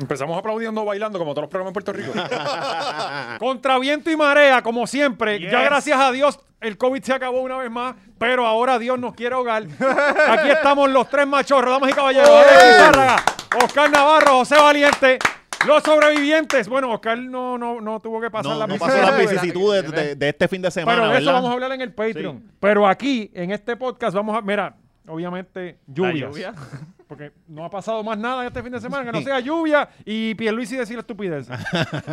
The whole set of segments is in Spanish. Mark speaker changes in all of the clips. Speaker 1: Empezamos aplaudiendo, bailando, como todos los programas en Puerto Rico. Contra viento y marea, como siempre. Ya gracias a Dios, el COVID se acabó una vez más, pero ahora Dios nos quiere ahogar. Aquí estamos los tres machorros, damas y caballeros. Alex Lizárraga, Oscar Navarro, José Valiente. Los sobrevivientes. Bueno, Oscar no, no, no tuvo que pasar
Speaker 2: No,
Speaker 1: la
Speaker 2: no
Speaker 1: misión.
Speaker 2: pasó las vicisitudes de, de- de este fin de semana,
Speaker 1: Pero de eso
Speaker 2: ¿verdad?
Speaker 1: vamos a hablar en el Patreon. Pero aquí, en este podcast, vamos a. Mira, obviamente, lluvias.
Speaker 3: lluvia.
Speaker 1: Porque no ha pasado más nada este fin de semana que no sea lluvia y Pierluisi decir estupidez.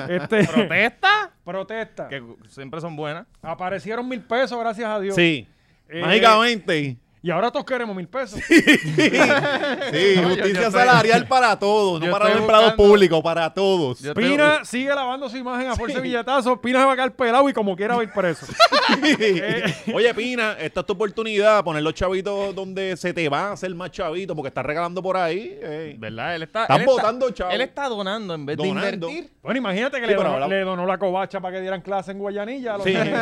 Speaker 1: Este,
Speaker 3: ¿Protesta?
Speaker 1: protesta.
Speaker 3: Que siempre son buenas.
Speaker 1: Aparecieron mil pesos, gracias a Dios.
Speaker 2: Sí.
Speaker 1: Eh,
Speaker 2: Mágicamente.
Speaker 1: Y ahora todos queremos mil pesos.
Speaker 2: Sí,
Speaker 3: yo-
Speaker 2: justicia
Speaker 3: yo estoy-
Speaker 2: salarial para todos, no
Speaker 3: yo
Speaker 2: para los
Speaker 3: estoy
Speaker 2: empleados
Speaker 3: buscando-
Speaker 2: públicos, para todos.
Speaker 3: Yo-
Speaker 1: Pina sigue lavando su imagen a fuerza de billetazos. Pina se va a caer pelado y como quiera va a ir preso.
Speaker 2: Oye, Pina, esta es tu oportunidad, poner los chavitos donde se te va a hacer más chavitos, porque estás regalando por ahí. eh.
Speaker 3: ¿Verdad? Él está. él
Speaker 2: Están
Speaker 3: está-
Speaker 2: votando, chavo.
Speaker 3: Él está donando en vez de
Speaker 2: Donando.
Speaker 3: invertir.
Speaker 1: Bueno, imagínate que
Speaker 2: Sí,
Speaker 1: le,
Speaker 2: pero
Speaker 1: donó,
Speaker 2: hablamos-
Speaker 1: le donó la covacha para que dieran clase en Guayanilla. a los
Speaker 2: Sí.
Speaker 1: nenes.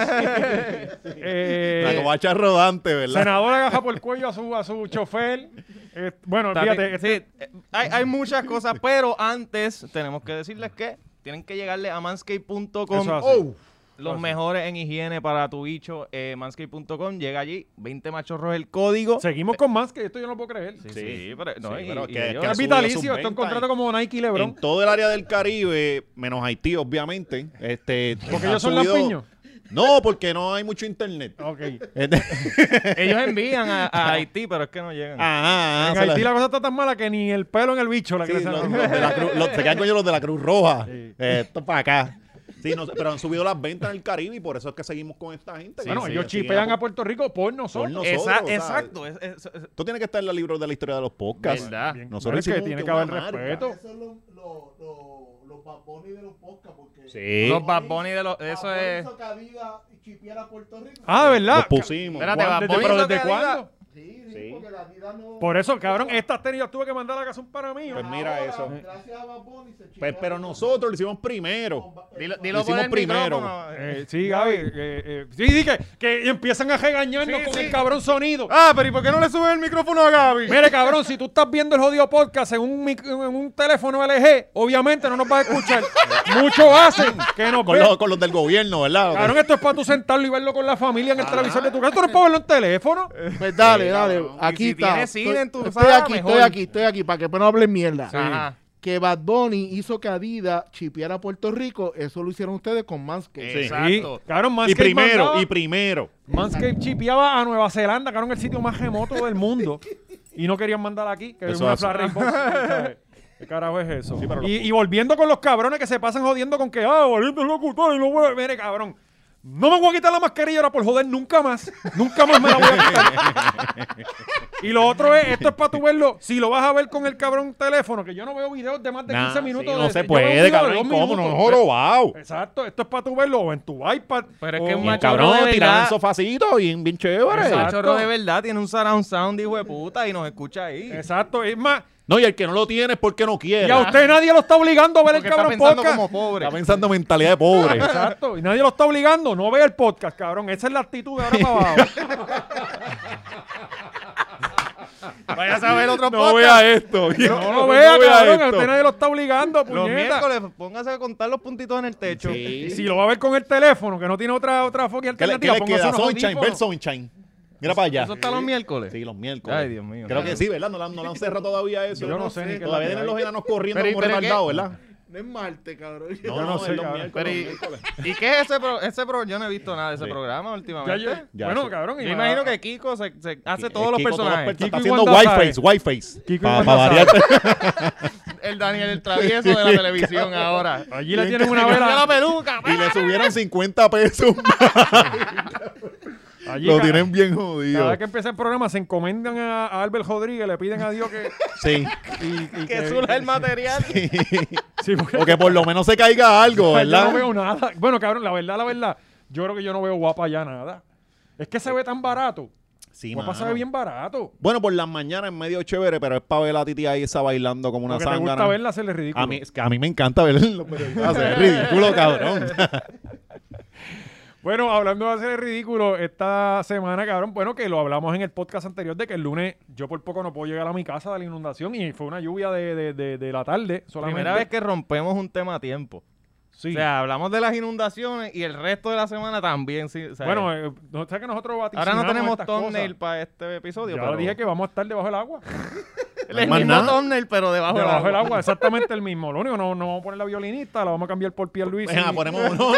Speaker 1: Eh,
Speaker 2: La covacha rodante, ¿verdad?
Speaker 1: Senador agaja por el cuello a su, a su chofer. Eh, bueno,
Speaker 3: También-
Speaker 1: fíjate, este-
Speaker 3: sí, eh, hay, hay muchas cosas, pero antes tenemos que decirles que tienen que llegarle a manscape.com.
Speaker 1: Eso hace.
Speaker 2: Oh.
Speaker 3: Los mejores en higiene para tu bicho, eh, manscape.com. Llega allí, 20 machorros el código.
Speaker 1: seguimos con más, que esto yo no lo puedo creer.
Speaker 3: Sí, sí, pero, no,
Speaker 2: Sí,
Speaker 3: y-
Speaker 2: pero
Speaker 3: y
Speaker 2: que-
Speaker 3: ellos-
Speaker 2: que
Speaker 1: es
Speaker 2: subido
Speaker 1: vitalicio,
Speaker 2: sus
Speaker 1: esto es un
Speaker 2: ventas.
Speaker 1: contrato como Nike y Lebron.
Speaker 2: En todo el área del Caribe, menos Haití, obviamente. Este,
Speaker 1: Porque
Speaker 2: ha
Speaker 1: ellos son
Speaker 2: subido-
Speaker 1: lampiños. Oh.
Speaker 2: No, porque no hay mucho internet.
Speaker 1: Ok.
Speaker 2: Este-
Speaker 3: ellos envían a, a Haití, pero es que no llegan.
Speaker 2: Ajá, ajá,
Speaker 1: en
Speaker 2: se la-
Speaker 1: Haití la cosa está tan mala que ni el pelo en el bicho la
Speaker 2: Sí,
Speaker 1: crecen.
Speaker 2: los, los de la Cruz- los- se quedan con ellos los de la Cruz Roja. Eh, esto para acá. Sí, no sé, pero han subido las ventas en el Caribe y por eso es que seguimos con esta gente.
Speaker 1: bueno,
Speaker 2: Sí,
Speaker 1: ellos
Speaker 2: sí,
Speaker 1: chipean
Speaker 2: siguen
Speaker 1: a Puerto Rico por nosotros.
Speaker 2: Por
Speaker 3: Esa-
Speaker 2: nosotros, o sea,
Speaker 3: exacto. es- es- es-
Speaker 2: Tú tienes que estar en los libros de la historia de los podcasts.
Speaker 3: Verdad.
Speaker 1: Bien,
Speaker 2: Nosotros
Speaker 1: no, es que
Speaker 2: hicimos
Speaker 1: tiene
Speaker 2: que
Speaker 1: que haber
Speaker 2: una marca.
Speaker 1: respeto.
Speaker 4: Esos son los, los, los, los Bad Bunny de los podcasts, porque
Speaker 2: Sí.
Speaker 3: Los Bad Bunny de los- eso
Speaker 4: Bad Bunny
Speaker 3: es-
Speaker 4: hizo que Adidas chipiara a Puerto Rico.
Speaker 1: Ah,
Speaker 2: Los
Speaker 1: ¿verdad?
Speaker 2: pusimos.
Speaker 3: Espérate,
Speaker 1: ¿Cuándo-
Speaker 3: Bad Bunny
Speaker 1: ¿Pero
Speaker 3: hizo
Speaker 1: desde
Speaker 3: que
Speaker 1: cuándo?
Speaker 3: diga-
Speaker 4: Sí, sí,
Speaker 2: Sí.
Speaker 4: porque la Adidas no.
Speaker 1: Por eso, cabrón, estas tenis las tuve que mandar a casa un para mí.
Speaker 2: Pues
Speaker 1: ¿no?
Speaker 2: mira
Speaker 4: Ahora,
Speaker 2: eso.
Speaker 4: Gracias a Bad Bunny se
Speaker 2: Pe-
Speaker 4: chipea
Speaker 2: pero
Speaker 4: con-
Speaker 2: nosotros lo hicimos primero.
Speaker 4: con-
Speaker 3: Dilo,
Speaker 4: eh,
Speaker 3: dilo
Speaker 2: Lo
Speaker 3: por el
Speaker 2: hicimos primero.
Speaker 3: micrófono.
Speaker 1: Eh, sí, Gaby. eh, eh, sí, sí, que, que empiezan a regañarnos
Speaker 3: Sí,
Speaker 1: con
Speaker 3: sí.
Speaker 1: el cabrón sonido.
Speaker 3: Ah, pero ¿y por qué no le suben el micrófono a Gaby?
Speaker 1: Mire, cabrón, si tú estás viendo el jodido podcast en un, mic- en un teléfono LG, obviamente no nos vas a escuchar. Mucho hacen que nos
Speaker 2: Con
Speaker 1: vean.
Speaker 2: los, con los del gobierno, ¿verdad?
Speaker 1: Cabrón, esto es para tú sentarlo y verlo con la familia en el televisor de tu casa. Esto no es para verlo en teléfono.
Speaker 5: Pues dale, dale. Aquí
Speaker 3: si
Speaker 5: está.
Speaker 3: tienes cine
Speaker 5: estoy,
Speaker 3: en tu
Speaker 5: estoy
Speaker 3: sala,
Speaker 5: aquí,
Speaker 3: mejor.
Speaker 5: estoy aquí, estoy aquí, para que después no hablen mierda.
Speaker 3: Ajá.
Speaker 5: Que Bad Bunny hizo que Adidas chipeara a Puerto Rico, eso lo hicieron ustedes con Manscaped.
Speaker 2: Sí.
Speaker 3: Exacto.
Speaker 1: Sí, cabrón,
Speaker 2: y
Speaker 1: Manscaped
Speaker 2: primero,
Speaker 1: mandaba-
Speaker 2: y primero.
Speaker 1: Manscaped chipeaba a Nueva Zelanda, cabrón, el sitio más remoto del mundo. Y no querían mandar aquí, que es
Speaker 2: Eso
Speaker 1: una
Speaker 2: hace.
Speaker 1: flat rate box, ¿sabes? ¿Qué carajo es eso?
Speaker 2: Sí, pero los
Speaker 1: y,
Speaker 2: pu-
Speaker 1: y volviendo con los cabrones que se pasan jodiendo con que, ah, valiente es locutor y no voy a... Mire, cabrón, no me voy a quitar la mascarilla ahora por joder nunca más. Nunca más me la voy a quitar. y lo otro es, esto es para tú verlo, si lo vas a ver con el cabrón teléfono, que yo no veo videos de más de
Speaker 2: Nah,
Speaker 1: 15 minutos.
Speaker 2: sí,
Speaker 1: de-
Speaker 2: no se
Speaker 1: yo veo un video
Speaker 2: puede,
Speaker 1: de
Speaker 2: cabrón.
Speaker 1: dos
Speaker 2: ¿Cómo? No,
Speaker 1: minutos.
Speaker 2: jorobado.
Speaker 1: Exacto, esto es para tú verlo o en tu iPad.
Speaker 3: Pero es
Speaker 1: o-
Speaker 3: que un
Speaker 2: Y el
Speaker 3: macho-
Speaker 2: cabrón
Speaker 3: de
Speaker 2: tirado en
Speaker 3: verdad.
Speaker 2: el sofacito y bien chévere.
Speaker 1: Exacto.
Speaker 3: El chorro de verdad tiene un surround sound, hijo de puta, y nos escucha ahí.
Speaker 1: Exacto, es más...
Speaker 2: No, y el que no lo tiene es porque no quiere.
Speaker 1: Y a usted nadie lo está obligando a ver
Speaker 3: Porque
Speaker 1: el cabrón
Speaker 3: está pensando
Speaker 1: podcast.
Speaker 3: como pobre.
Speaker 2: Está pensando mentalidad de pobre.
Speaker 1: Exacto. Y nadie lo está obligando. No vea el podcast, cabrón. Esa es la actitud de ahora para abajo.
Speaker 3: Vaya a saber otro
Speaker 2: no vea esto.
Speaker 1: No, lo vea, cabrón. A usted nadie lo está obligando,
Speaker 3: Los
Speaker 1: puñeta.
Speaker 3: miércoles, póngase a contar los puntitos en el techo.
Speaker 1: Y
Speaker 2: Sí.
Speaker 1: si lo va a ver con el teléfono, que no tiene otra, otra foca
Speaker 2: ¿Qué le, qué
Speaker 1: alternativa,
Speaker 2: le
Speaker 1: póngase
Speaker 2: queda?
Speaker 1: unos
Speaker 2: Sunshine, ver
Speaker 1: audífonos.
Speaker 2: Sunshine. Mira para allá.
Speaker 3: Eso está los miércoles.
Speaker 2: Sí, los miércoles.
Speaker 3: Ay, Dios mío.
Speaker 2: Creo
Speaker 3: Claro.
Speaker 2: que sí, ¿verdad? No, la- no lo han cerrado todavía eso.
Speaker 1: Yo no sé ni qué
Speaker 2: Todavía
Speaker 1: es la
Speaker 2: tienen
Speaker 1: que
Speaker 2: los enanos corriendo
Speaker 3: Pero-
Speaker 2: como
Speaker 3: pero
Speaker 2: retardados,
Speaker 3: ¿qué?
Speaker 2: ¿verdad?
Speaker 5: No es Marte, cabrón.
Speaker 1: no
Speaker 2: es
Speaker 1: sé,
Speaker 2: los
Speaker 1: cabrón.
Speaker 2: miércoles,
Speaker 3: Pero
Speaker 2: los
Speaker 3: y,
Speaker 2: miércoles.
Speaker 3: ¿y qué es ese pro, ese pro- Yo no he visto nada de ese programa
Speaker 1: Ya,
Speaker 3: últimamente.
Speaker 1: ya.
Speaker 2: Ya,
Speaker 1: bueno,
Speaker 2: sí.
Speaker 1: cabrón. y
Speaker 3: Yo
Speaker 1: va-
Speaker 3: imagino que Kiko se, se hace
Speaker 2: Eh,
Speaker 3: todos los
Speaker 2: Kiko,
Speaker 3: personajes.
Speaker 2: Está
Speaker 1: Kiko y
Speaker 2: haciendo
Speaker 1: Wanda
Speaker 2: whiteface, whiteface.
Speaker 1: Kiko y
Speaker 2: Para
Speaker 1: Wanda
Speaker 2: variar.
Speaker 3: el Daniel el travieso de la televisión ahora.
Speaker 1: Allí le tienen una
Speaker 3: Mira la
Speaker 1: vela.
Speaker 3: peluca.
Speaker 2: Y le subieron 50 pesos.
Speaker 1: Allí,
Speaker 2: Lo
Speaker 1: ca-
Speaker 2: tienen bien
Speaker 1: Cada
Speaker 2: jodido.
Speaker 1: vez que empieza el programa, se encomendan a, a Albert Rodríguez, le piden a Dios que.
Speaker 2: Sí.
Speaker 1: y- y
Speaker 3: pues, Que surja el material.
Speaker 1: Sí, porque-
Speaker 2: O que por lo menos se caiga algo,
Speaker 1: Yo no
Speaker 2: ¿verdad?
Speaker 1: veo nada. Bueno, cabrón, la verdad, la verdad, yo creo que yo no veo guapa ya nada. Es que se ve tan barato.
Speaker 2: Sí,
Speaker 1: guapa se ve
Speaker 2: mano.
Speaker 1: bien barato.
Speaker 2: Bueno, por las mañanas es medio chévere, pero es para ver a la titi ahí esa bailando como una
Speaker 1: Porque te gusta
Speaker 2: zángana.
Speaker 1: verla hacerle ridículo.
Speaker 2: A mí, es que a mí me encanta verlo, pero es ridículo, cabrón.
Speaker 1: Bueno, hablando de hacer el ridículo, esta semana, cabrón, bueno, que lo hablamos en el podcast anterior de que el lunes yo por poco no puedo llegar a mi casa de la inundación y fue una lluvia de, de- de- de la tarde solamente.
Speaker 3: Primera vez que rompemos un tema a tiempo.
Speaker 1: Sí.
Speaker 3: O sea, hablamos de las inundaciones y el resto de la semana también. Sí, o sea,
Speaker 1: bueno, eh, no sé que nosotros
Speaker 3: ahora no
Speaker 1: vaticinamos
Speaker 3: tenemos
Speaker 1: estas
Speaker 3: thumbnail
Speaker 1: cosas.
Speaker 3: para este episodio.
Speaker 1: Ya
Speaker 3: pero
Speaker 1: dije que vamos a estar debajo del agua.
Speaker 3: el
Speaker 2: más
Speaker 3: mismo
Speaker 2: nada.
Speaker 3: thumbnail, pero debajo, del
Speaker 1: debajo del
Speaker 3: agua.
Speaker 1: agua, exactamente el mismo. Lo único, no, no vamos a poner la violinista, la vamos a cambiar por Pierluisi.
Speaker 2: Venga, ponemos uno.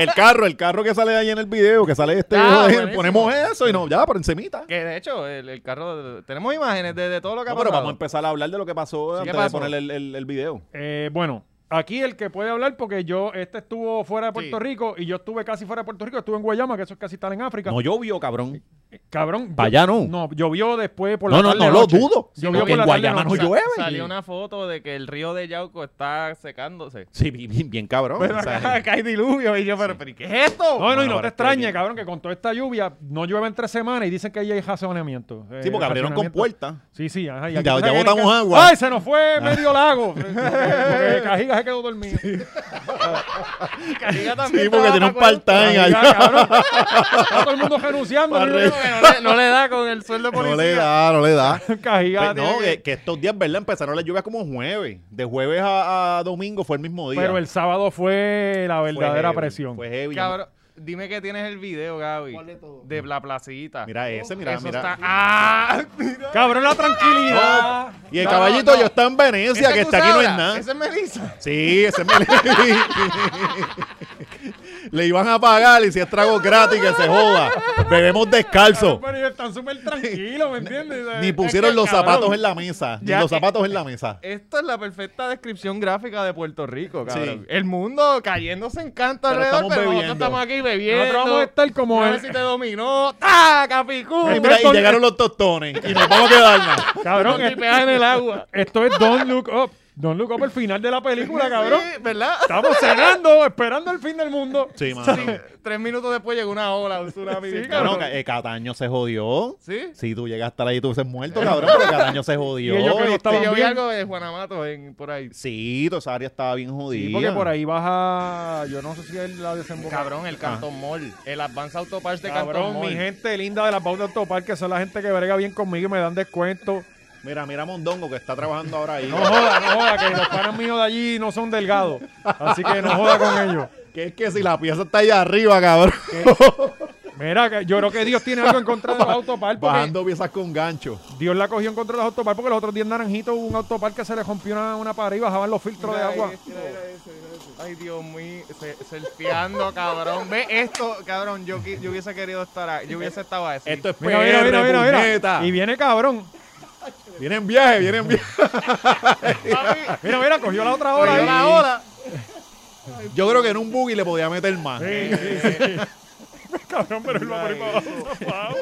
Speaker 2: el carro, el carro que sale ahí en el video, que sale este
Speaker 3: Ah,
Speaker 2: video de-
Speaker 3: buenísimo.
Speaker 2: ponemos eso y no, ya, por encimita.
Speaker 3: Que de hecho, el, el carro. de- Tenemos imágenes de, de todo lo que ha
Speaker 2: No, pero
Speaker 3: pasado.
Speaker 2: vamos a empezar a hablar de lo que pasó
Speaker 3: Sí, ¿qué
Speaker 2: antes
Speaker 3: pasó?
Speaker 2: de poner el, el- el video.
Speaker 1: Eh, bueno, aquí el que puede hablar, porque yo, este estuvo fuera de Puerto
Speaker 5: Sí.
Speaker 1: Rico y yo estuve casi fuera de Puerto Rico, estuve en Guayama, que eso es casi estar en África.
Speaker 2: No llovió, cabrón.
Speaker 1: Eh, Cabrón.
Speaker 2: Pa'
Speaker 1: yo-
Speaker 2: allá no.
Speaker 1: No, llovió después por
Speaker 2: No,
Speaker 1: la
Speaker 2: no,
Speaker 1: tarde.
Speaker 2: no lo
Speaker 1: noche.
Speaker 2: dudo.
Speaker 1: Llovió por
Speaker 2: Porque
Speaker 1: la
Speaker 2: en
Speaker 1: tarde
Speaker 2: Guayama no
Speaker 1: noche.
Speaker 3: Sa-
Speaker 2: llueve.
Speaker 3: Salió una foto de que el río de Yauco está secándose.
Speaker 2: Sí, bien, bien- bien cabrón. o sea,
Speaker 3: hay diluvio y yo, pero, pero ¿y ¿qué es esto?
Speaker 1: No, no, y
Speaker 2: Bueno,
Speaker 1: no
Speaker 2: pero
Speaker 1: te
Speaker 2: es que-
Speaker 1: extrañes, cabrón, que con toda esta lluvia no llueve en tres semanas y dicen que ahí hay racionamiento. eh,
Speaker 2: sí, porque abrieron con
Speaker 1: racionamiento.
Speaker 2: puertas.
Speaker 1: Sí, sí, ajá. y
Speaker 2: Ya-
Speaker 1: aquí tú
Speaker 2: ya
Speaker 1: sabes que
Speaker 2: botamos
Speaker 1: en Ca-
Speaker 2: agua. Ah.
Speaker 1: ¡Ay, se nos fue medio lago! Porque- porque Cajiga se quedó dormido.
Speaker 3: Cajiga también
Speaker 2: Sí, porque
Speaker 3: estaba
Speaker 2: tiene un
Speaker 3: para acuerdo.
Speaker 2: part-time
Speaker 1: Cajiga,
Speaker 2: allá.
Speaker 1: cabrón. Está todo el mundo renunciando.
Speaker 2: Para
Speaker 1: no hay-
Speaker 2: re-
Speaker 3: No le, no le da con el sueldo
Speaker 2: No
Speaker 3: policía.
Speaker 2: le da, no le da.
Speaker 1: Cajiga
Speaker 2: Pues no,
Speaker 1: tiene que-
Speaker 2: que, que estos días, ¿verdad? Empezaron las lluvias como jueves. De jueves a, a domingo fue el mismo día.
Speaker 1: Pero el sábado fue la
Speaker 2: Fue
Speaker 1: verdadera
Speaker 2: heavy,
Speaker 1: presión.
Speaker 2: Fue heavy.
Speaker 3: Cabrón, dime que tienes el video, Gaby.
Speaker 4: ¿Cuál de todos?
Speaker 3: De la placita.
Speaker 2: Mira ese, mira,
Speaker 3: Eso
Speaker 2: mira.
Speaker 3: está- ¡Ah! Mira.
Speaker 1: Cabrón, la tranquilidad.
Speaker 2: Y el
Speaker 3: No,
Speaker 2: caballito
Speaker 3: no, no.
Speaker 2: yo está en Venecia,
Speaker 3: ¿Ese
Speaker 2: que está
Speaker 3: tú
Speaker 2: aquí no es
Speaker 3: sabrás?
Speaker 2: nada.
Speaker 3: Ese es Melissa.
Speaker 2: Sí, ese me le iban a pagar y si es trago gratis que se joda. Bebemos descalzo.
Speaker 1: Pero ellos están súper tranquilos, ¿me entiendes?
Speaker 2: Ni pusieron los zapatos en la mesa. Ni los zapatos en la mesa.
Speaker 3: Esto es la perfecta descripción gráfica de Puerto Rico, cabrón.
Speaker 2: Sí.
Speaker 3: El mundo cayéndose en canto
Speaker 2: Pero
Speaker 3: alrededor,
Speaker 2: estamos
Speaker 3: pero
Speaker 2: bebiendo.
Speaker 3: nosotros estamos aquí bebiendo.
Speaker 1: Nosotros vamos a estar como
Speaker 3: Una
Speaker 1: el-
Speaker 3: vez si te dominó. ¡Ah, Capicú!
Speaker 2: Y, mira, y
Speaker 1: Milton-
Speaker 2: llegaron los tostones y nos vamos a quedarnos.
Speaker 1: Cabrón,
Speaker 3: Te
Speaker 1: esto,
Speaker 3: pegas en el agua.
Speaker 1: esto es Don't Look Up. Don't Look Up el final de la película, cabrón.
Speaker 3: Sí, ¿Verdad?
Speaker 1: Estamos cenando, esperando el fin del mundo.
Speaker 2: Sí, mano.
Speaker 3: Tres minutos después llegó una ola, un tsunami.
Speaker 1: Sí,
Speaker 3: bien
Speaker 1: cabrón.
Speaker 2: Bueno, ca- eh, Cataño se jodió.
Speaker 3: ¿Sí?
Speaker 2: Si tú llegas hasta ahí, tú hubieses muerto, cabrón, pero Cataño se jodió.
Speaker 1: Y ellos que no
Speaker 2: este,
Speaker 1: estaban-
Speaker 3: Sí, yo vi
Speaker 1: También.
Speaker 3: algo de Juanamato en, por ahí.
Speaker 2: Sí, toda esa área estaba bien jodida.
Speaker 1: Sí, porque por ahí baja. Yo no sé si es la desembocadura.
Speaker 3: Cabrón, el Canton Mall. El Advance Autopage de Canton
Speaker 1: Cabrón,
Speaker 3: Mall.
Speaker 1: mi gente linda de la Pauta Autopar, que son la gente que brega bien conmigo y me dan descuento.
Speaker 2: Mira, mira a Mondongo que está trabajando ahora ahí.
Speaker 1: No joda, no joda, que los panas míos de allí no son delgados. Así que no joda con ellos.
Speaker 2: que es que si la pieza está allá arriba, cabrón.
Speaker 1: Mira, que yo creo que Dios tiene algo en contra de los autopar. Porque
Speaker 2: Bajando piezas con gancho.
Speaker 1: Dios la cogió en contra de los autopar porque los otros días en Naranjito hubo un autopar que se le rompió una, una pared y bajaban los filtros de
Speaker 3: Mira
Speaker 1: agua.
Speaker 3: este, mira ese, mira ese. Ay, Dios mío, se, selfieando, cabrón. Ve esto, cabrón. Yo, qui- yo hubiese querido estar ahí. Yo hubiese estado así.
Speaker 2: Esto es
Speaker 1: Mira, mira, mira, mira, mira. Y
Speaker 2: Y
Speaker 1: viene cabrón.
Speaker 2: Vienen viaje, vienen viaje.
Speaker 3: Papi,
Speaker 1: Mira, mira, cogió la otra hora
Speaker 3: cogió
Speaker 1: ahí.
Speaker 3: la ola.
Speaker 2: Yo creo que en un buggy le podía meter más.
Speaker 1: Sí, sí, sí. cabrón, pero él va por ahí para abajo, zafado.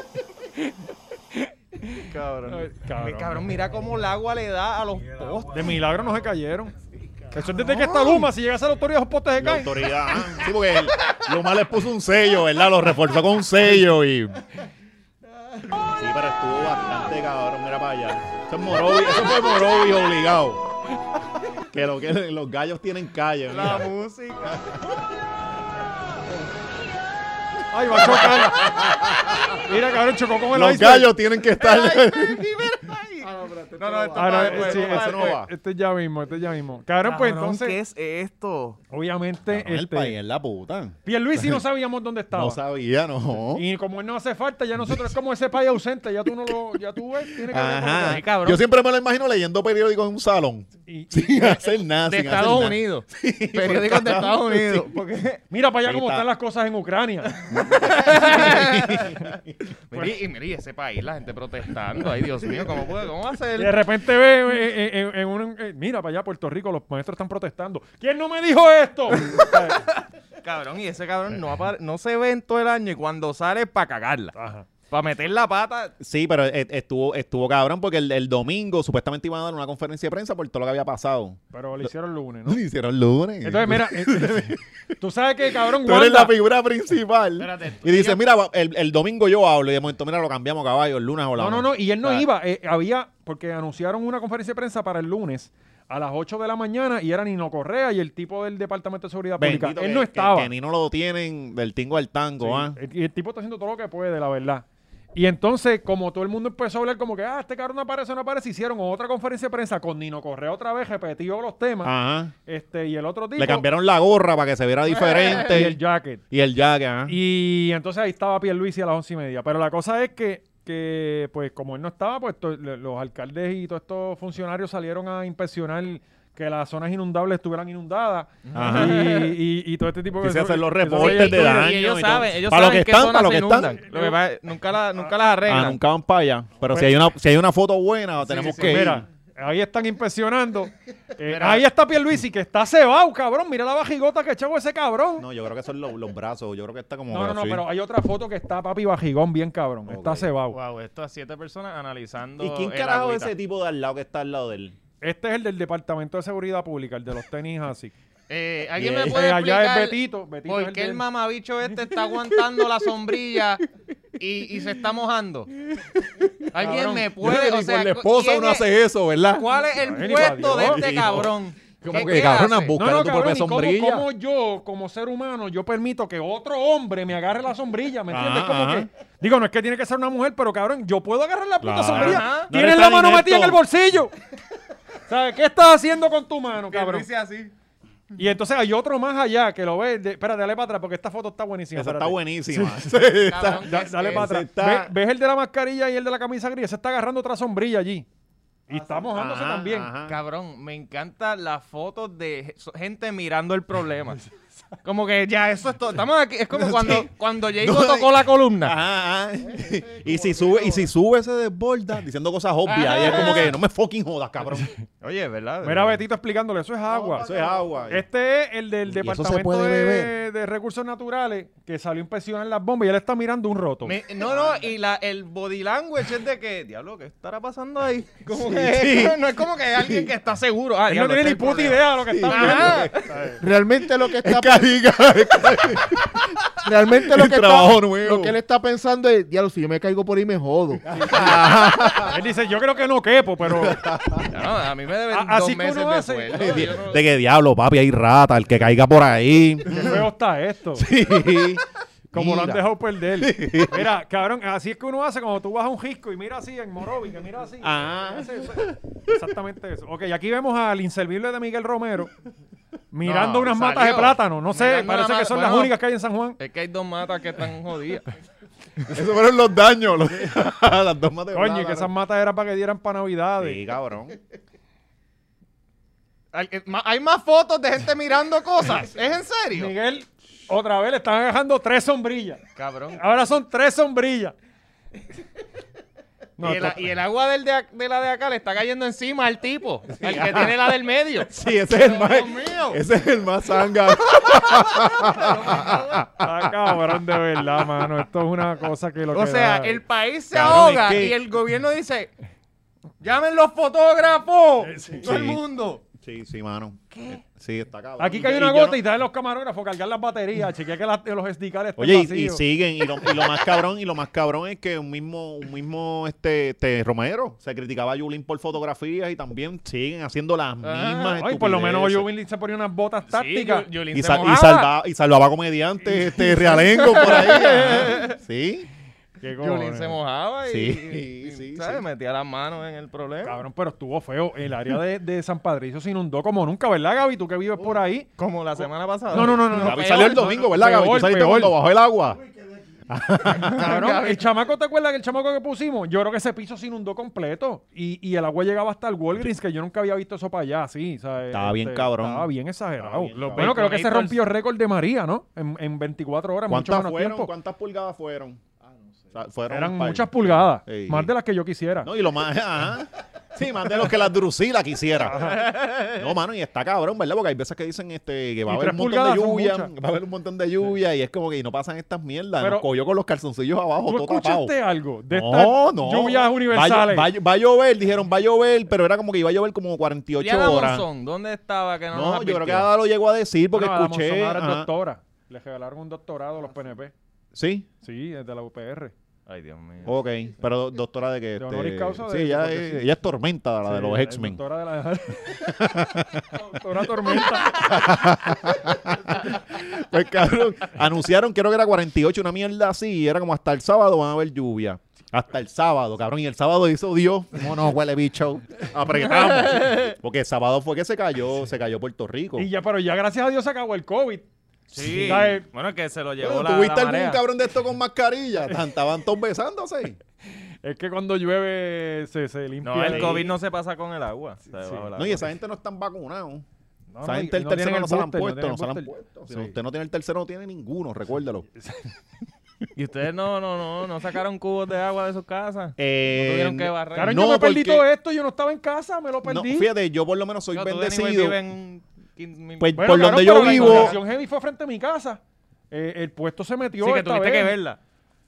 Speaker 3: Cabrón.
Speaker 1: Ay,
Speaker 3: Mi-
Speaker 1: cabrón.
Speaker 3: cabrón, mira cómo el agua le da a los postes.
Speaker 1: De milagro no se cayeron. Eso es desde que está Luma. Si llegas a la autoridad, esos postes se
Speaker 2: La
Speaker 1: caen.
Speaker 2: autoridad. ah, Sí, porque el- Luma les puso un sello, ¿verdad? Lo reforzó con un sello y. Sí, pero estuvo bastante cabrón. Mira para allá. Eso, es Morovi, eso fue Morovi obligado. Que, lo que los gallos tienen calle.
Speaker 3: La
Speaker 2: mira.
Speaker 3: música.
Speaker 1: Ay, va a chocar. Mira, cabrón, chocó con el
Speaker 2: Los
Speaker 1: iceberg.
Speaker 2: gallos tienen que estar.
Speaker 3: Aquí, mira, ahí.
Speaker 4: no, pero este
Speaker 3: No, no,
Speaker 4: todo va.
Speaker 1: Ah, no,
Speaker 3: esto para
Speaker 1: eh,
Speaker 3: después.
Speaker 1: sí,
Speaker 3: esto para
Speaker 1: ese
Speaker 2: pues, no
Speaker 3: después.
Speaker 2: va.
Speaker 1: Este es ya mismo, este es ya mismo. Cabrón, pues
Speaker 3: Cabrón,
Speaker 1: entonces,
Speaker 3: ¿qué es esto?
Speaker 1: obviamente,
Speaker 2: El país
Speaker 1: este,
Speaker 2: es la puta.
Speaker 1: Pierluisi no sabíamos dónde estaba.
Speaker 2: No sabía, no.
Speaker 1: y como él no hace falta, ya nosotros es como ese país ausente, ya tú no lo, ya tú ves, tiene que ver con lo que
Speaker 2: Ajá.
Speaker 1: hay.
Speaker 3: cabrón.
Speaker 2: Yo siempre me lo imagino leyendo periódicos en un salón.
Speaker 1: Y- y-
Speaker 2: Sin hacer nada.
Speaker 3: De
Speaker 2: Ah, sin hacer
Speaker 3: Estados
Speaker 2: nada.
Speaker 3: Unidos. Periódicos de Estados Unidos. Porque...
Speaker 1: mira para allá
Speaker 2: Ahí
Speaker 1: cómo
Speaker 2: está.
Speaker 1: están las cosas en Ucrania.
Speaker 3: Mira, y mira, y ese país, la gente protestando. Ay, Dios mío, ¿cómo puede? ¿Cómo va a
Speaker 1: Y de
Speaker 3: ser?
Speaker 1: repente ve eh, eh, en, en un eh, mira para allá Puerto Rico, los maestros están protestando. ¿Quién no me dijo esto?
Speaker 3: Cabrón, y ese cabrón no, apare- no se ve en todo el año y cuando sale es para cagarla.
Speaker 1: Ajá.
Speaker 3: Para meter la pata.
Speaker 2: Sí, pero e- estuvo, estuvo cabrón porque el, el domingo supuestamente iban a dar una conferencia de prensa por todo lo que había pasado.
Speaker 1: Pero lo hicieron el lunes,
Speaker 2: No
Speaker 1: ¿no?
Speaker 2: lo hicieron lunes.
Speaker 1: Entonces, mira, eh, tú sabes que cabrón
Speaker 2: Tú eres
Speaker 1: Wanda-
Speaker 2: la figura principal.
Speaker 3: Espérate, tú-
Speaker 2: y dices, mira, va- el, el domingo yo hablo. Y de momento, mira, lo cambiamos caballo. El lunes hablamos.
Speaker 1: No, no, no, y él no
Speaker 2: Ah.
Speaker 1: iba. eh, había, porque anunciaron una conferencia de prensa para el lunes. a las 8 de la mañana y era Nino Correa y el tipo del Departamento de Seguridad Pública.
Speaker 2: Bendito
Speaker 1: Él
Speaker 2: que-
Speaker 1: no
Speaker 2: que-
Speaker 1: estaba.
Speaker 2: Que, ni no lo tienen del tingo al tango,
Speaker 1: Sí,
Speaker 2: ¿ah?
Speaker 1: el- Y el tipo está haciendo todo lo que puede, la verdad. Y entonces, como todo el mundo empezó a hablar como que, ah, este cabrón no aparece, no aparece, hicieron otra conferencia de prensa con Nino Correa otra vez, repetió los temas.
Speaker 2: Ajá.
Speaker 1: Este, y el otro tipo.
Speaker 2: Ah. Le cambiaron la gorra para que se viera diferente.
Speaker 1: Y el jacket.
Speaker 2: Y el jacket, ¿ah? ajá.
Speaker 1: Y entonces ahí estaba Pierluisi a las once y media. Pero la cosa es que, que pues, como él no estaba, pues to- le- los alcaldes y todos estos funcionarios salieron a inspeccionar que las zonas inundables estuvieran inundadas.
Speaker 2: Ajá.
Speaker 1: Y, y- y todo este tipo
Speaker 2: Quise hacer los
Speaker 1: eso-
Speaker 2: reportes
Speaker 1: eso-
Speaker 2: de daño.
Speaker 3: y ellos
Speaker 2: y todo.
Speaker 3: saben, ellos
Speaker 2: para
Speaker 3: saben
Speaker 2: lo que
Speaker 3: qué
Speaker 2: están,
Speaker 3: zonas
Speaker 2: para lo que
Speaker 3: se inundan.
Speaker 2: están.
Speaker 3: Lo que pasa es- nunca, la, nunca las arreglan.
Speaker 2: Ah, nunca van para allá. Pero
Speaker 1: Pues-
Speaker 2: si, hay una, si hay una foto buena, tenemos
Speaker 3: sí,
Speaker 2: que ir.
Speaker 1: Mira, ahí están inspeccionando. Eh, ahí está Pierluisi, que está cebado, cabrón. Mira la bajigota que echó ese cabrón.
Speaker 2: No, yo creo que son los, los brazos. Yo creo que está como.
Speaker 1: No, no, no,
Speaker 2: así.
Speaker 1: pero hay otra foto que está papi bajigón bien cabrón. Está
Speaker 2: Ok.
Speaker 1: cebado.
Speaker 3: Wow, esto a siete personas analizando.
Speaker 2: ¿Y quién
Speaker 3: el
Speaker 2: carajo es
Speaker 3: agüita.
Speaker 2: ese tipo de al lado que está al lado de él?
Speaker 1: Este es el del Departamento de Seguridad Pública, el de los tenis así.
Speaker 3: Eh, ¿Alguien
Speaker 2: Eh,
Speaker 3: me puede
Speaker 1: eh, allá es
Speaker 3: explicar
Speaker 1: Betito, Betito es
Speaker 3: por
Speaker 1: el
Speaker 3: qué
Speaker 1: de-
Speaker 3: el mamabicho este está aguantando la sombrilla y, y se está mojando? ¿Alguien
Speaker 1: Cabrón,
Speaker 3: me
Speaker 2: Yo creo
Speaker 3: puede?
Speaker 2: que
Speaker 3: Pues, O
Speaker 2: ni
Speaker 3: sea,
Speaker 2: con la esposa
Speaker 3: ¿quién
Speaker 2: uno
Speaker 3: es-
Speaker 2: hace eso, ¿verdad?
Speaker 3: ¿Cuál es
Speaker 1: Ay,
Speaker 3: el
Speaker 1: ni pa'
Speaker 3: puesto de
Speaker 1: Dios.
Speaker 3: este
Speaker 2: Sí.
Speaker 3: cabrón?
Speaker 2: Como
Speaker 3: ¿Qué-
Speaker 2: que,
Speaker 3: qué
Speaker 2: cabrón,
Speaker 3: hace?
Speaker 2: buscando tu propia
Speaker 1: ¿y cómo-
Speaker 2: sombrilla.
Speaker 1: cómo yo, como ser humano, yo permito que otro hombre me agarre la sombrilla? ¿Me entiendes?
Speaker 2: Ajá,
Speaker 1: Como
Speaker 2: ajá.
Speaker 1: que- digo, no es que tiene que ser una mujer, pero cabrón, yo puedo agarrar la puta
Speaker 2: Claro.
Speaker 1: sombrilla.
Speaker 3: Ajá.
Speaker 2: No
Speaker 1: Tienes
Speaker 2: eres
Speaker 1: la
Speaker 2: tan
Speaker 1: mano metida en el
Speaker 2: inepto.
Speaker 1: bolsillo. ¿Sabes? ¿Qué estás haciendo con tu mano, cabrón?
Speaker 3: Dice así.
Speaker 1: Y entonces hay otro más allá que lo ve. de- espérate, dale para atrás porque esta foto está buenísima.
Speaker 2: Esa está
Speaker 1: espérate.
Speaker 2: buenísima.
Speaker 3: Cabrón,
Speaker 1: Da-
Speaker 3: es
Speaker 1: dale
Speaker 3: que-
Speaker 1: para atrás.
Speaker 2: está-
Speaker 1: Ve- ¿Ves el de la mascarilla y el de la camisa gris? Se está agarrando otra sombrilla allí. Y está mojándose
Speaker 2: Ajá,
Speaker 1: también.
Speaker 2: ajá.
Speaker 3: Cabrón, me encantan las fotos de je- gente mirando el problema. Como que ya, eso es todo. Estamos aquí. Es como cuando, cuando Diego
Speaker 2: No,
Speaker 3: tocó la columna.
Speaker 2: Ajá, ajá. Y si sube, y si sube se desborda diciendo cosas obvias. Y es como que no me fucking jodas, cabrón.
Speaker 3: ah, Oye, ¿verdad?
Speaker 1: Mira Betito explicándole, eso es agua.
Speaker 2: Eso es agua.
Speaker 1: Este es el del
Speaker 2: Y eso se
Speaker 1: Departamento
Speaker 2: puede
Speaker 1: de,
Speaker 2: beber.
Speaker 1: de Recursos Naturales que salió a inspeccionar las bombas y él está mirando un roto.
Speaker 3: Me- no, no, y la, el body language es de que, diablo, ¿qué estará pasando ahí? Como
Speaker 2: Sí,
Speaker 3: que-
Speaker 2: sí.
Speaker 3: no es como que hay alguien que está seguro. Ah,
Speaker 1: él no
Speaker 3: diablo,
Speaker 1: tiene ni
Speaker 3: este es el
Speaker 1: puta
Speaker 3: problema.
Speaker 1: idea de lo que está hablando.
Speaker 3: Ajá.
Speaker 5: Realmente lo que está
Speaker 2: Caiga.
Speaker 5: realmente lo
Speaker 2: El
Speaker 5: que está-
Speaker 2: trabajo nuevo.
Speaker 5: lo que él está pensando es, diablo, si yo me caigo por ahí me jodo.
Speaker 1: Él dice, yo creo que no quepo, pero
Speaker 3: No, no, Ah, a mí me deben
Speaker 1: A-
Speaker 3: dos
Speaker 1: así que
Speaker 3: meses
Speaker 1: uno
Speaker 3: de
Speaker 1: hace.
Speaker 3: sueldo.
Speaker 1: De-
Speaker 3: Yo no-
Speaker 2: De que diablo, papi, hay rata, el que caiga por ahí.
Speaker 1: qué feo está esto. Como lo han
Speaker 2: Mira.
Speaker 1: dejado perder. Mira, cabrón, así es que uno hace cuando tú vas a un disco y mira así en Morovi, que mira así.
Speaker 2: Ah.
Speaker 1: Hace eso. Exactamente eso. Ok, aquí vemos al inservible de Miguel Romero mirando
Speaker 3: No,
Speaker 1: unas matas de
Speaker 3: salió.
Speaker 1: plátano. No sé,
Speaker 3: Mirando
Speaker 1: parece
Speaker 3: una
Speaker 1: que
Speaker 3: mata-
Speaker 1: son las
Speaker 3: bueno.
Speaker 1: únicas que hay en San Juan.
Speaker 3: Es que hay dos matas que están jodidas.
Speaker 2: Esos fueron los daños. los- Las dos matas de
Speaker 1: Coño, y que
Speaker 2: plátano.
Speaker 1: esas matas eran para que dieran para Navidades.
Speaker 2: Sí, cabrón.
Speaker 3: Hay, eh, ma- hay más fotos de gente mirando cosas. ¿Es en serio?
Speaker 1: Miguel, otra vez le están agarrando tres sombrillas.
Speaker 3: Cabrón.
Speaker 1: Ahora son tres sombrillas. No,
Speaker 3: y, el,
Speaker 1: esto-
Speaker 3: y el agua del de, ac- de la de acá le está cayendo encima al tipo, al que tiene la del medio.
Speaker 2: Sí, ese es el más.
Speaker 3: Dios mío.
Speaker 2: Ese es el más sanga.
Speaker 1: Ah, cabrón, de verdad, mano. Esto es una cosa que lo
Speaker 3: O
Speaker 1: que
Speaker 3: sea,
Speaker 1: da-
Speaker 3: el país se
Speaker 2: Cabrón,
Speaker 3: ahoga
Speaker 2: es que-
Speaker 3: y el gobierno dice, llamen los fotógrafos, todo el
Speaker 2: Sí.
Speaker 3: mundo.
Speaker 2: Sí, sí, mano. ¿Qué? Sí, está cabrón.
Speaker 1: Aquí cae
Speaker 2: Y
Speaker 1: una
Speaker 2: yo no-
Speaker 1: gota y traen los camarógrafos, cargar las baterías, chequear que las- los SD cards estén
Speaker 2: Oye, y- y,
Speaker 1: vacíos.
Speaker 2: siguen, y lo, y lo más cabrón, y lo más cabrón es que un mismo, un mismo este, este Romero se criticaba a Yulín por fotografías y también siguen haciendo las mismas.
Speaker 1: Ay, por lo menos
Speaker 2: estupideces.
Speaker 1: Jovinly se ponía unas botas tácticas.
Speaker 2: y, sal- y salva- y salvaba comediantes este, realengo por ahí. ajá. Sí.
Speaker 1: Qué
Speaker 3: Yulín
Speaker 1: cojones.
Speaker 3: se mojaba y,
Speaker 2: Sí,
Speaker 3: y-
Speaker 2: sí,
Speaker 3: ¿sabes?
Speaker 2: sí.
Speaker 3: metía las manos en el problema.
Speaker 1: Cabrón, pero estuvo feo. El área de, de San Patricio se inundó como nunca, ¿verdad, Gaby? Tú que vives por ahí.
Speaker 3: Como la semana pasada.
Speaker 1: No, no, no, no, no.
Speaker 2: Gaby salió el domingo, ¿verdad, Gaby?
Speaker 1: peor,
Speaker 2: Tú saliste
Speaker 1: peor.
Speaker 2: cuando bajó el agua.
Speaker 1: Cabrón, el chamaco, ¿te acuerdas que el chamaco que pusimos? Yo creo que ese piso se inundó completo y, y el agua llegaba hasta el Walgreens, que yo nunca había visto eso para allá, sí. o sea, este,
Speaker 2: Estaba bien cabrón.
Speaker 1: Estaba bien exagerado.
Speaker 2: Estaba bien
Speaker 1: Los
Speaker 2: cabrón.
Speaker 1: bueno, creo que se
Speaker 3: Baconators.
Speaker 1: rompió récord de María, ¿no? En, en 24 horas, mucho
Speaker 2: ¿Cuántas
Speaker 1: menos
Speaker 2: fueron?
Speaker 1: tiempo. Ah,
Speaker 2: ¿Cuántas pulgadas fueron? O sea, fueron
Speaker 1: Eran
Speaker 2: un par.
Speaker 1: muchas pulgadas,
Speaker 2: Sí.
Speaker 1: más de las que yo quisiera.
Speaker 2: No, y lo más. Ajá. Sí, más de los que la Drusila quisiera. No, mano, y está cabrón, ¿verdad? Porque hay veces que dicen este, que va a
Speaker 1: Y
Speaker 2: haber
Speaker 1: tres
Speaker 2: un montón de
Speaker 1: pulgadas son
Speaker 2: lluvia,
Speaker 1: muchas.
Speaker 2: va a haber un montón de lluvia, y es como que y no pasan estas mierdas.
Speaker 1: Pero-
Speaker 2: Nos cogió con los calzoncillos abajo,
Speaker 1: ¿Tú
Speaker 2: todo tapado.
Speaker 1: escuchaste algo de estas
Speaker 2: No, no.
Speaker 1: lluvias universales?
Speaker 2: Va, a llo- va a llover, dijeron, va a llover, pero era como que iba a llover como 48
Speaker 3: Diana
Speaker 2: horas.
Speaker 3: Monzón, ¿dónde estaba que no, nos
Speaker 2: No, yo creo que
Speaker 3: advirtió?
Speaker 2: Ada lo llegó a decir porque
Speaker 1: Bueno, Ada
Speaker 2: escuché.
Speaker 1: Monzón ahora es
Speaker 2: ajá.
Speaker 1: doctora. Le regalaron un doctorado a los PNP.
Speaker 2: Sí.
Speaker 1: Sí, desde la UPR.
Speaker 3: Ay, Dios mío.
Speaker 2: Ok, pero do- doctora de que... este,
Speaker 1: De honoris causa de-
Speaker 2: sí, ella,
Speaker 1: porque sí.
Speaker 2: ella es tormenta, la de
Speaker 1: Sí,
Speaker 2: los
Speaker 1: la
Speaker 2: X-Men.
Speaker 1: Doctora de la- Doctora Tormenta.
Speaker 2: Pues cabrón, anunciaron creo que era 48, una mierda así, y era como hasta el sábado van a haber lluvia. Hasta el sábado, cabrón. Y el sábado hizo Dios. No, no, huele bicho.
Speaker 1: Ah,
Speaker 2: Apretamos. Porque el sábado fue que se cayó, se cayó Puerto Rico.
Speaker 1: Y ya, pero ya gracias a Dios se acabó el COVID.
Speaker 3: Sí.
Speaker 1: ¿Sabes?
Speaker 3: Bueno, que se lo llevó
Speaker 2: Bueno,
Speaker 3: la, la
Speaker 2: ¿Tuviste
Speaker 3: marea.
Speaker 2: algún cabrón de esto con mascarilla? Estaban todos besándose.
Speaker 1: Es que cuando llueve se, se limpia.
Speaker 3: No, el
Speaker 1: Sí.
Speaker 3: COVID no se pasa con el agua. se
Speaker 1: sí.
Speaker 3: bajo el
Speaker 2: No,
Speaker 3: agua.
Speaker 2: y esa gente no están vacunados.
Speaker 1: No, no,
Speaker 2: Esa
Speaker 1: y
Speaker 2: gente el
Speaker 1: no
Speaker 2: tercero
Speaker 1: tienen
Speaker 2: no se la han
Speaker 1: booster, no
Speaker 2: puesto, no se la han
Speaker 1: tienen
Speaker 2: puesto. Si
Speaker 1: booster.
Speaker 2: usted no tiene el tercero, no tiene ninguno, recuérdalo.
Speaker 3: Y ustedes no, no, no, no sacaron cubos de agua de sus casas.
Speaker 2: Eh,
Speaker 3: tuvieron que barrer.
Speaker 1: Claro,
Speaker 2: no,
Speaker 1: yo me perdí
Speaker 2: porque-
Speaker 1: todo esto, yo no estaba en casa, me lo
Speaker 2: No,
Speaker 1: perdí.
Speaker 2: fíjate, yo por lo menos soy
Speaker 3: No, tú de anyway
Speaker 2: bendecido.
Speaker 3: vives en quin-
Speaker 2: Pues,
Speaker 3: Bueno,
Speaker 2: por donde yo
Speaker 1: pero
Speaker 2: vivo-
Speaker 1: La inundación heavy fue frente a mi casa. Eh, el puesto se metió.
Speaker 3: sí, que
Speaker 1: esta
Speaker 3: tuviste
Speaker 1: vez.
Speaker 3: que verla.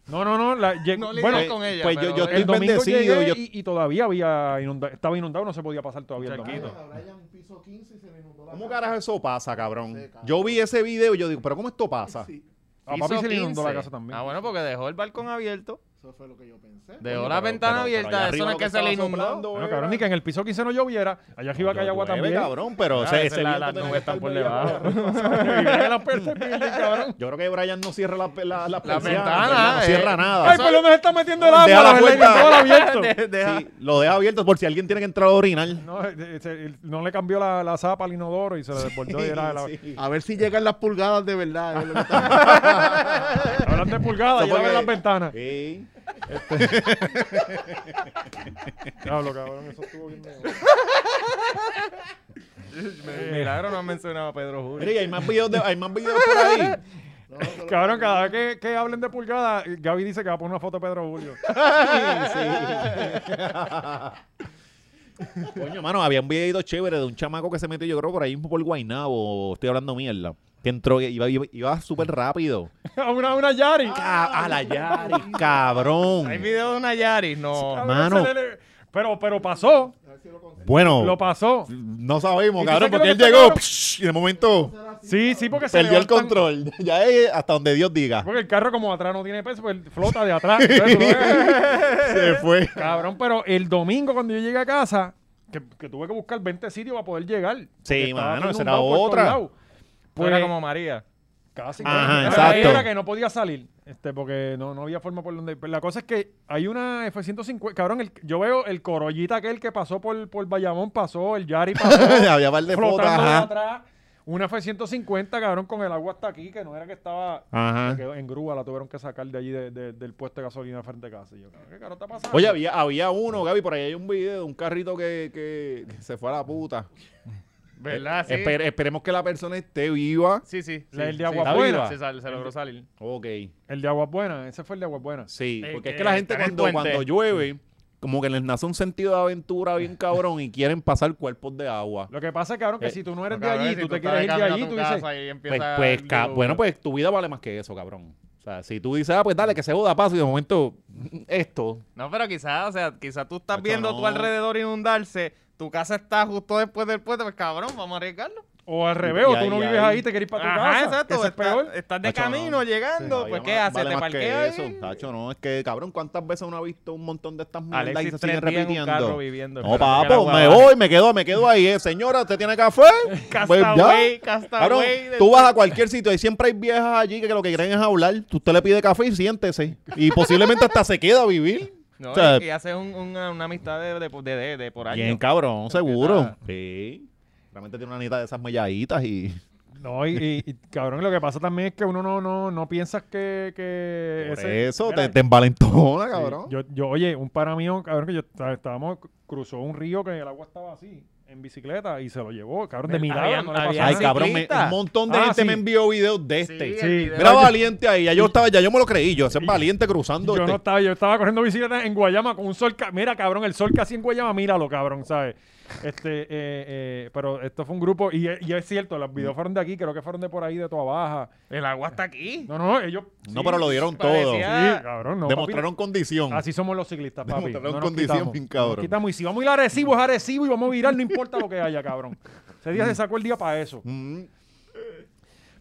Speaker 1: No, no, no. la- lleg-
Speaker 3: No
Speaker 1: bueno,
Speaker 3: lidiar con ella,
Speaker 2: pues yo-
Speaker 3: pero-
Speaker 2: yo estoy
Speaker 1: el domingo
Speaker 2: bendecido,
Speaker 1: llegué
Speaker 2: yo-
Speaker 1: y, y todavía había inunda- estaba inundado, no se podía pasar todavía el domingo.
Speaker 3: Tranquilo.
Speaker 4: A Brian, un piso 15 y se le inundó la
Speaker 2: ¿Cómo
Speaker 4: cara.
Speaker 2: carajo eso pasa, cabrón?
Speaker 4: Sí, cabrón.
Speaker 2: Yo vi ese video y yo digo, ¿pero cómo esto pasa?
Speaker 4: Sí,
Speaker 1: A
Speaker 3: Piso
Speaker 1: papi se le inundó la
Speaker 3: 15.
Speaker 1: casa también.
Speaker 3: Ah, bueno, porque dejó el balcón abierto.
Speaker 4: eso fue lo que yo pensé.
Speaker 3: Dejó
Speaker 2: Oye,
Speaker 3: la
Speaker 2: pero-
Speaker 3: ventana
Speaker 2: pero- pero allá
Speaker 3: abierta. Eso no
Speaker 2: arriba
Speaker 3: es
Speaker 2: lo
Speaker 3: que se le
Speaker 2: estaba
Speaker 3: inundó.
Speaker 2: soplando
Speaker 1: Bueno,
Speaker 2: era-
Speaker 1: cabrón, ni que en el piso 15 no lloviera. Allá arriba cae agua
Speaker 2: Llueve,
Speaker 1: también.
Speaker 2: cabrón, pero
Speaker 3: Ah,
Speaker 2: ese-
Speaker 3: ese
Speaker 2: ese
Speaker 3: la-
Speaker 2: viento
Speaker 3: las
Speaker 2: tiene que
Speaker 3: nubes
Speaker 2: estar
Speaker 3: están por
Speaker 2: media
Speaker 3: debajo.
Speaker 2: por arriba.
Speaker 1: la percha, cabrón.
Speaker 2: Yo creo que Brian no cierra la, la, la,
Speaker 3: La
Speaker 2: persiana,
Speaker 3: ventana,
Speaker 2: Brian no
Speaker 3: eh.
Speaker 2: cierra
Speaker 1: Ay,
Speaker 2: nada.
Speaker 1: por lo menos está metiendo el agua.
Speaker 2: Deja
Speaker 1: la
Speaker 2: la
Speaker 1: verdad,
Speaker 2: puerta.
Speaker 1: que todo abierto.
Speaker 3: De- deja-
Speaker 2: Sí, lo deja abierto por si alguien tiene que entrar a orinar.
Speaker 1: No, eh, se- el- no le cambió la, la zapa al inodoro y se le desbordó. y era la-
Speaker 2: Sí.
Speaker 5: A ver si llegan las pulgadas de verdad. es lo que está-
Speaker 1: Hablando de pulgadas, ya
Speaker 2: Eso porque-
Speaker 1: las ventanas.
Speaker 2: Sí.
Speaker 1: Diablo, cabrón, eso estuvo bien. negro.
Speaker 3: Milagro no ha mencionado a Pedro
Speaker 2: Mira,
Speaker 3: Julio.
Speaker 2: y hay más videos, de- hay más videos por ahí.
Speaker 4: No, eso lo-
Speaker 1: Cabrón, cada vez que, que hablen de pulgadas, Gaby dice que va a poner una foto de Pedro Julio.
Speaker 2: Coño, mano, había un videito chévere de un chamaco que se metió, yo creo, por ahí mismo por Guainabo. Estoy hablando mierda. Que entró, iba, iba, iba súper rápido.
Speaker 1: A una, una Yari.
Speaker 2: Ca- a la Yari, cabrón.
Speaker 3: Hay video de una Yaris. No.
Speaker 1: Cabrón,
Speaker 2: mano.
Speaker 1: se le- le- pero, pero pasó,
Speaker 4: A ver si lo consigo.
Speaker 2: Bueno,
Speaker 1: lo pasó.
Speaker 2: no sabemos,
Speaker 1: ¿Y tú sabes qué
Speaker 2: cabrón, porque
Speaker 1: es
Speaker 2: él
Speaker 1: lo que está
Speaker 2: llegó
Speaker 1: cabrón?
Speaker 2: psh, y de momento
Speaker 4: Será así,
Speaker 1: Sí, sí, porque se
Speaker 2: perdió el
Speaker 1: levantan-
Speaker 2: control. Ya es hasta donde Dios diga.
Speaker 1: Porque el carro como atrás no tiene peso, pues él flota de atrás. Entonces, pues, tú lo-
Speaker 2: Se fue.
Speaker 1: Cabrón, pero el domingo cuando yo llegué a casa, que, que tuve que buscar 20 sitios para poder llegar. porque estaba
Speaker 2: mano,
Speaker 1: todo
Speaker 2: esa era
Speaker 1: inundado por todos
Speaker 2: otra.
Speaker 1: lados. Pues
Speaker 3: Pues, era como María.
Speaker 1: casi.
Speaker 2: Ajá,
Speaker 1: casi.
Speaker 2: exacto.
Speaker 1: Era que no podía salir, este, porque no, no había forma por donde. pero La cosa es que hay una F-150, cabrón, el- yo veo el corollita aquel que pasó por, por Bayamón, pasó, el Yari pasó.
Speaker 2: Había par de fotos,
Speaker 1: flotando de
Speaker 2: ajá.
Speaker 1: atrás. Una F-150, cabrón, con el agua hasta aquí, que no era que estaba...
Speaker 2: Ajá.
Speaker 1: se quedó en grúa, la tuvieron que sacar de allí de- de- del puesto de gasolina frente a casa. Y yo, cabrón, ¿qué caro está pasando?
Speaker 2: Oye, había, había uno, Gaby, por ahí hay un video de un carrito que, que- que se fue a la puta.
Speaker 1: Ah,
Speaker 3: ¿Verdad? Sí.
Speaker 2: Esper- esperemos que la persona esté viva.
Speaker 3: Sí, sí.
Speaker 1: La del de
Speaker 3: sí,
Speaker 1: Agua
Speaker 3: está
Speaker 1: Buena.
Speaker 3: viva. Se, sal- se logró salir.
Speaker 2: Ok.
Speaker 1: El de Aguas Buenas, ese fue el de Aguas Buenas.
Speaker 2: Sí,
Speaker 3: Eh,
Speaker 2: porque es
Speaker 3: que
Speaker 2: que la gente
Speaker 3: está en el
Speaker 2: cuando,
Speaker 3: puente.
Speaker 2: cuando llueve, como que les nace un sentido de aventura bien cabrón y quieren pasar cuerpos de agua.
Speaker 1: Lo que pasa, cabrón, que
Speaker 2: Eh,
Speaker 1: si tú no eres
Speaker 3: No,
Speaker 1: de
Speaker 3: cabrón,
Speaker 1: allí,
Speaker 3: si
Speaker 1: tú te
Speaker 3: estás
Speaker 1: quieres ir de
Speaker 3: camino a
Speaker 1: allí,
Speaker 3: tu
Speaker 1: tú dices,
Speaker 3: casa y
Speaker 2: Pues,
Speaker 3: empieza
Speaker 2: pues,
Speaker 3: el
Speaker 2: ca-
Speaker 3: diluvio.
Speaker 2: bueno, pues tu vida vale más que eso, cabrón. O sea, si tú dices, ah, pues dale, que se joda paso y de momento, esto.
Speaker 3: No, pero quizás, o sea, quizás tú estás
Speaker 2: Macho,
Speaker 3: viendo
Speaker 2: no.
Speaker 3: tu alrededor inundarse, tu casa está justo después del puente, pues cabrón, vamos a arriesgarlo.
Speaker 1: o al revés, o
Speaker 2: Ya,
Speaker 1: tú no
Speaker 2: ya,
Speaker 1: vives
Speaker 2: ya.
Speaker 1: ahí, te quieres ir para tu casa. que eso
Speaker 3: exacto.
Speaker 1: es
Speaker 3: está-
Speaker 1: peor.
Speaker 3: estás de
Speaker 2: Macho, no.
Speaker 3: camino llegando,
Speaker 2: Sí,
Speaker 3: pues
Speaker 2: vale
Speaker 3: ¿qué
Speaker 2: más-
Speaker 3: haces?
Speaker 2: vale
Speaker 3: ¿Te
Speaker 2: más que
Speaker 3: parqueas
Speaker 2: eso,
Speaker 3: ahí?
Speaker 2: tacho, no, es que, cabrón, ¿cuántas veces uno ha visto un montón de estas mierdas y
Speaker 3: Mm, Alexis
Speaker 2: se siguen
Speaker 3: tres días en un carro
Speaker 2: repitiendo?
Speaker 3: viviendo.
Speaker 2: No,
Speaker 3: esperando que el
Speaker 2: papo,
Speaker 3: agua
Speaker 2: me
Speaker 3: baje.
Speaker 2: voy, me quedo, me quedo ahí. eh. Señora, ¿usted tiene café? Pues ya.
Speaker 3: Castaway, castaway.
Speaker 2: Cabrón, tú vas a cualquier sitio y siempre hay viejas allí que lo que quieren es hablar. Tú usted le pide café y siéntese. Y posiblemente hasta se queda a vivir.
Speaker 3: No,
Speaker 2: o sea,
Speaker 3: y, y haces un- una, una amistad de, de, de, de, de por año.
Speaker 2: Bien cabrón, seguro.
Speaker 3: nada.
Speaker 2: Sí. Realmente tiene una anita de esas melladitas y...
Speaker 1: No, y, y- y, cabrón, lo que pasa también es que uno no, no, no piensas que. que
Speaker 2: Por
Speaker 1: ese-
Speaker 2: eso,
Speaker 1: Mira,
Speaker 2: te, te envalentona,
Speaker 1: sí,
Speaker 2: cabrón.
Speaker 1: Yo, yo, oye, un pana mío, cabrón, que yo está- estábamos, cruzó un río que el agua estaba así, en bicicleta, y se lo llevó, cabrón, de
Speaker 3: Había-
Speaker 1: milagro. No le pasó
Speaker 3: había-
Speaker 1: nada.
Speaker 2: Ay, cabrón, me-
Speaker 3: ciclista.
Speaker 2: un montón de
Speaker 1: Ah,
Speaker 2: gente
Speaker 1: sí.
Speaker 2: me envió videos de
Speaker 3: Sí,
Speaker 2: este.
Speaker 3: el
Speaker 1: sí.
Speaker 3: video-
Speaker 2: Mira valiente ahí, ya yo estaba, ya yo me lo creí, yo ese es valiente cruzando.
Speaker 1: Yo
Speaker 2: este.
Speaker 1: no estaba, yo estaba corriendo bicicleta en Guayama con un sol. ca- Mira, cabrón, el sol casi en Guayama, míralo, cabrón, ¿sabes? Este, eh, eh, pero esto fue un grupo, y, y es cierto, los videos fueron de aquí, creo que fueron de por ahí, de Toa Baja.
Speaker 3: El agua está aquí.
Speaker 1: No, no, ellos.
Speaker 2: No, pero lo dieron todo.
Speaker 3: parecía-
Speaker 1: Sí, cabrón, no. papi.
Speaker 2: Demostraron condición.
Speaker 1: Así somos los ciclistas, papi.
Speaker 2: Demostraron
Speaker 1: No nos
Speaker 2: condición,
Speaker 1: quitamos.
Speaker 2: bien
Speaker 1: No
Speaker 2: cabrón.
Speaker 1: nos quitamos. Y si vamos a ir a Arecibo, es Arecibo y vamos a virar, no importa lo que haya, cabrón. Ese día se sacó el día para eso.
Speaker 2: Mm.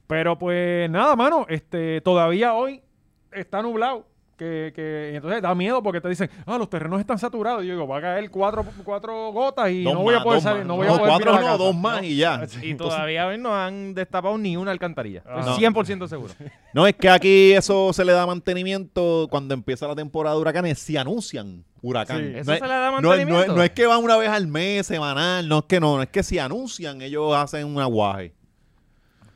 Speaker 1: Pero pues nada, mano, este, todavía hoy está nublado. que, que- y entonces da miedo porque te dicen, ah, los terrenos están saturados. Y yo digo, va a caer cuatro, cuatro gotas y
Speaker 2: Dos
Speaker 1: no voy a
Speaker 2: más,
Speaker 1: poder
Speaker 2: dos
Speaker 1: salir,
Speaker 2: más.
Speaker 1: no voy a poder
Speaker 2: cuatro
Speaker 1: mirar la
Speaker 2: no,
Speaker 1: casa.
Speaker 2: dos más y ya.
Speaker 3: Y todavía hoy no han destapado ni una alcantarilla. Estoy
Speaker 2: No.
Speaker 3: 100% seguro.
Speaker 2: No, es que aquí eso se le da mantenimiento cuando empieza la temporada de huracanes, se anuncian huracanes.
Speaker 1: Sí.
Speaker 2: No
Speaker 3: ¿Eso
Speaker 2: es-
Speaker 3: se le da
Speaker 2: no es-
Speaker 3: mantenimiento?
Speaker 2: No es, no es que van una vez al mes, semanal, no es que no, no es que si anuncian, ellos hacen un aguaje.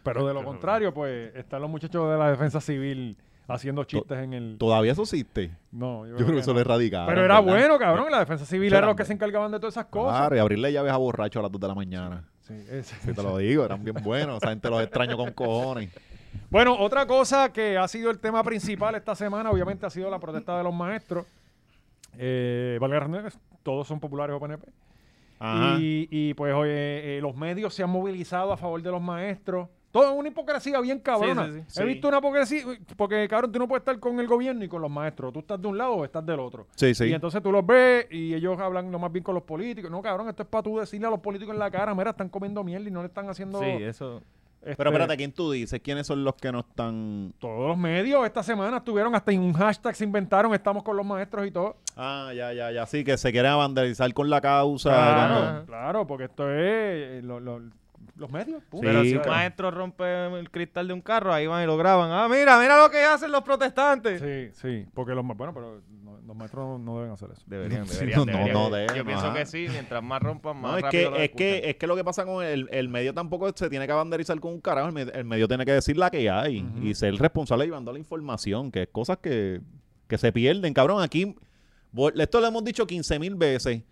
Speaker 1: Pero de lo contrario, pues están los muchachos de la defensa civil haciendo chistes en el.
Speaker 2: Todavía eso existe.
Speaker 1: No,
Speaker 2: Yo creo que eso
Speaker 1: no.
Speaker 2: lo erradicaron.
Speaker 1: Pero era
Speaker 2: ¿verdad?
Speaker 1: bueno, cabrón. La defensa civil
Speaker 2: Eran
Speaker 1: era los que
Speaker 2: buenos.
Speaker 1: se encargaban de todas esas cosas.
Speaker 2: Claro, y abrirle llaves a borracho a las 2 de la mañana.
Speaker 1: Sí, es-
Speaker 2: Si te lo digo, eran bien buenos. Esa gente los extraño con cojones.
Speaker 1: Bueno, otra cosa que ha sido el tema principal esta semana, obviamente, ha sido la protesta de los maestros. Eh, valga la redundancia, todos son populares o PNP.
Speaker 2: Ajá.
Speaker 1: Y, y, pues oye, eh, los medios se han movilizado a favor de los maestros. Todo es una hipocresía bien cabrona.
Speaker 3: Sí, sí,
Speaker 1: He visto una hipocresía, porque cabrón, tú no puedes estar con el gobierno y con los maestros. Tú estás de un lado o estás del otro.
Speaker 2: Sí, sí.
Speaker 1: Y entonces tú los ves y ellos hablan lo más bien con los políticos. No, cabrón, esto es para tú decirle a los políticos en la cara, mira, están comiendo mierda y no le están haciendo...
Speaker 3: Sí, eso.
Speaker 2: Pero
Speaker 1: este,
Speaker 2: espérate, ¿quién tú dices? ¿Quiénes son los que no están...?
Speaker 1: Todos los medios esta semana estuvieron hasta en un hashtag, se inventaron, estamos con los maestros y todo.
Speaker 2: Ah, ya, ya, ya. Sí, que se quieren vandalizar con la causa.
Speaker 1: Claro,
Speaker 3: claro.
Speaker 1: claro, porque esto es eh, lo- lo- los medios. punto.
Speaker 3: Pero
Speaker 2: Sí,
Speaker 3: si un
Speaker 2: claro.
Speaker 3: maestro rompe el cristal de un carro, ahí van y lo graban. Ah, mira, mira lo que hacen los protestantes.
Speaker 1: Sí, sí, porque los ma- bueno, pero no- los maestros no, no deben hacer eso.
Speaker 3: Deberían,
Speaker 2: Sí,
Speaker 3: deberían,
Speaker 2: no, no,
Speaker 3: deberían.
Speaker 2: no deben,
Speaker 3: Yo pienso
Speaker 2: ajá.
Speaker 3: que sí, mientras más rompan, más
Speaker 2: No, es que,
Speaker 3: rápido los
Speaker 2: es, que, eh,
Speaker 3: escuchan.
Speaker 2: es que lo que pasa con el, el medio tampoco se tiene que abanderizar con un carajo. El, me- el medio tiene que decir la que hay
Speaker 1: Ujú.
Speaker 2: y ser responsable llevando la información, que es cosas que, que se pierden. Cabrón, aquí, vol- esto lo hemos dicho 15 mil veces.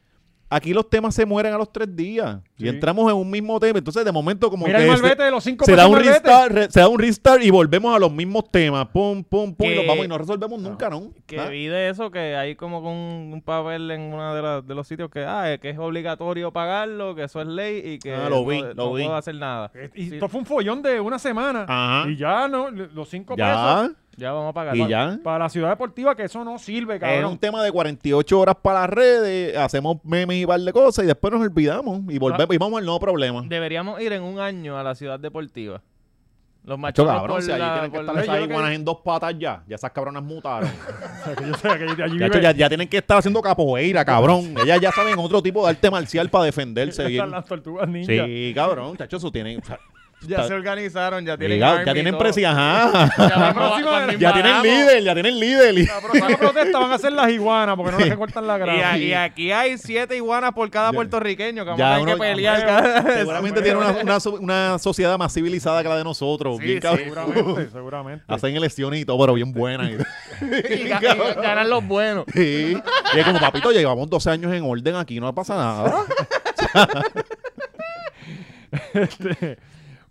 Speaker 2: Aquí los temas se mueren a los tres días
Speaker 1: Sí.
Speaker 2: y entramos en un mismo tema. Entonces, de momento, como
Speaker 1: Mira
Speaker 2: que
Speaker 1: el
Speaker 2: se-
Speaker 1: malvete de los cinco
Speaker 2: se da,
Speaker 1: pesos
Speaker 2: un
Speaker 1: malvete.
Speaker 2: restart, re- se da un restart y volvemos a los mismos temas. Pum, pum, pum. Y nos
Speaker 3: Que-
Speaker 2: vamos y no resolvemos nunca, ¿no? ¿Ah?
Speaker 3: Que
Speaker 2: Nada.
Speaker 3: vi de eso que hay como un, un papel en uno de, las- de los sitios que, ah, que es obligatorio pagarlo, que eso es ley y que
Speaker 2: Ah, lo vi,
Speaker 3: no,
Speaker 2: lo
Speaker 3: no
Speaker 2: vi.
Speaker 3: puedo hacer nada.
Speaker 1: Eh, Y
Speaker 3: Sí,
Speaker 1: esto fue un follón de una semana.
Speaker 2: Ajá.
Speaker 1: Y ya no, le- los cinco
Speaker 2: Ya.
Speaker 3: ya vamos a pagar.
Speaker 2: Y ya.
Speaker 1: pesos para la ciudad deportiva, que eso no sirve,
Speaker 2: Era
Speaker 1: cabrón.
Speaker 2: un tema de 48 horas para las redes, hacemos memes y par de cosas y después nos olvidamos y volvemos
Speaker 1: Ah.
Speaker 2: y vamos al nuevo problema.
Speaker 3: Deberíamos ir en un año a la ciudad deportiva. Los
Speaker 2: Chacho,
Speaker 3: machos
Speaker 2: cabrón, si allí tienen que estar
Speaker 1: la- yo
Speaker 2: esas
Speaker 1: creo
Speaker 2: iguanas
Speaker 1: que-
Speaker 2: en dos patas ya. Ya esas cabronas mutaron.
Speaker 1: O sea, que yo sé que allí- allí
Speaker 2: ya,
Speaker 1: vive-
Speaker 2: ya, ya tienen que estar haciendo capoeira, cabrón. Ellas ya saben otro tipo de arte marcial para defenderse
Speaker 1: están
Speaker 2: bien.
Speaker 1: las tortugas ninja.
Speaker 2: Sí, cabrón, chacho, eso tienen. o sea,
Speaker 3: Ya
Speaker 2: está-
Speaker 3: se organizaron, ya tienen
Speaker 2: Llegado,
Speaker 3: army
Speaker 2: ya
Speaker 3: y
Speaker 2: tienen
Speaker 3: todo.
Speaker 2: presi, ajá.
Speaker 3: Ya la próxima-
Speaker 1: Cuando
Speaker 2: Ya tienen líder, ya tienen líder. y-
Speaker 1: La próxima protesta van a ser las iguanas porque no les recortan la
Speaker 3: Y,
Speaker 1: grasa.
Speaker 3: a- y aquí hay siete iguanas por cada puertorriqueño que vamos
Speaker 2: Ya
Speaker 3: a tener
Speaker 2: uno-
Speaker 3: que pelear.
Speaker 1: ya,
Speaker 3: cada-
Speaker 2: Seguramente tienen una, una so- una sociedad más civilizada que la de
Speaker 3: Sí,
Speaker 2: nosotros. Pues bien
Speaker 3: sí,
Speaker 2: cabrón. Ah.
Speaker 1: Seguramente, seguramente.
Speaker 2: Hacen elecciones y todo, pero bien buenas. y-
Speaker 3: y ga- y ganan los buenos.
Speaker 2: Sí. Y es como, papito, llevamos 12 años en orden aquí, no pasa nada.
Speaker 1: Este,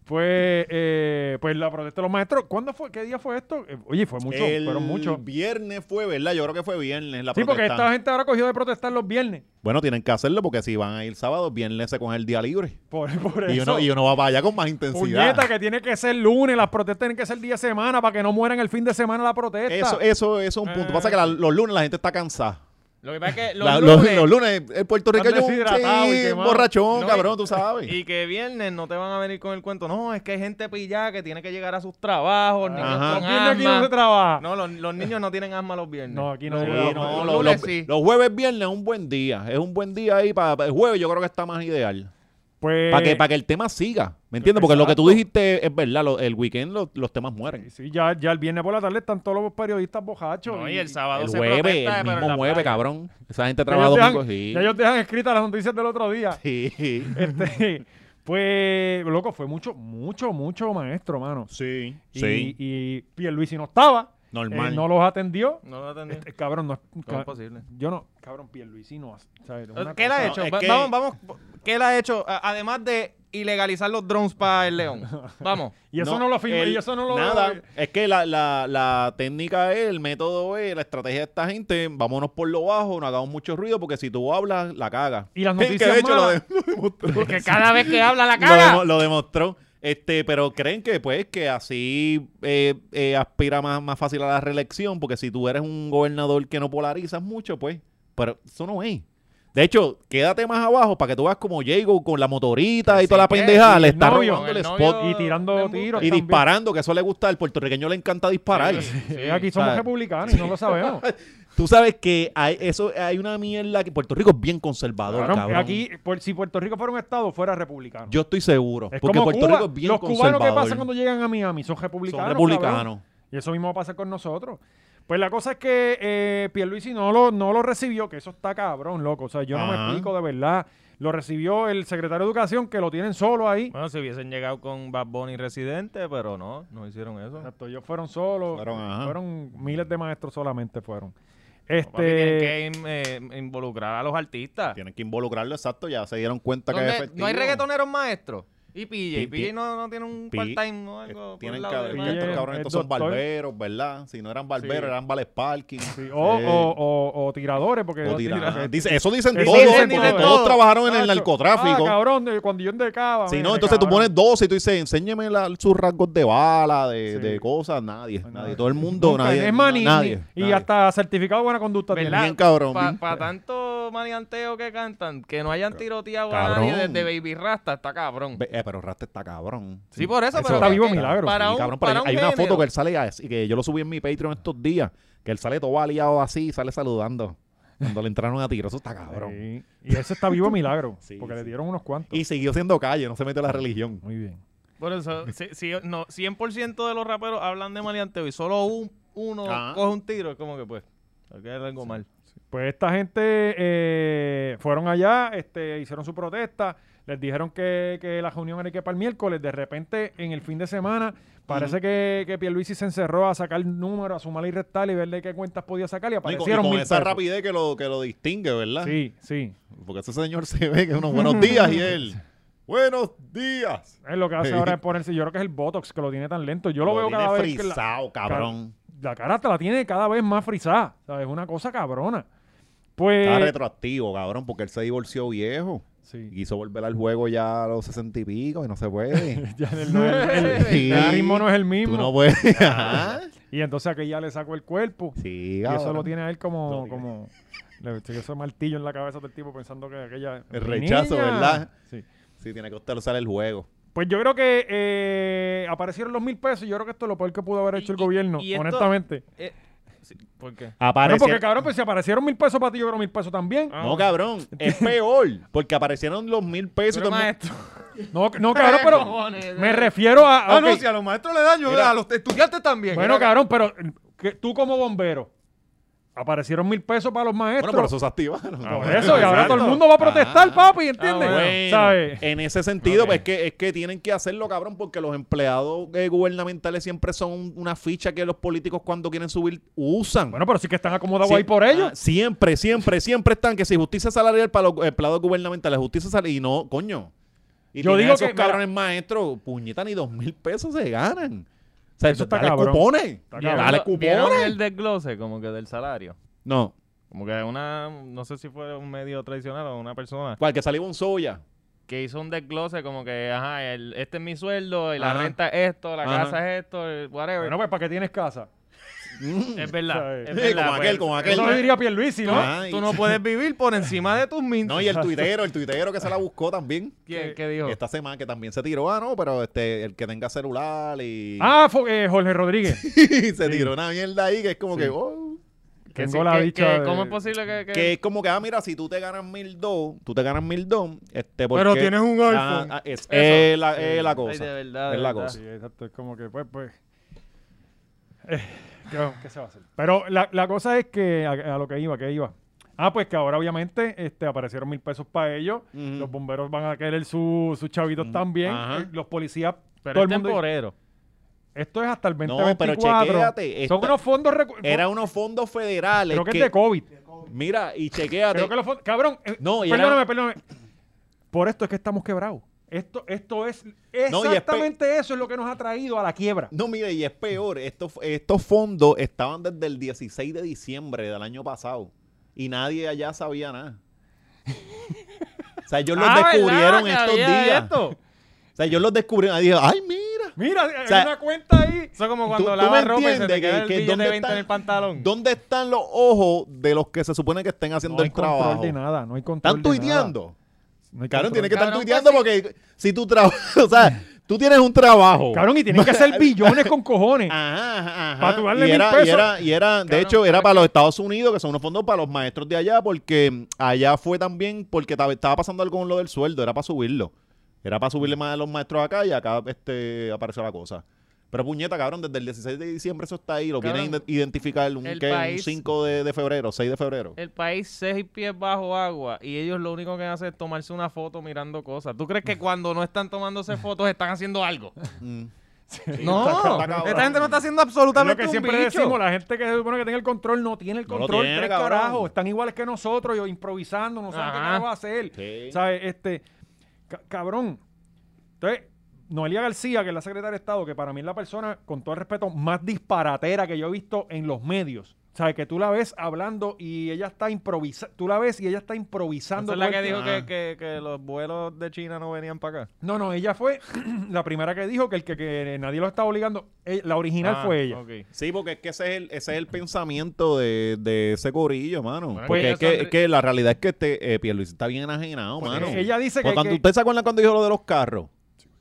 Speaker 1: pues, eh, pues la protesta de los maestros. ¿Cuándo fue? ¿Qué día fue esto? Eh, Oye, fue mucho, fueron muchos.
Speaker 2: viernes fue, ¿verdad? Yo creo que fue viernes la
Speaker 1: Sí, porque
Speaker 2: protesta.
Speaker 1: esta gente ahora cogió de protestar los viernes.
Speaker 2: Bueno, tienen que hacerlo porque si van a ir sábado, viernes se coge el día libre.
Speaker 1: Por, por
Speaker 2: Y
Speaker 1: eso.
Speaker 2: uno, y uno va para allá con más intensidad.
Speaker 1: Puñeta, que tiene que ser lunes, las protestas tienen que ser día de semana para que no mueran el fin de semana la protesta.
Speaker 2: Eso, eh, eso, eso es un punto. Pasa que la- los lunes la gente está cansada.
Speaker 3: Lo que pasa es que los
Speaker 2: La- Los,
Speaker 3: lunes
Speaker 2: los lunes, el puertorriqueño
Speaker 1: Están deshidratados y
Speaker 2: sí,
Speaker 1: quemados.
Speaker 2: borrachón,
Speaker 3: No, y-
Speaker 2: cabrón, tú sabes.
Speaker 3: y que viernes no te van a venir con el cuento. No, es que hay gente pillada que tiene que llegar a sus trabajos, niños
Speaker 2: Ajá.
Speaker 3: con
Speaker 1: Los viernes aquí no se
Speaker 3: asma.
Speaker 1: trabaja.
Speaker 3: No, los, los niños no tienen asma los viernes.
Speaker 1: No, aquí no
Speaker 2: Sí,
Speaker 1: se
Speaker 2: no,
Speaker 1: trabaja.
Speaker 3: los
Speaker 2: los,
Speaker 3: lunes
Speaker 2: los-
Speaker 3: sí.
Speaker 2: los jueves, viernes es un buen día. Es un buen día ahí para el jueves, yo creo que está más ideal.
Speaker 1: Pues,
Speaker 2: Para que, pa' que el tema siga, ¿me entiendes? Porque lo que tú dijiste es verdad, lo- el weekend lo- los temas mueren.
Speaker 1: sí, ya, ya el viernes por la tarde están todos los periodistas bojachos.
Speaker 3: No, y el sábado
Speaker 2: El
Speaker 3: se
Speaker 2: jueves,
Speaker 3: protesta,
Speaker 2: el
Speaker 3: pero en
Speaker 2: mismo
Speaker 3: la
Speaker 2: jueves,
Speaker 3: playa.
Speaker 2: cabrón. Esa gente
Speaker 1: Ya ellos
Speaker 2: trabaja domingo,
Speaker 1: dejan-
Speaker 2: sí.
Speaker 1: ya ellos dejan escritas las noticias del otro día.
Speaker 2: Sí.
Speaker 1: Este, pues, loco, fue mucho, mucho, mucho maestro, mano.
Speaker 2: Sí.
Speaker 1: Y,
Speaker 2: Sí.
Speaker 1: y Pierluisi no estaba.
Speaker 2: Normal.
Speaker 1: eh, no los atendió.
Speaker 3: No lo atendí.
Speaker 1: Este, cabrón, no es
Speaker 3: ¿Cómo es
Speaker 1: ca-
Speaker 3: posible?
Speaker 1: Yo no, cabrón, Pierluisi no hace- o sea, era una
Speaker 3: ¿Qué él ha
Speaker 1: cosa-
Speaker 2: No,
Speaker 3: hecho?
Speaker 2: es
Speaker 3: Va-
Speaker 2: que-
Speaker 3: Vamos, vamos. ¿Qué él ha hecho? A- Además de ilegalizar los drones para el León. Vamos.
Speaker 1: Y eso no, lo firmó,
Speaker 2: el-
Speaker 1: y eso no lo
Speaker 2: Nada, es que la, la, la técnica es, el método es, la estrategia de esta gente, vámonos por lo bajo, no hagamos mucho ruido, porque si tú hablas, la cagas.
Speaker 1: Y las
Speaker 2: Que de
Speaker 1: noticias
Speaker 2: hecho lo
Speaker 1: malas.
Speaker 2: de- lo demostró.
Speaker 3: Porque cada vez que habla la
Speaker 2: lo,
Speaker 3: cara.
Speaker 2: demo- lo demostró. Este, pero creen que pues que así eh, eh, aspira más, más fácil a la reelección, porque si tú eres un gobernador que no polarizas mucho, pues, pero eso no es. De hecho, quédate más abajo para que tú veas como Jago con la motorita y toda la
Speaker 3: que-
Speaker 2: pendejada
Speaker 1: y
Speaker 2: le
Speaker 1: el
Speaker 2: está
Speaker 1: novio,
Speaker 2: robando el,
Speaker 3: el novio
Speaker 2: spot
Speaker 1: Y tirando
Speaker 3: embuste.
Speaker 1: tiros.
Speaker 2: y
Speaker 1: también.
Speaker 2: disparando, que eso le gusta al puertorriqueño le encanta disparar.
Speaker 1: Sí, eh, aquí somos
Speaker 2: ¿sabes?
Speaker 1: republicanos y no lo sabemos.
Speaker 2: Tú sabes que hay, eso, hay una mierda que Puerto Rico es bien conservador,
Speaker 1: Cabrón,
Speaker 2: cabrón.
Speaker 1: aquí, por- si Puerto Rico fuera un estado, fuera republicano.
Speaker 2: Yo estoy seguro.
Speaker 1: es
Speaker 2: porque
Speaker 1: como
Speaker 2: Puerto
Speaker 1: Cuba.
Speaker 2: Rico es bien
Speaker 1: Los
Speaker 2: conservador.
Speaker 1: cubanos, ¿qué pasa cuando llegan a Miami? Son republicanos.
Speaker 2: Son
Speaker 1: cabrón.
Speaker 2: republicanos.
Speaker 1: Y eso mismo va a pasar con nosotros. Pues la cosa es que eh, Pierluisi no lo, no lo recibió, que eso está cabrón, loco. O sea, yo no me
Speaker 2: Ajá.
Speaker 1: explico de verdad. Lo recibió el secretario de Educación, que lo tienen solo ahí.
Speaker 3: Bueno, si hubiesen llegado con Bad Bunny Residente, pero no, no hicieron eso.
Speaker 1: Exacto, ellos fueron solos.
Speaker 2: Fueron, ajá.
Speaker 1: Fueron miles de maestros solamente fueron.
Speaker 3: Papi, tienen
Speaker 1: Este,
Speaker 3: que in- eh, involucrar a los artistas.
Speaker 2: Tienen que involucrarlo, exacto. Ya se dieron cuenta que
Speaker 3: ¿Dónde-
Speaker 2: es efectivo.
Speaker 3: no hay reggaetoneros maestros. Y PJ,
Speaker 2: Pi-
Speaker 3: PJ no, no tiene un
Speaker 2: Pi-
Speaker 3: part-time o algo. por el
Speaker 2: Eh, Tienen
Speaker 3: lado
Speaker 2: que
Speaker 1: PJ
Speaker 3: de
Speaker 2: estos
Speaker 1: es
Speaker 3: maestro.
Speaker 2: cabrones, estos son
Speaker 1: doctor.
Speaker 2: barberos, ¿verdad? Si no eran barberos,
Speaker 1: Sí.
Speaker 2: eran vales parking.
Speaker 1: sí, oh, o, o- o- o tiradores, porque
Speaker 2: O tirar-
Speaker 1: porque-
Speaker 2: Dice, eso dicen
Speaker 1: Eso
Speaker 2: todos,
Speaker 1: dicen
Speaker 2: porque
Speaker 1: todo.
Speaker 2: todos trabajaron en el
Speaker 1: Nacho, Ah,
Speaker 2: narcotráfico.
Speaker 1: cabrón, de- cuando yo endecaba.
Speaker 2: Si
Speaker 1: mira,
Speaker 2: no, entonces tú
Speaker 1: cabrón.
Speaker 2: pones 12 y tú dices, enséñeme la- sus rasgos de bala, de,
Speaker 1: Sí.
Speaker 2: de cosas. Nadie,
Speaker 1: Pues
Speaker 2: nadie.
Speaker 1: nada.
Speaker 2: Todo el mundo,
Speaker 1: Nunca,
Speaker 2: nadie.
Speaker 1: es más, ni- ni-
Speaker 2: nadie,
Speaker 1: y
Speaker 2: nadie.
Speaker 1: hasta certificado de buena conducta. tiene.
Speaker 3: ¿Verdad?
Speaker 2: Bien cabrón,
Speaker 3: Para
Speaker 2: bien.
Speaker 3: tanto manianteo que cantan, que no hayan tiroteado a
Speaker 2: Cabrón.
Speaker 3: nadie desde Baby Rasta, está cabrón.
Speaker 2: Ve- eh, pero Rasta está cabrón.
Speaker 3: Sí, por eso, pero
Speaker 1: Está
Speaker 3: que-
Speaker 1: vivo
Speaker 3: que-
Speaker 1: milagro.
Speaker 3: Para
Speaker 2: Sí,
Speaker 3: un,
Speaker 2: cabrón, pero
Speaker 3: para
Speaker 2: hay-
Speaker 3: un
Speaker 2: hay una foto
Speaker 3: género.
Speaker 2: que él sale así, que yo lo subí en mi Patreon estos días, que él sale todo aliado así, sale saludando cuando le entraron a tiro. Eso está cabrón.
Speaker 1: Sí. Y ese está vivo milagro.
Speaker 2: Sí,
Speaker 1: porque le
Speaker 2: sí.
Speaker 1: dieron unos cuantos.
Speaker 2: Y siguió siendo calle, no se metió a la religión.
Speaker 1: Muy bien.
Speaker 3: Por eso, si, si- no, 100% de los raperos hablan de maleanteo y solo un, uno
Speaker 2: Ajá.
Speaker 3: coge un tiro, es como que pues, hay que hacer algo mal.
Speaker 1: Pues esta gente eh, fueron allá, este, hicieron su protesta, les dijeron que, que la reunión era que para el miércoles. De repente, en el fin de semana, parece que, que Pierluisi se encerró a sacar números, a sumar y restar y verle qué cuentas podía sacar y
Speaker 2: No, y con,
Speaker 1: aparecieron
Speaker 2: y con
Speaker 1: mil
Speaker 2: esa
Speaker 1: pesos.
Speaker 2: rapidez que lo, que lo distingue, ¿verdad?
Speaker 1: Sí, sí.
Speaker 2: Porque ese señor se ve que unos buenos días y él. Buenos días.
Speaker 1: Es lo que hace
Speaker 2: Sí.
Speaker 1: ahora es ponerse. Yo creo que es el Botox que lo tiene tan lento. Yo lo, veo
Speaker 2: tiene
Speaker 1: cada vez. que la-
Speaker 2: frisado, cabrón.
Speaker 1: la cara te la tiene cada vez más frisada. ¿sabes? Una cosa cabrona. Pues.
Speaker 2: Está retroactivo, cabrón, porque él se divorció viejo. Y
Speaker 1: sí.
Speaker 2: quiso volver al juego ya a los sesenta y pico y no se puede.
Speaker 1: Ya el, no es el- el-
Speaker 2: Sí.
Speaker 1: el ritmo no es el
Speaker 2: Tú
Speaker 1: mismo.
Speaker 2: no puedes. Ajá.
Speaker 1: Y entonces aquella le sacó el cuerpo.
Speaker 2: Sí,
Speaker 1: Y
Speaker 2: cabrón.
Speaker 1: eso lo tiene a él como.
Speaker 2: No,
Speaker 1: como le metió ese martillo en la cabeza del tipo pensando que aquella.
Speaker 2: El
Speaker 1: ¡Mi
Speaker 2: rechazo,
Speaker 1: niña!
Speaker 2: ¿verdad?
Speaker 1: Sí.
Speaker 2: Sí, tiene que usar el juego.
Speaker 1: Pues yo creo que eh, aparecieron los mil pesos. y Yo creo que esto es lo peor que pudo haber hecho el
Speaker 3: Y- y-
Speaker 1: gobierno,
Speaker 3: y esto-
Speaker 1: honestamente.
Speaker 3: Eh, sí, ¿Por qué?
Speaker 1: No,
Speaker 2: Aparece.
Speaker 1: porque cabrón, pues si aparecieron mil pesos para ti, yo creo mil pesos también.
Speaker 3: Ah.
Speaker 2: No, cabrón. Es peor. Porque aparecieron los mil pesos. y
Speaker 3: Pero
Speaker 2: todo el mundo-
Speaker 3: maestro,
Speaker 1: No, no cabrón, pero.
Speaker 3: Cojones,
Speaker 1: me refiero a.
Speaker 2: Ah,
Speaker 1: ok.
Speaker 3: Ah, no, si a los maestros le dan, yo
Speaker 2: Mira.
Speaker 3: a los estudiantes también.
Speaker 1: Bueno,
Speaker 3: Mira,
Speaker 1: cabrón, pero eh, que tú como bombero, aparecieron mil pesos para los maestros.
Speaker 2: Bueno, pero eso se activaron.
Speaker 1: Ah, Por eso, y ahora
Speaker 3: Exacto.
Speaker 1: todo el mundo va a protestar,
Speaker 2: Ah.
Speaker 1: papi, ¿entiendes? eh,
Speaker 3: Ah,
Speaker 2: Bueno,
Speaker 1: ¿Sabes?
Speaker 2: en ese sentido,
Speaker 3: Ok.
Speaker 2: pues es que, es que tienen que hacerlo, cabrón, porque los empleados eh, gubernamentales siempre son un- una ficha que los políticos cuando quieren subir usan.
Speaker 1: Bueno, pero sí que están acomodados
Speaker 2: Sie-
Speaker 1: ahí por
Speaker 2: Ah,
Speaker 1: ellos.
Speaker 2: siempre, siempre, siempre están que si justicia salarial para los empleados gubernamentales, justicia salarial, y no, coño. Y
Speaker 1: Yo
Speaker 2: tienen
Speaker 1: digo
Speaker 2: esos
Speaker 1: que, mira-
Speaker 2: cabrones maestros, puñetan y dos mil pesos se ganan. O sea,
Speaker 1: Eso
Speaker 2: eso
Speaker 1: está
Speaker 2: está dale
Speaker 1: cabrón.
Speaker 2: cupones.
Speaker 1: cabrón.
Speaker 2: Dale
Speaker 3: ¿vieron- ¿vieron
Speaker 2: cupones.
Speaker 3: el desglose como que del salario?
Speaker 2: No,
Speaker 3: Como que una, no sé si fue un medio tradicional o una persona
Speaker 2: cual que salió un soya.
Speaker 3: que hizo un desglose como que, ajá, el- este es mi sueldo, y la
Speaker 2: Ajá.
Speaker 3: renta es esto, la
Speaker 2: Ajá.
Speaker 3: casa es esto, el whatever.
Speaker 1: Bueno, pues ¿para qué tienes casa?
Speaker 2: Mm.
Speaker 1: Em-
Speaker 3: es verdad,
Speaker 1: Sí,
Speaker 3: es
Speaker 2: pues, como
Speaker 3: verdad.
Speaker 2: aquel,
Speaker 3: pues,
Speaker 2: como aquel.
Speaker 1: Eso lo diría Pierluisi, ¿no?
Speaker 2: Ah, y-
Speaker 3: Tú no puedes vivir por encima de tus mintos.
Speaker 2: No, y el tuitero, el tuitero que se la buscó también.
Speaker 3: ¿Quién? ¿Qué dijo?
Speaker 2: Esta semana que también se tiró, ah, no, pero este, el que tenga celular y
Speaker 1: Ah, fue, eh, Jorge Rodríguez.
Speaker 2: se tiró una mierda ahí que es como que, oh,
Speaker 3: Que
Speaker 1: Tengo
Speaker 3: sí,
Speaker 1: la
Speaker 3: que-
Speaker 1: dicha
Speaker 3: que-
Speaker 1: de-
Speaker 3: ¿Cómo es posible que...? que-
Speaker 2: que es como que, ah, mira, si tú te ganas mil dos, tú te ganas mil dos, este, porque,
Speaker 3: Pero tienes un
Speaker 2: Ah,
Speaker 3: iPhone.
Speaker 2: ah, es,
Speaker 3: Eso.
Speaker 2: es la, es la
Speaker 3: Ay,
Speaker 2: cosa.
Speaker 3: de verdad, de
Speaker 2: es la
Speaker 3: verdad.
Speaker 2: cosa.
Speaker 1: sí, exacto. Es como que, pues, pues. eh, ¿qué, qué se va a hacer? Pero la, la cosa es que, a, a lo que iba, que iba. Ah, pues que ahora obviamente este, aparecieron mil pesos para ellos.
Speaker 2: Ujú. Mm,
Speaker 1: Los bomberos van a querer su- sus chavitos también.
Speaker 2: Ajá.
Speaker 1: eh, Los policías,
Speaker 3: Pero este
Speaker 1: todo
Speaker 3: es
Speaker 1: el mundo.
Speaker 3: temporero.
Speaker 1: Esto es hasta el
Speaker 2: No,
Speaker 1: 2024.
Speaker 2: pero chequéate,
Speaker 1: Son
Speaker 2: esta-
Speaker 1: unos fondos recu-
Speaker 2: Era unos fondos federales.
Speaker 1: Creo que,
Speaker 2: que,
Speaker 1: es de COVID.
Speaker 2: Mira, y chequéate.
Speaker 1: Creo que los fondos- Cabrón, eh,
Speaker 2: No, y era-
Speaker 1: perdóname, perdóname. Por esto es que estamos quebrados. Esto, esto es
Speaker 2: No, y espe-
Speaker 1: exactamente eso es lo que nos ha traído a la quiebra.
Speaker 2: No, mire, y es peor. Estos, estos fondos estaban desde el 16 de diciembre del año pasado. Y nadie allá sabía nada. O sea, ellos los
Speaker 3: Ah, ¿verdad?
Speaker 2: descubrieron
Speaker 3: Que
Speaker 2: estos
Speaker 3: había
Speaker 2: días.
Speaker 3: esto.
Speaker 2: O sea, ellos los descubrieron. Y dije, ay, mira.
Speaker 1: Mira, hay
Speaker 2: sea,
Speaker 1: una cuenta ahí.
Speaker 3: Eso como
Speaker 2: ¿Tú-
Speaker 3: cuando
Speaker 2: tú
Speaker 3: lavas
Speaker 2: me
Speaker 3: ropa y se
Speaker 2: entiendes
Speaker 3: te queda
Speaker 2: que-
Speaker 3: el
Speaker 2: que
Speaker 3: billete
Speaker 2: dónde
Speaker 3: de 20 en
Speaker 2: está-
Speaker 3: el pantalón.
Speaker 2: ¿Dónde están los ojos de los que se supone que estén haciendo
Speaker 1: No hay
Speaker 2: el
Speaker 1: control
Speaker 2: trabajo?
Speaker 1: de nada, no hay control
Speaker 2: Están
Speaker 1: de nada.
Speaker 2: tuiteando.
Speaker 1: No hay
Speaker 2: Cabrón,
Speaker 1: control.
Speaker 2: tiene que estar
Speaker 3: Cabrón,
Speaker 2: tuiteando porque si tu trabajas, o sea, tú tienes un trabajo.
Speaker 1: Cabrón, y tienen que hacer billones con cojones.
Speaker 2: Ajá, ajá, ajá.
Speaker 1: Para tu darle
Speaker 2: y
Speaker 1: mil
Speaker 2: era,
Speaker 1: pesos.
Speaker 2: Y era, y era- de
Speaker 3: Cabrón,
Speaker 2: hecho, era
Speaker 3: pero-
Speaker 2: para los Estados Unidos, que son unos fondos para los maestros de allá, porque allá fue también, porque tab- estaba pasando algo con lo del sueldo, era para subirlo. Era para subirle más a los maestros acá y acá este, apareció la cosa. Pero puñeta, cabrón, desde el 16 de diciembre eso está ahí, lo
Speaker 3: Cabrón,
Speaker 2: vienen a ide- identificar un,
Speaker 3: el
Speaker 2: ¿qué? Un
Speaker 3: país-
Speaker 2: 5 de, de febrero, 6 de febrero.
Speaker 3: El país seis pies bajo agua y ellos lo único que hacen es tomarse una foto mirando cosas. ¿Tú crees que cuando no están tomándose fotos están haciendo algo?
Speaker 2: Mm.
Speaker 3: no,
Speaker 2: está- está cabrón.
Speaker 3: esta gente no está haciendo
Speaker 1: Es lo
Speaker 3: absolutamente
Speaker 1: que
Speaker 3: un
Speaker 1: siempre
Speaker 3: bicho.
Speaker 1: decimos, la gente que se supone que tiene el control no tiene el
Speaker 2: No lo
Speaker 1: control.
Speaker 2: tiene,
Speaker 1: tres
Speaker 2: cabrón.
Speaker 1: carajos, están iguales que nosotros, yo improvisando, no saben qué
Speaker 3: Ajá.
Speaker 1: carajo va a hacer.
Speaker 2: Sí.
Speaker 1: ¿Sabes? Este, ca- cabrón. Entonces, Noelia García, que es la secretaria de Estado, que para mí es la persona, con todo el respeto, más disparatera que yo he visto en los medios. ¿Sabes? Que tú la ves hablando y ella está improvisando. Tú la ves y ella está improvisando.
Speaker 3: Esa es la
Speaker 1: todo
Speaker 3: que
Speaker 1: el
Speaker 3: dijo
Speaker 1: tiempo.
Speaker 2: Ah.
Speaker 3: que, que- que los vuelos de China no venían para acá.
Speaker 1: No, no, ella fue la primera que dijo que el que, que nadie lo estaba obligando. eh, La original
Speaker 3: Ah,
Speaker 1: fue ella.
Speaker 3: ok.
Speaker 2: Sí, porque es que ese es el, ese es el pensamiento de, de ese corillo, mano.
Speaker 3: Bueno,
Speaker 2: porque
Speaker 3: que
Speaker 2: es que,
Speaker 3: son-
Speaker 2: es que la realidad es que este, eh, Pierluisi está bien enajenado, mano.
Speaker 1: Pues, Ella dice
Speaker 2: Porque
Speaker 1: que,
Speaker 2: cuando
Speaker 1: que-
Speaker 2: usted se acuerdan cuando dijo lo de los carros.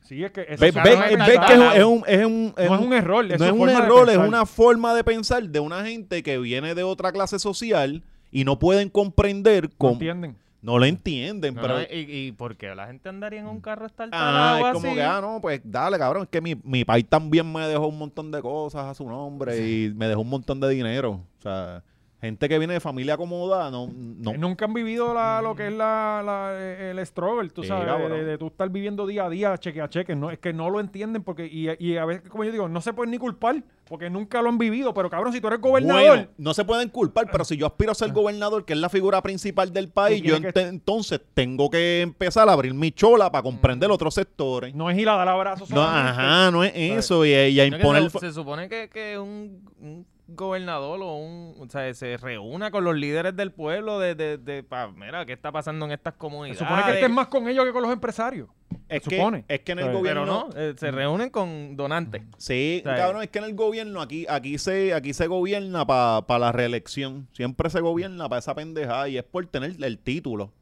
Speaker 1: Sí, es que eso
Speaker 2: Ve,
Speaker 1: es-
Speaker 3: Eso
Speaker 2: ve-
Speaker 3: no es
Speaker 2: ve
Speaker 3: verdad.
Speaker 2: que es un, es un- es un-
Speaker 1: no es un error.
Speaker 2: no
Speaker 1: su
Speaker 2: es un
Speaker 1: forma de
Speaker 2: error, es
Speaker 1: pensar.
Speaker 2: una forma de pensar de una gente que viene de otra clase social y no pueden comprender,
Speaker 1: ¿No
Speaker 2: con-
Speaker 1: entienden?
Speaker 2: no lo entienden,
Speaker 3: No,
Speaker 2: pero
Speaker 3: no, y, y por qué la gente andaría en un carro
Speaker 2: Ah,
Speaker 3: estartalado
Speaker 2: es
Speaker 3: así?
Speaker 2: como que, ah, no, pues dale, cabrón, es que mi, mi país también me dejó un montón de cosas a su nombre y me dejó un montón de dinero. O sea, gente que viene de familia acomodada, no, no.
Speaker 1: Eh, Nunca han vivido la- lo que es la, la- eh, el struggle, tú
Speaker 2: Sí,
Speaker 1: sabes,
Speaker 2: cabrón.
Speaker 1: de, de tú estar viviendo día a día, cheque a cheque. No, es que no lo entienden porque, y, y a veces, como yo digo, no se pueden ni culpar porque nunca lo han vivido. Pero cabrón, si tú eres gobernador, Ah.
Speaker 2: Bueno, no se pueden culpar, pero si yo aspiro a ser gobernador, que es la figura principal del país,
Speaker 1: Tú
Speaker 2: yo
Speaker 1: tienes
Speaker 2: ente- entonces tengo que empezar a abrir mi chola para comprender otros sectores.
Speaker 1: Mm. no es ir a dar abrazos.
Speaker 2: No,
Speaker 1: solamente.
Speaker 2: ajá, no es eso. Y, y a
Speaker 3: No, que
Speaker 2: imponer.
Speaker 3: se, se supone que, que un, un gobernador o un o sea, se reúna con los líderes del pueblo de, de, de pa, mira qué está pasando en estas
Speaker 1: Se
Speaker 3: comunidades.
Speaker 1: supone que estés más con ellos que con los empresarios.
Speaker 2: es,
Speaker 1: se
Speaker 2: que,
Speaker 1: supone.
Speaker 2: es que en el
Speaker 1: Pero
Speaker 2: gobierno.
Speaker 3: pero no, eh, se reúnen con donantes.
Speaker 2: Sí,
Speaker 3: O sea,
Speaker 2: cabrón, es que en el gobierno aquí aquí se aquí se gobierna para la reelección, siempre se gobierna para esa pendejada y es por tener el título.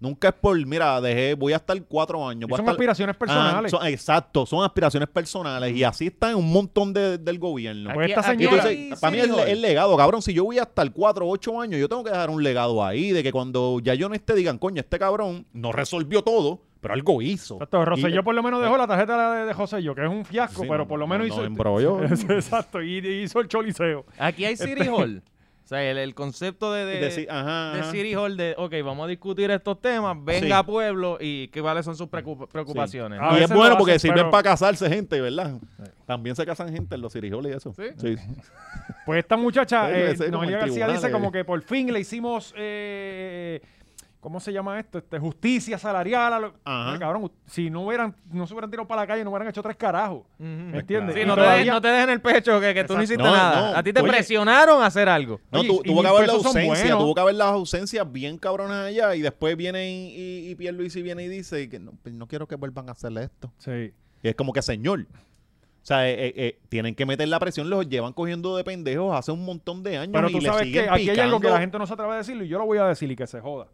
Speaker 2: Nunca es por, mira, dejé, voy a estar cuatro años.
Speaker 1: Y
Speaker 2: voy a
Speaker 1: son
Speaker 2: estar-
Speaker 1: aspiraciones
Speaker 2: Ah,
Speaker 1: personales.
Speaker 2: son- exacto, son aspiraciones personales y así está en un montón de, del gobierno.
Speaker 1: Pues esta
Speaker 2: Y
Speaker 1: señora-
Speaker 2: entonces, para mí es
Speaker 3: señor.
Speaker 2: le- el legado, cabrón. Si yo voy hasta el 4 o 8 años, yo tengo que dejar un legado ahí de que cuando ya yo no esté, digan, coño, este cabrón no resolvió todo, pero algo hizo.
Speaker 1: Exacto,
Speaker 2: Y- eh.
Speaker 1: Rosselló por lo menos dejó la tarjeta de, de Rosselló, que es un fiasco,
Speaker 2: Sí,
Speaker 1: pero
Speaker 2: no,
Speaker 1: por lo
Speaker 2: no,
Speaker 1: menos
Speaker 2: no
Speaker 1: hizo.
Speaker 2: embrolló.
Speaker 1: Exacto, y, y hizo el choliseo.
Speaker 3: Aquí hay City Hall. O sea, el, el concepto de, de,
Speaker 2: y decir, ajá,
Speaker 3: de
Speaker 2: ajá.
Speaker 3: City Hall de, ok, vamos a discutir estos temas, venga pueblo y qué cuáles son sus preocup- preocupaciones.
Speaker 1: Ah, A
Speaker 2: y es
Speaker 1: veces lo
Speaker 2: bueno
Speaker 1: hacen,
Speaker 2: porque sirven
Speaker 1: pero-
Speaker 2: para casarse gente, ¿verdad? También se casan gente en los cirijoles y eso. Sí.
Speaker 1: Pues esta muchacha,
Speaker 2: Sí,
Speaker 1: eh,
Speaker 2: ese es como
Speaker 1: Noelia
Speaker 2: en
Speaker 1: García dice
Speaker 2: tribunales.
Speaker 1: como que por fin le hicimos, eh, ¿cómo se llama esto? Este, justicia salarial. a lo-
Speaker 2: Ajá.
Speaker 1: Mira, cabrón, si no hubieran, no se hubieran tirado para la calle, no hubieran hecho tres carajos. ¿Me
Speaker 3: Ujú.
Speaker 1: entiendes?
Speaker 2: claro.
Speaker 1: Y
Speaker 3: Sí, no, te
Speaker 1: todavía-
Speaker 3: dejes- no te dejen el pecho que, que tú
Speaker 1: Exacto.
Speaker 3: no hiciste
Speaker 2: No,
Speaker 3: nada.
Speaker 2: no.
Speaker 3: A ti te
Speaker 2: Oye.
Speaker 3: presionaron a hacer algo.
Speaker 2: No,
Speaker 1: Oye,
Speaker 2: tu-
Speaker 1: y
Speaker 2: tuvo que
Speaker 1: mis
Speaker 2: haber la
Speaker 1: pesos son
Speaker 2: ausencia,
Speaker 1: buenos.
Speaker 2: tuvo que haber las ausencias bien cabronas allá y después vienen y, y Pierluisi viene y dice que no, pues no quiero que vuelvan a hacerle esto.
Speaker 1: Sí.
Speaker 2: Y es como que, señor, o sea, eh, eh, eh, tienen que meter la presión, los llevan cogiendo de pendejos hace un montón de años
Speaker 1: Pero
Speaker 2: y
Speaker 1: tú
Speaker 2: le
Speaker 1: sabes que
Speaker 2: siguen
Speaker 1: aquí hay algo que
Speaker 2: picando.
Speaker 1: la gente no se atreve a decirlo y yo lo voy a decir y que se joda.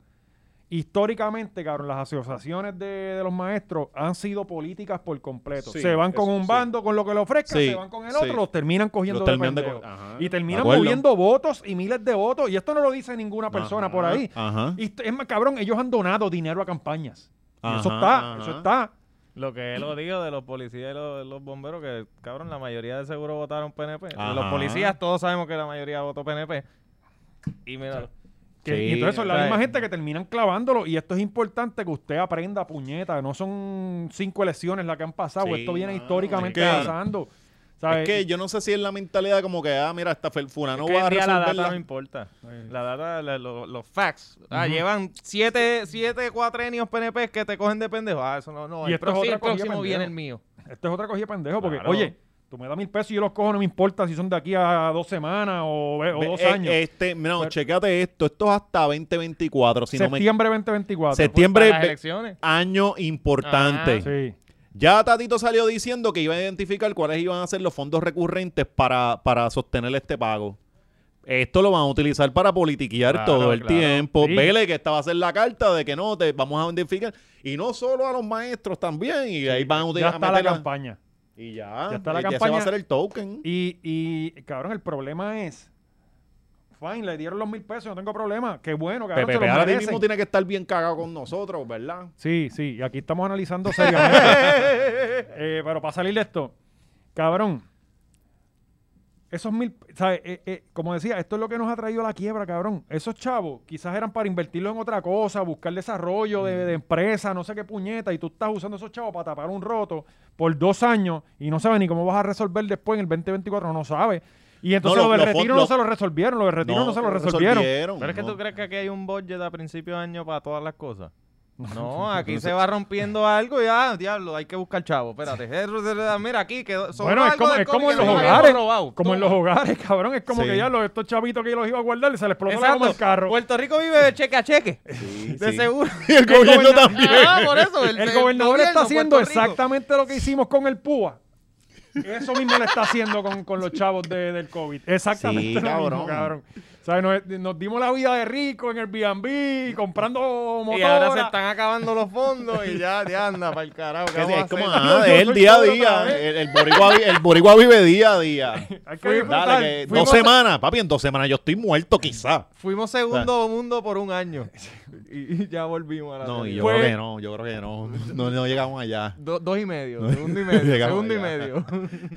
Speaker 1: Históricamente, cabrón, las asociaciones de, de los maestros han sido políticas por completo.
Speaker 2: Sí,
Speaker 1: se van con
Speaker 2: eso
Speaker 1: un
Speaker 2: sí.
Speaker 1: bando con lo que le ofrezcan,
Speaker 2: Sí,
Speaker 1: se van con el
Speaker 2: sí.
Speaker 1: otro, los terminan cogiendo
Speaker 2: Los
Speaker 1: de
Speaker 2: terminan de
Speaker 1: pendejo.
Speaker 2: co- ajá,
Speaker 1: Y
Speaker 2: de
Speaker 1: terminan
Speaker 2: acuerdo.
Speaker 1: moviendo votos y miles de votos. Y esto no lo dice ninguna persona
Speaker 2: Ajá,
Speaker 1: por ahí.
Speaker 2: Ajá.
Speaker 1: Y esto- es más, cabrón, ellos han donado dinero a campañas. Y eso
Speaker 2: Ajá,
Speaker 1: está,
Speaker 2: ajá.
Speaker 1: eso está.
Speaker 3: Lo que él digo de los policías y los, los bomberos, que cabrón, la mayoría de seguro votaron PNP. De Los
Speaker 2: Ajá.
Speaker 3: policías, todos sabemos que la mayoría votó PNP. Y mira,
Speaker 1: Que-
Speaker 2: Sí,
Speaker 1: y entonces son la
Speaker 3: ¿sabes?
Speaker 1: misma gente que terminan clavándolo. Y esto es importante que usted aprenda, puñeta. No son cinco elecciones las que han pasado.
Speaker 2: Sí,
Speaker 1: esto viene
Speaker 2: mano,
Speaker 1: históricamente
Speaker 2: es que-
Speaker 1: pasando.
Speaker 2: Es
Speaker 1: ¿sabes?
Speaker 2: que yo no sé si es la mentalidad como que, ah, mira, hasta Fulano
Speaker 3: que
Speaker 2: va
Speaker 3: hoy
Speaker 2: a
Speaker 3: en día la data
Speaker 2: resolver la-
Speaker 3: no importa. La data, la- lo- los facts. Ah, Llevan siete, siete cuatrenios PNP que te cogen de pendejo. Ah, eso no, no.
Speaker 1: Y esto
Speaker 3: el
Speaker 1: es
Speaker 3: próximo,
Speaker 1: otra
Speaker 3: el
Speaker 1: cogida
Speaker 3: próximo viene
Speaker 1: pendejo.
Speaker 3: el mío. Pues,
Speaker 1: Esto es otra cogida de pendejo. Porque,
Speaker 3: Claro.
Speaker 1: oye, tú me das mil pesos y yo los cojo. No me importa si son de aquí a dos semanas o, o
Speaker 2: Ve,
Speaker 1: dos
Speaker 2: eh,
Speaker 1: años.
Speaker 2: Este, no,
Speaker 1: Pero-
Speaker 2: checate esto. Esto es hasta 2024. Si no me
Speaker 1: septiembre 2024.
Speaker 2: Septiembre,
Speaker 3: Para las
Speaker 2: ve-
Speaker 3: elecciones.
Speaker 2: año importante.
Speaker 1: Ah, pues, Sí.
Speaker 2: Ya Tatito salió diciendo que iba a identificar cuáles iban a ser los fondos recurrentes para, para sostener este pago. Esto lo van a utilizar para politiquear
Speaker 3: Claro,
Speaker 2: todo el
Speaker 3: claro.
Speaker 2: tiempo.
Speaker 1: Sí.
Speaker 2: Vele que esta va a ser la carta de que no, te vamos a identificar. Y no solo a los maestros también. Y ahí van a
Speaker 1: Ya
Speaker 2: utilizar.
Speaker 1: está la campaña.
Speaker 2: Y ya.
Speaker 1: Ya está la
Speaker 2: y ese
Speaker 1: campaña.
Speaker 2: va a ser el token.
Speaker 1: Y, y, cabrón, el problema es. Fine, le dieron los mil pesos, no tengo problema. Qué bueno, cabrón.
Speaker 2: Pepe
Speaker 1: se los
Speaker 2: Pepe ahora
Speaker 1: merecen.
Speaker 2: mismo tiene que estar bien cagado con nosotros, ¿verdad?
Speaker 1: Sí, sí, y aquí estamos analizando seriamente. Eh, pero para salir de esto, cabrón, esos mil, ¿sabes? Eh, eh, como decía, esto es lo que nos ha traído la quiebra, cabrón. Esos chavos quizás eran para invertirlo en otra cosa, buscar desarrollo de, de empresa, no sé qué puñeta, y tú estás usando esos chavos para tapar un roto por dos años y no sabes ni cómo vas a resolver después en el 2024, no sabes. Y entonces
Speaker 2: No, lo-
Speaker 1: lo del
Speaker 2: los fon-
Speaker 1: retiro no
Speaker 2: los-
Speaker 1: se lo resolvieron, lo del retiro no, se lo resolvieron.
Speaker 3: Pero es que
Speaker 2: no.
Speaker 3: tú crees que aquí hay un budget a principio de año para todas las cosas. No, aquí se va rompiendo algo y ah, diablo, hay que buscar chavo. Espérate, mira aquí quedó. sobró
Speaker 1: Bueno, es
Speaker 3: algo
Speaker 1: como,
Speaker 3: del
Speaker 1: es como
Speaker 3: COVID
Speaker 1: en
Speaker 3: que
Speaker 1: los
Speaker 3: no habíamos
Speaker 1: hogares.
Speaker 3: robado.
Speaker 1: Como en
Speaker 3: Toma.
Speaker 1: los hogares, cabrón. Es como
Speaker 2: Sí.
Speaker 1: que ya los, estos chavitos que yo los iba a guardar se les explotó la
Speaker 3: Exacto.
Speaker 1: goma al carro.
Speaker 3: Puerto Rico vive de cheque a cheque.
Speaker 2: Sí,
Speaker 3: De
Speaker 2: sí.
Speaker 3: seguro.
Speaker 2: Y el gobierno también.
Speaker 3: Ah, por eso.
Speaker 1: el, gobernador está
Speaker 3: gobierno,
Speaker 1: haciendo
Speaker 3: Puerto Rico.
Speaker 1: exactamente lo que hicimos con el PUA. Eso mismo le está haciendo con, con los chavos de- del COVID. Exactamente
Speaker 2: Sí,
Speaker 1: lo mismo,
Speaker 2: cabrón.
Speaker 1: cabrón. O sea, nos, nos dimos la vida de rico en el B&B, comprando motora.
Speaker 3: Y ahora se están acabando los fondos y ya, ya anda, para el carajo. ¿qué
Speaker 2: Que sí,
Speaker 3: vamos a
Speaker 2: es como,
Speaker 3: hacer?
Speaker 2: ah,
Speaker 1: Yo ¿Eh?
Speaker 2: es el
Speaker 1: soy
Speaker 2: día a
Speaker 1: pobre otra
Speaker 2: día.
Speaker 1: vez.
Speaker 2: El, el boricua, vi- el boricua vive día a día.
Speaker 1: Hay que disfrutar.
Speaker 2: Dale, que dos
Speaker 1: Fuimos-
Speaker 2: semanas, papi, en dos semanas yo estoy muerto quizá.
Speaker 3: Fuimos segundo mundo por un año. Y, y ya volvimos a la
Speaker 2: No, y yo
Speaker 3: realidad.
Speaker 2: creo que no, yo creo que no. No, no llegamos allá.
Speaker 3: Do- dos y medio, segundo y medio,
Speaker 2: Llegamos
Speaker 3: segundo y
Speaker 2: allá.
Speaker 3: medio.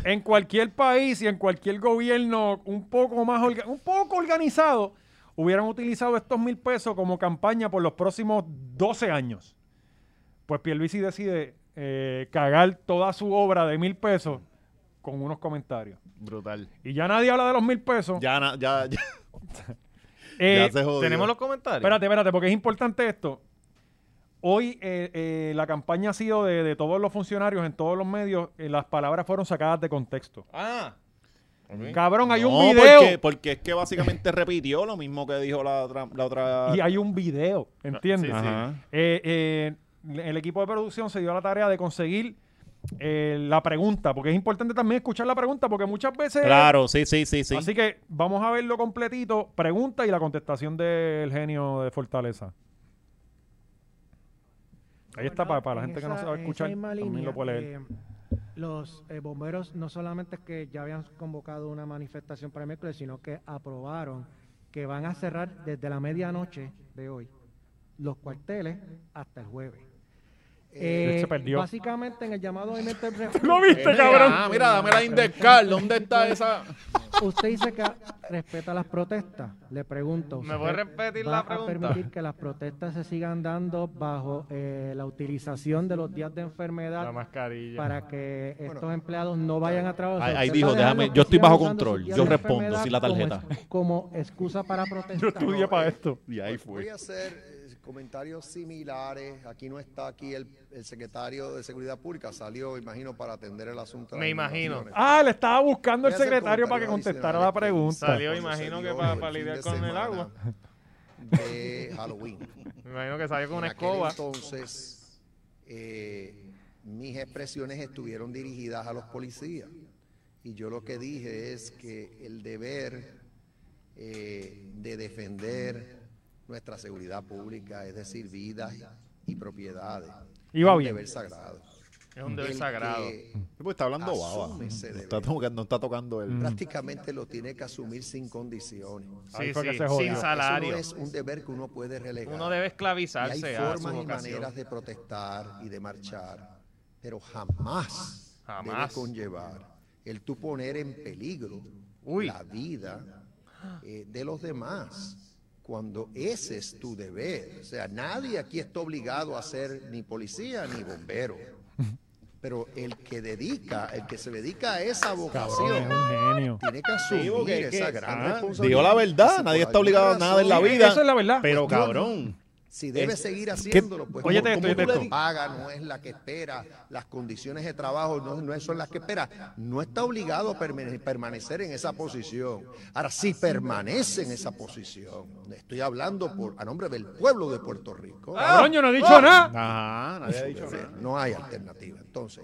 Speaker 1: en cualquier país y en cualquier gobierno un poco más orga- un poco organizado hubieran utilizado estos mil pesos como campaña por los próximos 12 años. Pues Pierluisi decide eh, cagar toda su obra de mil pesos con unos comentarios.
Speaker 2: Brutal.
Speaker 1: Y ya nadie habla de los mil pesos.
Speaker 2: Ya, na- ya, ya,
Speaker 1: Eh,
Speaker 2: ya se jodió.
Speaker 3: Tenemos los comentarios.
Speaker 1: Espérate, espérate, porque es importante esto. Hoy eh, eh, la campaña ha sido de, de todos los funcionarios en todos los medios. eh, las palabras fueron sacadas de contexto.
Speaker 3: Ah.
Speaker 1: Cabrón, hay
Speaker 2: No,
Speaker 1: un video.
Speaker 2: Porque, porque es que básicamente repitió lo mismo que dijo la otra. La otra...
Speaker 1: y hay un video, ¿entiendes?
Speaker 2: Ah, Sí, sí. Ajá.
Speaker 1: Eh, eh, el equipo de producción se dio a la tarea de conseguir eh, la pregunta, porque es importante también escuchar la pregunta, porque muchas veces...
Speaker 2: Claro, sí, sí, sí, sí.
Speaker 1: Así que vamos a verlo completito, pregunta y la contestación del genio de Fortaleza. Ahí está para, para la
Speaker 6: En
Speaker 1: gente que no
Speaker 6: esa-
Speaker 1: se va a
Speaker 6: en esa
Speaker 1: escuchar,
Speaker 6: misma
Speaker 1: también
Speaker 6: línea,
Speaker 1: lo puede leer.
Speaker 6: eh, los eh, bomberos no solamente es que ya habían convocado una manifestación para el miércoles, sino que aprobaron que van a cerrar desde la medianoche de hoy los cuarteles hasta el jueves. Eh,
Speaker 1: Él se perdió.
Speaker 6: Básicamente en el llamado de
Speaker 1: ¿Lo viste, cabrón?
Speaker 2: Ah, mira, dame la Indecal. ¿Dónde está esa?
Speaker 6: Usted dice que respeta las protestas. Le pregunto.
Speaker 3: ¿Me
Speaker 6: ¿usted
Speaker 3: puede repetir
Speaker 6: va
Speaker 3: la
Speaker 6: a
Speaker 3: pregunta?
Speaker 6: permitir que las protestas se sigan dando bajo eh, la utilización de los días de enfermedad
Speaker 3: mascarilla.
Speaker 6: para que estos empleados no vayan a trabajar.
Speaker 2: Ahí- ahí
Speaker 6: Usted
Speaker 2: dijo,
Speaker 6: está dejando
Speaker 2: déjame,
Speaker 6: que
Speaker 2: yo estoy
Speaker 6: sigan
Speaker 2: bajo
Speaker 6: usando sus
Speaker 2: control,
Speaker 6: días
Speaker 2: yo
Speaker 6: de
Speaker 2: respondo,
Speaker 6: enfermedad
Speaker 2: sí, la
Speaker 6: como
Speaker 2: tarjeta.
Speaker 6: ex- Como, excusa para
Speaker 1: Yo
Speaker 6: protestar.
Speaker 1: estudié para esto.
Speaker 2: Y ahí
Speaker 7: Voy
Speaker 2: fue.
Speaker 7: a hacer eh, comentarios similares. Aquí no está aquí el, el secretario de Seguridad Pública. Salió, imagino, para atender el asunto. de
Speaker 3: Me
Speaker 7: las
Speaker 3: imagino.
Speaker 7: inundaciones.
Speaker 1: Ah, le estaba buscando el
Speaker 7: Voy a hacer
Speaker 1: secretario para que
Speaker 7: comentarios
Speaker 1: contestara la
Speaker 7: adicionales que
Speaker 1: pregunta.
Speaker 3: Salió,
Speaker 7: cuando se
Speaker 3: imagino que
Speaker 7: dio
Speaker 3: pa-
Speaker 7: el
Speaker 3: pa
Speaker 7: fin
Speaker 3: lidiar
Speaker 7: de
Speaker 3: con el
Speaker 7: semana
Speaker 3: agua.
Speaker 7: De Halloween.
Speaker 3: Me imagino que salió con una
Speaker 7: En aquel
Speaker 3: escoba.
Speaker 7: Entonces, eh, mis expresiones estuvieron dirigidas a los policías. Y yo lo que dije es que el deber eh, de defender nuestra seguridad pública, es decir, vidas y propiedades,
Speaker 1: Iba
Speaker 7: es un
Speaker 1: bien.
Speaker 7: deber sagrado.
Speaker 3: Es un deber
Speaker 7: El
Speaker 3: sagrado.
Speaker 7: que
Speaker 2: Sí, pues está hablando baba. No
Speaker 7: Asume ese
Speaker 2: está,
Speaker 7: deber.
Speaker 2: tocando, no está tocando el.
Speaker 7: prácticamente lo tiene que asumir sin condiciones.
Speaker 1: Ahí
Speaker 3: Sí,
Speaker 1: fue que
Speaker 3: sí,
Speaker 1: se jodió.
Speaker 3: sin
Speaker 1: Eso no
Speaker 3: salario.
Speaker 7: Eso no es un deber que uno puede relegar.
Speaker 3: Uno debe
Speaker 7: Y
Speaker 3: esclavizarse
Speaker 7: hay
Speaker 3: a su
Speaker 7: formas y
Speaker 3: vocación.
Speaker 7: maneras de protestar y de marchar, pero jamás,
Speaker 3: Jamás.
Speaker 7: debe conllevar el tú poner en peligro
Speaker 3: Uy.
Speaker 7: la vida eh, de los demás. Cuando ese es tu deber. O sea, nadie aquí está obligado a ser ni policía ni bombero. Pero el que dedica, el que se dedica a esa
Speaker 1: Cabrón, es
Speaker 7: vocación,
Speaker 1: un genio.
Speaker 7: tiene que
Speaker 2: Sí,
Speaker 7: asumir
Speaker 2: porque es que,
Speaker 7: esa
Speaker 2: ah,
Speaker 7: gran responsabilidad.
Speaker 2: digo la verdad,
Speaker 7: Si
Speaker 2: nadie
Speaker 7: por
Speaker 2: está obligado a
Speaker 7: alguna
Speaker 2: nada en la
Speaker 7: razón-
Speaker 2: vida.
Speaker 1: Eso es la verdad.
Speaker 2: Pero cabrón.
Speaker 7: Si debe seguir haciéndolo, pues
Speaker 1: Oye,
Speaker 7: ¿cómo-
Speaker 1: esto,
Speaker 7: cómo
Speaker 1: oye,
Speaker 7: tú le
Speaker 1: esto.
Speaker 7: di- paga no es la que espera, las condiciones de trabajo no, no son las que espera. No está obligado a permane- permanecer en esa posición. Ahora, si permanece en esa posición, estoy hablando por, a nombre del pueblo de Puerto Rico,
Speaker 1: Cabrón, yo no he dicho nada.
Speaker 2: Ajá, Ah. nadie ha dicho nada.
Speaker 7: no hay alternativa. Entonces,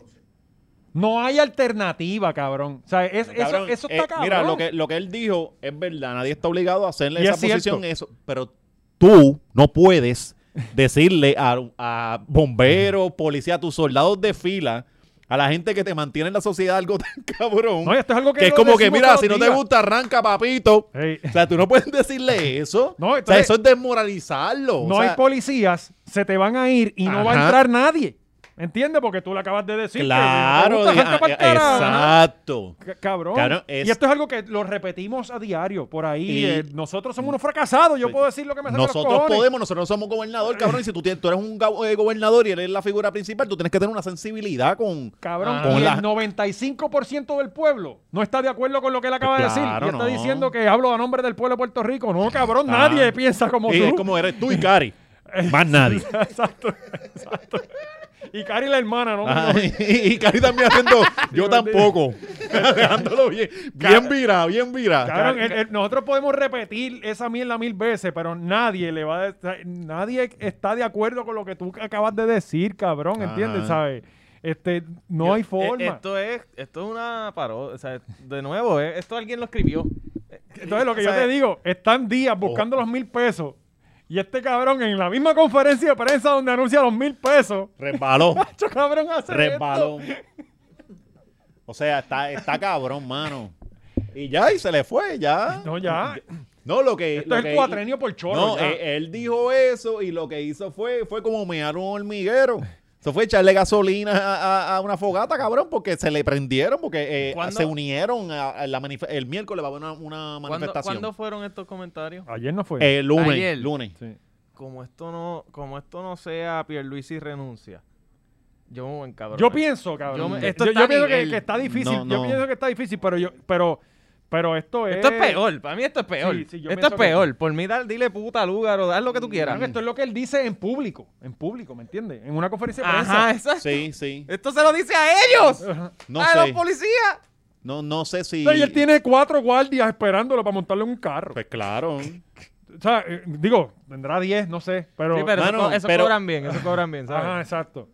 Speaker 1: No hay alternativa, cabrón. O sea, es- eso,
Speaker 2: Cabrón,
Speaker 1: eso está
Speaker 2: eh,
Speaker 1: cabrón.
Speaker 2: Mira, lo que, lo que él dijo es verdad. Nadie está obligado a hacerle
Speaker 1: Y
Speaker 2: esa
Speaker 1: es cierto.
Speaker 2: posición. Eso, pero tú no puedes decirle a, a bomberos, policías, a tus soldados de fila, a la gente que te mantiene en la sociedad algo tan cabrón.
Speaker 1: No, esto es algo que
Speaker 2: que es
Speaker 1: lo
Speaker 2: como que,
Speaker 1: decimos
Speaker 2: mira,
Speaker 1: todos
Speaker 2: si no
Speaker 1: los
Speaker 2: te
Speaker 1: días.
Speaker 2: gusta, arranca, papito.
Speaker 1: Ey.
Speaker 2: O sea, tú no puedes decirle eso.
Speaker 1: No,
Speaker 2: o sea,
Speaker 1: entonces-
Speaker 2: eso es desmoralizarlo.
Speaker 1: no
Speaker 2: o sea,
Speaker 1: hay policías, se te van a ir y no va a
Speaker 2: Ajá.
Speaker 1: entrar nadie. ¿Entiendes? Porque tú le acabas de decir. que
Speaker 2: Claro,
Speaker 1: no te gusta,
Speaker 2: ah,
Speaker 1: arranca pa'l
Speaker 2: eh,
Speaker 1: carajo.
Speaker 2: exacto.
Speaker 1: C- Cabrón.
Speaker 2: Cabrón, es-
Speaker 1: Y esto es algo que lo repetimos a diario por ahí.
Speaker 2: Y-
Speaker 1: eh, nosotros somos unos fracasados. Yo puedo decir lo que me saca los
Speaker 2: Nosotros
Speaker 1: cojones.
Speaker 2: podemos, nosotros no somos gobernador, cabrón. Y si tú, tienes, tú eres un go- eh, gobernador y él es la figura principal, tú tienes que tener una sensibilidad con.
Speaker 1: Cabrón,
Speaker 2: con
Speaker 1: y
Speaker 2: la-
Speaker 1: el 95% del pueblo no está de acuerdo con lo que él acaba de decir.
Speaker 2: Claro,
Speaker 1: Y está
Speaker 2: no.
Speaker 1: diciendo que hablo a nombre del pueblo de Puerto Rico. No, cabrón,
Speaker 2: Ah.
Speaker 1: nadie piensa como
Speaker 2: Y
Speaker 1: tú.
Speaker 2: es como eres tú y Cari. Más nadie.
Speaker 1: exacto, exacto. Y Cari la hermana, ¿no?
Speaker 2: Ajá, y, y Cari también haciendo. yo tampoco. Dejándolo bien. Bien vira, bien vira.
Speaker 1: Cabrón, el- el- nosotros podemos repetir esa mierda mil veces, pero nadie le va a de- nadie está de acuerdo con lo que tú acabas de decir, cabrón, ¿entiendes?
Speaker 2: Ajá.
Speaker 1: ¿Sabes? Este, no
Speaker 3: Yo-
Speaker 1: hay
Speaker 3: eh,
Speaker 1: forma.
Speaker 3: Esto es, esto es una parodia. O sea, de nuevo, eh, esto alguien lo escribió. Eh,
Speaker 1: Entonces, lo que
Speaker 3: o
Speaker 1: yo
Speaker 3: sea, Oh.
Speaker 1: te digo, están días buscando los mil pesos y este cabrón en la misma conferencia de prensa donde anuncia los mil pesos,
Speaker 2: Resbaló.
Speaker 1: macho, cabrón, hace
Speaker 2: Resbaló.
Speaker 1: esto.
Speaker 2: O sea, está, está cabrón, mano. Y ya, y se le fue, ya.
Speaker 1: No, ya.
Speaker 2: No, lo que.
Speaker 1: Esto
Speaker 2: lo
Speaker 1: es el
Speaker 2: que-
Speaker 1: cuatrenio por chorro.
Speaker 2: No,
Speaker 1: ya.
Speaker 2: eh, él dijo eso y lo que hizo fue, fue como mear un hormiguero. Eso fue echarle gasolina a, a- a una fogata, cabrón, porque se le prendieron, porque eh,
Speaker 3: ¿Cuándo?
Speaker 2: se unieron a, a la manife- el miércoles va a haber una, una
Speaker 3: ¿cuándo,
Speaker 2: manifestación.
Speaker 3: cuándo fueron estos comentarios?
Speaker 1: Ayer no fue.
Speaker 2: Eh, lunes,
Speaker 3: Ayer.
Speaker 2: lunes.
Speaker 1: Sí.
Speaker 3: Como esto no, como esto no sea Pierluisi renuncia. Yo me buen cabrón.
Speaker 1: Yo pienso, cabrón.
Speaker 3: eh, Yo me-
Speaker 1: que-
Speaker 3: esto
Speaker 1: yo,
Speaker 3: está
Speaker 1: yo
Speaker 3: a
Speaker 1: pienso que,
Speaker 3: nivel-
Speaker 1: que está difícil.
Speaker 2: No,
Speaker 1: Yo
Speaker 2: no.
Speaker 1: pienso que está difícil, pero yo, pero, pero esto es.
Speaker 3: Esto es peor, para mí esto es peor.
Speaker 1: Sí, sí, yo
Speaker 3: esto
Speaker 1: pienso
Speaker 3: es
Speaker 1: que-
Speaker 3: peor. Por mí, dar- dile puta lugar o dar lo que
Speaker 7: Mm,
Speaker 3: tú quieras.
Speaker 1: Cabrón, Esto es lo que él dice en público. En público, ¿me entiendes? En una conferencia de prensa.
Speaker 3: Ajá, exacto.
Speaker 2: Sí, sí.
Speaker 3: Esto se lo dice a ellos.
Speaker 2: No
Speaker 3: a
Speaker 2: sé.
Speaker 3: los policías.
Speaker 2: No, no sé si.
Speaker 1: Y él tiene cuatro guardias esperándolo para montarle un carro.
Speaker 2: Pues claro.
Speaker 1: O sea, eh, digo, tendrá diez, no sé. Pero.
Speaker 3: Sí, pero, eso
Speaker 2: Mano,
Speaker 3: co- eso
Speaker 2: pero-
Speaker 3: cobran bien, eso cobran bien, ¿sabes?
Speaker 1: Ajá, exacto.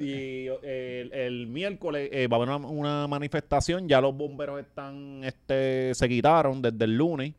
Speaker 2: Y eh, el, el miércoles eh, va a haber una, una manifestación. Ya los bomberos están, este, se quitaron desde el lunes.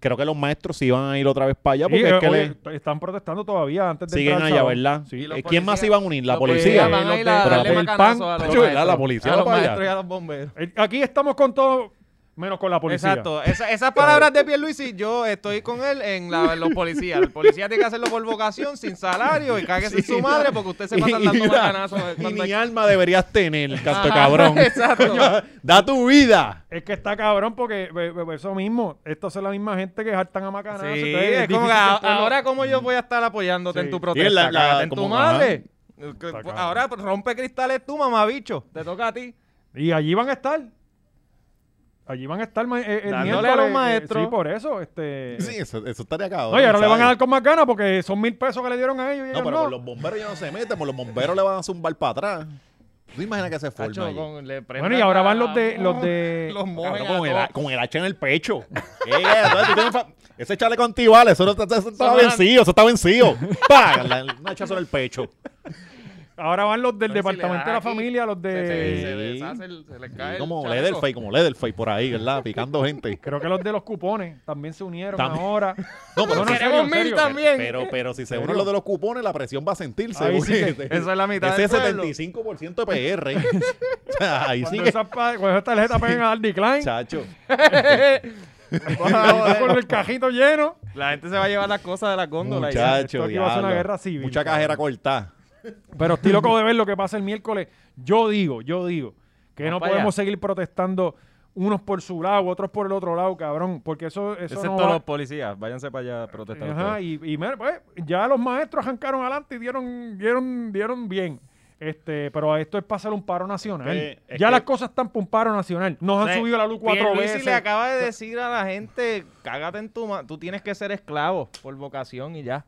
Speaker 2: Creo que los maestros sí iban a ir otra vez para allá porque
Speaker 1: Y,
Speaker 2: es
Speaker 1: eh,
Speaker 2: que
Speaker 1: oye,
Speaker 2: le-
Speaker 1: t- están protestando todavía antes de
Speaker 2: siguen
Speaker 1: entrar al
Speaker 2: allá,
Speaker 1: sábado.
Speaker 2: ¿verdad?
Speaker 1: Sí.
Speaker 3: los
Speaker 2: Eh, ¿Quién más
Speaker 3: policías-
Speaker 2: iban a unir? La
Speaker 3: los
Speaker 2: policía.
Speaker 3: policías van a ir a
Speaker 2: Pero la
Speaker 3: darle
Speaker 2: pol-
Speaker 3: macanazo
Speaker 1: pan-
Speaker 3: a los
Speaker 2: Yo, ¿verdad?
Speaker 3: maestros,
Speaker 2: La policía
Speaker 3: a los
Speaker 2: va para allá.
Speaker 3: maestros y a los bomberos.
Speaker 1: Eh, Aquí estamos con todo, menos con la policía.
Speaker 3: Exacto. Esa- esas palabras de Pierluisi, yo estoy con él en, la, en los policías. El policía tiene que hacerlo por vocación, sin salario y cáguese en su madre porque usted se
Speaker 2: Y-
Speaker 3: pasa
Speaker 2: y
Speaker 3: dando
Speaker 2: mira,
Speaker 3: macanazos.
Speaker 2: y
Speaker 3: cuando hay-
Speaker 2: ni alma deberías tener, canto
Speaker 3: Ajá,
Speaker 2: cabrón.
Speaker 3: Exacto.
Speaker 2: da tu vida.
Speaker 1: Es que está cabrón porque be- be- eso mismo, estos son la misma gente que hartan a macanazo.
Speaker 3: Sí,
Speaker 1: entonces
Speaker 3: es Mm.
Speaker 1: difícil
Speaker 3: como que
Speaker 1: que el
Speaker 3: a-
Speaker 1: pueblo-
Speaker 3: ahora como yo voy a estar apoyándote
Speaker 1: Sí.
Speaker 3: en tu
Speaker 2: Sí, la-
Speaker 3: protesta,
Speaker 2: la-
Speaker 3: cágate en
Speaker 2: como-
Speaker 3: tu madre.
Speaker 1: cabrón.
Speaker 3: Ahora rompe cristales tú, mamabicho. Te toca a ti.
Speaker 1: Y allí van a estar. Allí van a estar ma- eh, el
Speaker 3: Dándole a
Speaker 1: miércoles,
Speaker 3: los
Speaker 1: eh,
Speaker 3: maestros.
Speaker 1: sí, por eso. Este,
Speaker 2: Sí, eso, eso estaría acabado.
Speaker 1: no, y ahora le van a dar con más ganas porque son mil pesos que le dieron a ellos. Y
Speaker 2: No,
Speaker 1: ellos
Speaker 2: pero
Speaker 1: no.
Speaker 2: con los bomberos ya no se meten, por los bomberos le van a zumbar para atrás. ¿Tú imaginas que se forma
Speaker 3: Tacho,
Speaker 2: allí?
Speaker 3: con-
Speaker 1: Bueno,
Speaker 3: le
Speaker 1: y
Speaker 3: prendan
Speaker 1: ahora
Speaker 3: la-
Speaker 1: van los de. Los de
Speaker 3: Los mojan
Speaker 2: Cabrón,
Speaker 3: a
Speaker 2: con, el,
Speaker 3: todos.
Speaker 2: con el hacha en el pecho. Ey, ey, tú tienes fa- ese chaleco antibales, eso, no está- eso está vencido, eso está vencido. ¡Pah! La- Un hachazo en el pecho.
Speaker 1: ahora van los del
Speaker 3: Entonces,
Speaker 1: Departamento
Speaker 3: si le
Speaker 1: de la
Speaker 3: das aquí,
Speaker 1: Familia, los de.
Speaker 3: Se, se- se
Speaker 2: Sí.
Speaker 3: deshace el- se le cae
Speaker 2: Sí,
Speaker 3: el
Speaker 2: como
Speaker 3: chaleco.
Speaker 2: Leatherface, como Leatherface por ahí, ¿verdad? Picando gente.
Speaker 1: Creo que los de los cupones también se unieron
Speaker 2: También.
Speaker 1: ahora.
Speaker 2: No, pero
Speaker 1: en serio,
Speaker 2: sí-
Speaker 1: en
Speaker 3: Queremos mil
Speaker 1: serio.
Speaker 3: también.
Speaker 2: Pero, pero si se
Speaker 1: ¿Serio?
Speaker 2: unen los de los cupones, la presión va a sentirse.
Speaker 1: Ahí
Speaker 2: porque
Speaker 1: sí que-
Speaker 2: ese-
Speaker 3: Esa es la mitad
Speaker 2: Ese
Speaker 3: del pueblo.
Speaker 2: 75% de PR. o sea, ahí sí
Speaker 1: Cuando
Speaker 2: que...
Speaker 1: esas, pa- cuando esas tarjetas peguen a dar decline,
Speaker 2: Chacho.
Speaker 1: y tú con el cajito lleno.
Speaker 3: La gente se va a llevar las cosas de la góndola. y ya.
Speaker 2: Muchacho,
Speaker 1: esto aquí va a ser una
Speaker 2: diablo.
Speaker 1: guerra civil,
Speaker 2: Mucha
Speaker 1: cabrón.
Speaker 2: cajera cortada.
Speaker 1: Pero estoy loco de ver lo que pasa el miércoles. Yo digo, yo digo que
Speaker 3: Vamos
Speaker 1: no
Speaker 3: para
Speaker 1: podemos seguir protestando unos por su lado, otros por el otro lado, cabrón, porque eso, eso
Speaker 3: Excepto
Speaker 1: no va-
Speaker 3: los policías, váyanse para allá a protestar.
Speaker 1: Ajá,
Speaker 3: ustedes.
Speaker 1: y, y mira, pues, ya los maestros arrancaron adelante y dieron, dieron, dieron bien. Este, pero esto es pasar un paro nacional.
Speaker 2: Eh, es
Speaker 1: ya
Speaker 2: que-
Speaker 1: las cosas están por un paro nacional. Nos han
Speaker 3: O sea,
Speaker 1: subido la luz cuatro
Speaker 3: Pierluisi
Speaker 1: veces.
Speaker 3: le acaba de decir a la gente, cágate en tu mano, tú tienes que ser esclavo por vocación y ya.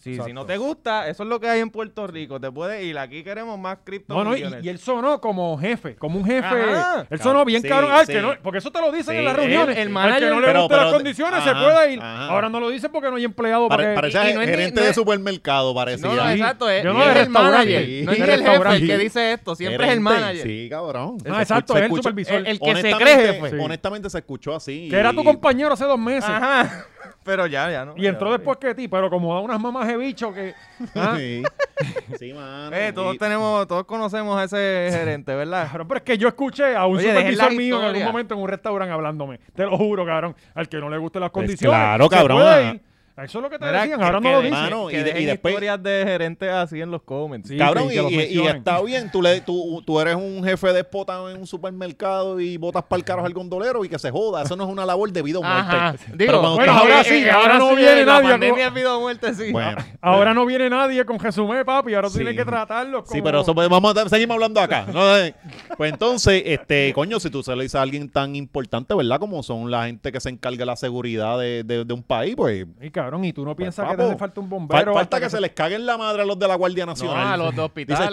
Speaker 3: Si, si no
Speaker 2: Exacto.
Speaker 3: te gusta, eso es lo que hay en Puerto Rico. Te puedes ir. Aquí queremos más cripto.
Speaker 1: No, no, y, y él sonó como jefe, como un jefe.
Speaker 3: Ajá.
Speaker 1: Él sonó bien
Speaker 2: Sí,
Speaker 1: caro. Ah, el que
Speaker 2: sí.
Speaker 1: no- porque eso te lo dicen
Speaker 2: Sí,
Speaker 1: en las
Speaker 2: él-
Speaker 1: reuniones.
Speaker 3: el
Speaker 1: Al
Speaker 3: manager-
Speaker 1: que no le
Speaker 2: Pero-
Speaker 1: gusten las
Speaker 2: pero-
Speaker 1: condiciones se
Speaker 2: ajá,
Speaker 1: puede ir.
Speaker 2: ajá.
Speaker 1: Ahora no lo dicen porque no hay empleado.
Speaker 2: Pare-
Speaker 1: para que-
Speaker 2: parecía
Speaker 3: y no es ni-
Speaker 2: gerente
Speaker 3: no
Speaker 2: de
Speaker 3: es-
Speaker 2: supermercado,
Speaker 3: No,
Speaker 2: parecía.
Speaker 3: no,
Speaker 2: Sí.
Speaker 3: exacto. Es,
Speaker 1: Yo no
Speaker 3: no es
Speaker 1: de
Speaker 3: el manager.
Speaker 1: restaurante.
Speaker 3: No es
Speaker 1: De
Speaker 3: ni el jefe el
Speaker 1: restaurante.
Speaker 3: que dice esto. Siempre es el
Speaker 2: Gerente,
Speaker 3: manager.
Speaker 2: Sí, cabrón.
Speaker 1: Ah,
Speaker 2: Se
Speaker 1: exacto, es
Speaker 2: escucha- se
Speaker 1: el
Speaker 2: escucha-
Speaker 1: supervisor.
Speaker 3: El- el que se cree pues.
Speaker 2: Honestamente-
Speaker 3: jefe.
Speaker 1: Sí.
Speaker 2: Honestamente se escuchó así.
Speaker 1: que era tu
Speaker 2: y-
Speaker 1: compañero hace dos meses.
Speaker 3: Ajá. Pero ya, ya no.
Speaker 1: Y entró
Speaker 3: Ya,
Speaker 1: después que ti, pero como da unas mamás de bicho que. ah,
Speaker 2: Sí. Sí, mano.
Speaker 3: Eh, todos
Speaker 2: y-
Speaker 3: tenemos, todos conocemos a ese gerente, ¿verdad?
Speaker 1: Cabrón, pero es que yo escuché a un
Speaker 3: Oye, dejen la
Speaker 1: supervisor mío en algún
Speaker 3: historia.
Speaker 1: momento en un restaurante hablándome. Te lo juro, cabrón. Al que no le gusten las
Speaker 2: Pues
Speaker 1: condiciones.
Speaker 2: claro,
Speaker 1: se
Speaker 2: cabrón.
Speaker 1: puede ir. Eso es lo que te
Speaker 3: Mira,
Speaker 1: decían.
Speaker 3: que-
Speaker 1: Ahora
Speaker 3: que
Speaker 1: no lo
Speaker 3: dejen-
Speaker 1: dicen.
Speaker 2: Mano, y
Speaker 3: que
Speaker 2: de- y
Speaker 3: dejen
Speaker 2: después-
Speaker 3: historias de gerentes así en los comments.
Speaker 1: Sí,
Speaker 2: Cabrón,
Speaker 1: que-
Speaker 2: y,
Speaker 1: que los
Speaker 2: y- y
Speaker 1: mencionen.
Speaker 2: está bien, tú, le, tú, tú eres un jefe despota en un supermercado y botas para el carro al gondolero y que se joda. Eso no es una labor de vida o muerte.
Speaker 3: Ajá. Digo,
Speaker 2: Pero cuando
Speaker 1: bueno,
Speaker 2: estás-
Speaker 1: ahora sí, ahora no viene
Speaker 3: la
Speaker 1: nadie a-
Speaker 3: pandemia ha habido muerte, sí.
Speaker 2: Bueno,
Speaker 1: Ahora no viene nadie con Jesumé, papi. Ahora
Speaker 2: Sí.
Speaker 1: tiene que tratarlo.
Speaker 2: Sí,
Speaker 1: como-
Speaker 2: pero eso pues, vamos a seguimos hablando acá. ¿no? Eh, Pues entonces, este, coño, si tú se lo dices a alguien tan importante, ¿verdad? Como son la gente que se encarga de la seguridad de, de- de un país, pues.
Speaker 1: Y cabrón, y tú no piensas que
Speaker 2: papo,
Speaker 1: te hace falta un
Speaker 2: fal-
Speaker 1: bombero.
Speaker 2: falta
Speaker 1: hasta
Speaker 2: que se les cague en la madre a los de la Guardia
Speaker 3: No,
Speaker 2: Nacional.
Speaker 3: a los de
Speaker 2: Dice
Speaker 3: hospitales.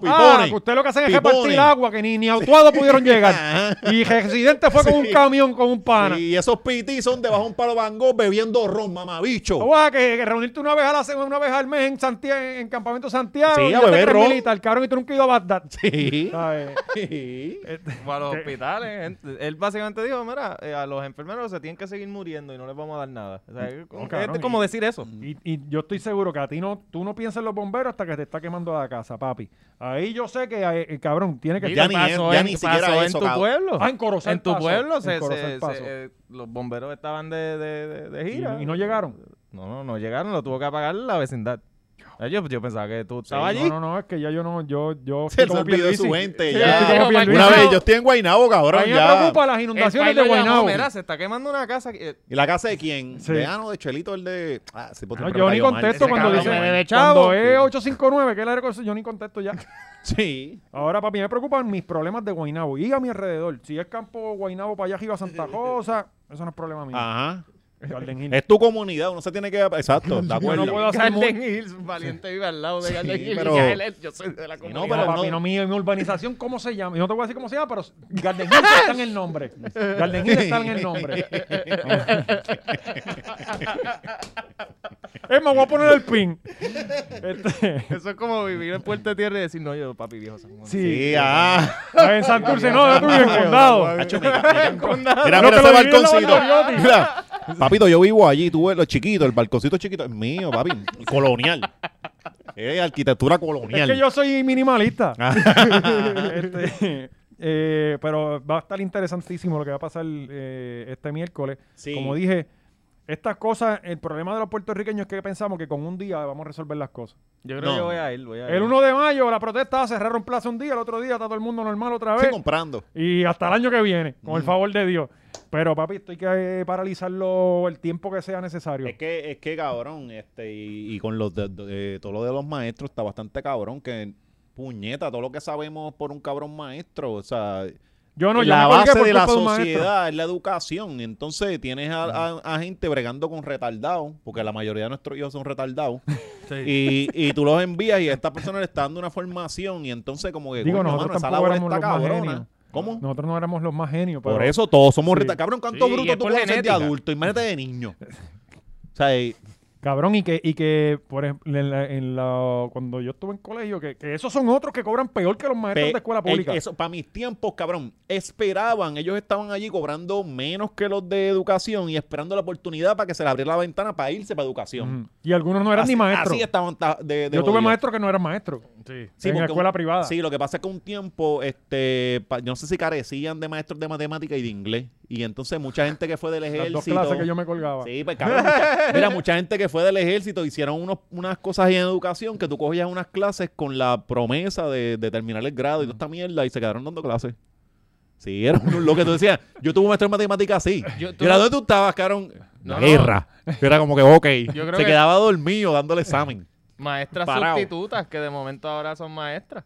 Speaker 1: Ah,
Speaker 2: pipones.
Speaker 1: que ustedes lo que hacen es
Speaker 2: Pipones.
Speaker 1: repartir agua, que ni, ni autuado pudieron llegar.
Speaker 2: Ajá.
Speaker 1: Y Residente fue con un
Speaker 2: Sí.
Speaker 1: camión, con un pana.
Speaker 2: Y esos pitis son debajo de un palo Van Gogh bebiendo ron, mamabicho.
Speaker 1: O sea, que, que reunirte una vez, a la, se- una vez al mes en, Santiago, en Campamento Santiago.
Speaker 2: Sí,
Speaker 1: y
Speaker 2: a
Speaker 1: ya te
Speaker 2: beber
Speaker 1: crees
Speaker 2: ron.
Speaker 1: militar, cabrón, y tú nunca has ido a Bagdad.
Speaker 2: Sí.
Speaker 1: ¿Sabes? Este,
Speaker 2: Sí.
Speaker 3: O a los
Speaker 1: Que-
Speaker 3: hospitales. gente. Él básicamente dijo, mira, eh, a los enfermeros se tienen que seguir muriendo y no les vamos a dar nada. O sea, es como- es
Speaker 1: cabrón,
Speaker 3: como
Speaker 1: y-
Speaker 3: decir eso.
Speaker 1: Y, y yo estoy seguro que a ti no, tú no piensas en los bomberos hasta que te está quemando la casa, papi. Ahí yo sé que, eh, eh, cabrón, tiene que
Speaker 2: Ya ni es- ya ni siquiera
Speaker 3: pasó en
Speaker 2: eso,
Speaker 3: tu
Speaker 2: cabrón.
Speaker 3: pueblo.
Speaker 1: Ah, en Corozal
Speaker 3: En tu
Speaker 1: pasó,
Speaker 3: pueblo
Speaker 1: en
Speaker 3: se- se-
Speaker 1: Corozal
Speaker 3: se-
Speaker 1: pasó.
Speaker 3: eh, los bomberos estaban de, de- de- de
Speaker 1: Y,
Speaker 3: gira.
Speaker 1: y no llegaron.
Speaker 3: No, no, no llegaron, lo tuvo que apagar la vecindad. Ah, Yo, yo pensaba que tú estabas allí.
Speaker 1: No, no, no, es que ya yo no, yo, yo.
Speaker 2: Se
Speaker 1: estoy como
Speaker 2: les olvidó
Speaker 1: Pierluisi.
Speaker 2: su gente.
Speaker 1: Sí,
Speaker 2: ya.
Speaker 1: estoy como Pierluisi.
Speaker 2: Una vez, yo estoy en Guaynabo, cabrón.
Speaker 1: A mí me
Speaker 2: ya.
Speaker 1: preocupa las
Speaker 3: El
Speaker 1: inundaciones
Speaker 3: país lo
Speaker 1: de
Speaker 3: llamó,
Speaker 1: Guaynabo.
Speaker 3: Mira, se está quemando una casa. que- eh,
Speaker 2: ¿Y la casa de quién?
Speaker 1: Sí.
Speaker 2: De Ano, de Chelito, el de. Ah, sí, porque
Speaker 1: No,
Speaker 2: siempre
Speaker 1: yo
Speaker 2: me
Speaker 1: ni
Speaker 2: cayó mal.
Speaker 1: contesto
Speaker 2: Ese
Speaker 1: cuando
Speaker 2: cabrón
Speaker 1: dice
Speaker 2: me debe-
Speaker 1: cuando
Speaker 3: chavo.
Speaker 1: es 859, que es la recurso, yo ni contesto ya.
Speaker 2: Sí.
Speaker 1: Ahora, papi, me preocupan mis problemas de Guainabo y a mi alrededor. Si es campo Guainabo para allá arriba Santa Rosa, eso no es problema mío.
Speaker 2: Ajá.
Speaker 1: Garden Hill.
Speaker 2: Ah. Es tu comunidad, uno se tiene que. Exacto, de
Speaker 1: Yo
Speaker 2: acuerdo.
Speaker 1: no puedo hacer mucho.
Speaker 3: Garden Hills, valiente vive al lado de
Speaker 2: Sí,
Speaker 3: Garden Hills.
Speaker 2: pero-
Speaker 3: ya él es- yo soy de la
Speaker 2: no,
Speaker 3: comunidad.
Speaker 1: No,
Speaker 2: pero
Speaker 1: papi,
Speaker 2: no-
Speaker 1: no, mi, mi urbanización, ¿cómo se llama? Yo no te voy a decir cómo se llama, pero Garden Hill está en el nombre. Garden Hill está en el nombre. es más, voy a poner el pin. Este,
Speaker 3: Eso es como vivir en Puerto Tierra y decir, no, yo, papi viejo San Juan.
Speaker 1: sí.
Speaker 2: Sí, ah.
Speaker 1: En Santurce, no, yo estuve en condado.
Speaker 2: Hacho, mi- mira, mira,
Speaker 1: Lo que
Speaker 2: mira ese
Speaker 1: lo viví en la
Speaker 2: balconcito.
Speaker 1: Bacariotti.
Speaker 2: Mira, papito, yo vivo allí, tú ves lo chiquito, el balconcito chiquito es mío, papi. Colonial. Es arquitectura
Speaker 1: Es
Speaker 2: colonial.
Speaker 1: que yo soy minimalista.
Speaker 2: Ah.
Speaker 1: Este, eh, pero va a estar interesantísimo lo que va a pasar eh, este miércoles.
Speaker 2: Sí.
Speaker 1: Como dije, estas cosas, el problema de los puertorriqueños es que pensamos que con un día vamos a resolver las cosas.
Speaker 3: Yo creo
Speaker 2: No.
Speaker 3: que yo voy a ir, voy a ir.
Speaker 1: El 1 de mayo la protesta cerraron plaza un día, el otro día está todo el mundo normal otra
Speaker 2: Estoy
Speaker 1: vez.
Speaker 2: comprando.
Speaker 1: Y hasta el año que viene, con
Speaker 2: Mm.
Speaker 1: el favor de Dios. Pero papi, esto hay que eh, paralizarlo el tiempo que sea necesario.
Speaker 2: Es que, es que cabrón, este, y, y con los de- de- eh, todo lo de los maestros está bastante cabrón, que puñeta, todo lo que sabemos por un cabrón maestro, o sea,
Speaker 1: Yo no, yo
Speaker 2: la
Speaker 1: me colgué
Speaker 2: base
Speaker 1: por
Speaker 2: de la
Speaker 1: culpa un maestro.
Speaker 2: sociedad es la educación, entonces tienes a, a- a gente bregando con retardados, porque la mayoría de nuestros hijos son retardados, y, y tú los envías y a esta persona le está dando una formación, y entonces como que,
Speaker 1: Digo,
Speaker 2: coño,
Speaker 1: nosotros
Speaker 2: mano, esa
Speaker 1: tampoco
Speaker 2: labor
Speaker 1: éramos
Speaker 2: está
Speaker 1: los más
Speaker 2: cabrona.
Speaker 1: genios.
Speaker 2: ¿Cómo?
Speaker 1: Nosotros no éramos los más genios.
Speaker 2: Por
Speaker 1: pero-
Speaker 2: eso todos somos
Speaker 1: Sí.
Speaker 2: retardados. Cabrón, ¿cuánto
Speaker 3: Sí, y
Speaker 2: bruto
Speaker 3: es
Speaker 2: tú
Speaker 3: por
Speaker 2: puedes ser de
Speaker 3: genética.
Speaker 2: adulto? Imagínate de niño. O sea, eh,
Speaker 1: Cabrón, y que, y que por ejemplo, en la- en la- cuando yo estuve en colegio, que, que esos son otros que cobran peor que los maestros de escuela pública.
Speaker 2: para mis tiempos, cabrón, esperaban, ellos estaban allí cobrando menos que los de educación y esperando la oportunidad para que se les abriera la ventana para irse para educación.
Speaker 1: Ujú. Y algunos no eran
Speaker 2: así,
Speaker 1: ni maestros.
Speaker 2: Así estaban ta- de, de
Speaker 1: yo tuve
Speaker 2: jodidos.
Speaker 1: maestros que no eran maestros.
Speaker 2: Sí,
Speaker 1: en
Speaker 2: porque
Speaker 1: escuela
Speaker 2: un-
Speaker 1: privada.
Speaker 2: Sí, lo que pasa es que un tiempo, este, pa- yo no sé si carecían de maestros de matemática y de inglés. Y entonces mucha gente que fue del
Speaker 1: Las
Speaker 2: ejército.
Speaker 1: dos clases que yo me colgaba.
Speaker 2: Sí, pues cabrón. mucha- mira, mucha gente que fue del ejército hicieron unos- unas cosas ahí en educación que tú cogías unas clases con la promesa de, de terminar el grado y toda esta mierda y se quedaron dando clases. Sí, era uno- lo que tú decías. Yo tuve un maestro en matemáticas así.
Speaker 3: Yo-
Speaker 2: ¿Y
Speaker 3: tú-
Speaker 2: era dónde tú estabas, cabrón?
Speaker 3: No,
Speaker 2: la
Speaker 3: no.
Speaker 2: guerra. Era como que, ok.
Speaker 3: Yo creo
Speaker 2: se
Speaker 3: que-
Speaker 2: quedaba dormido dándole examen.
Speaker 3: Maestras
Speaker 2: Parao.
Speaker 3: sustitutas que de momento ahora son maestras.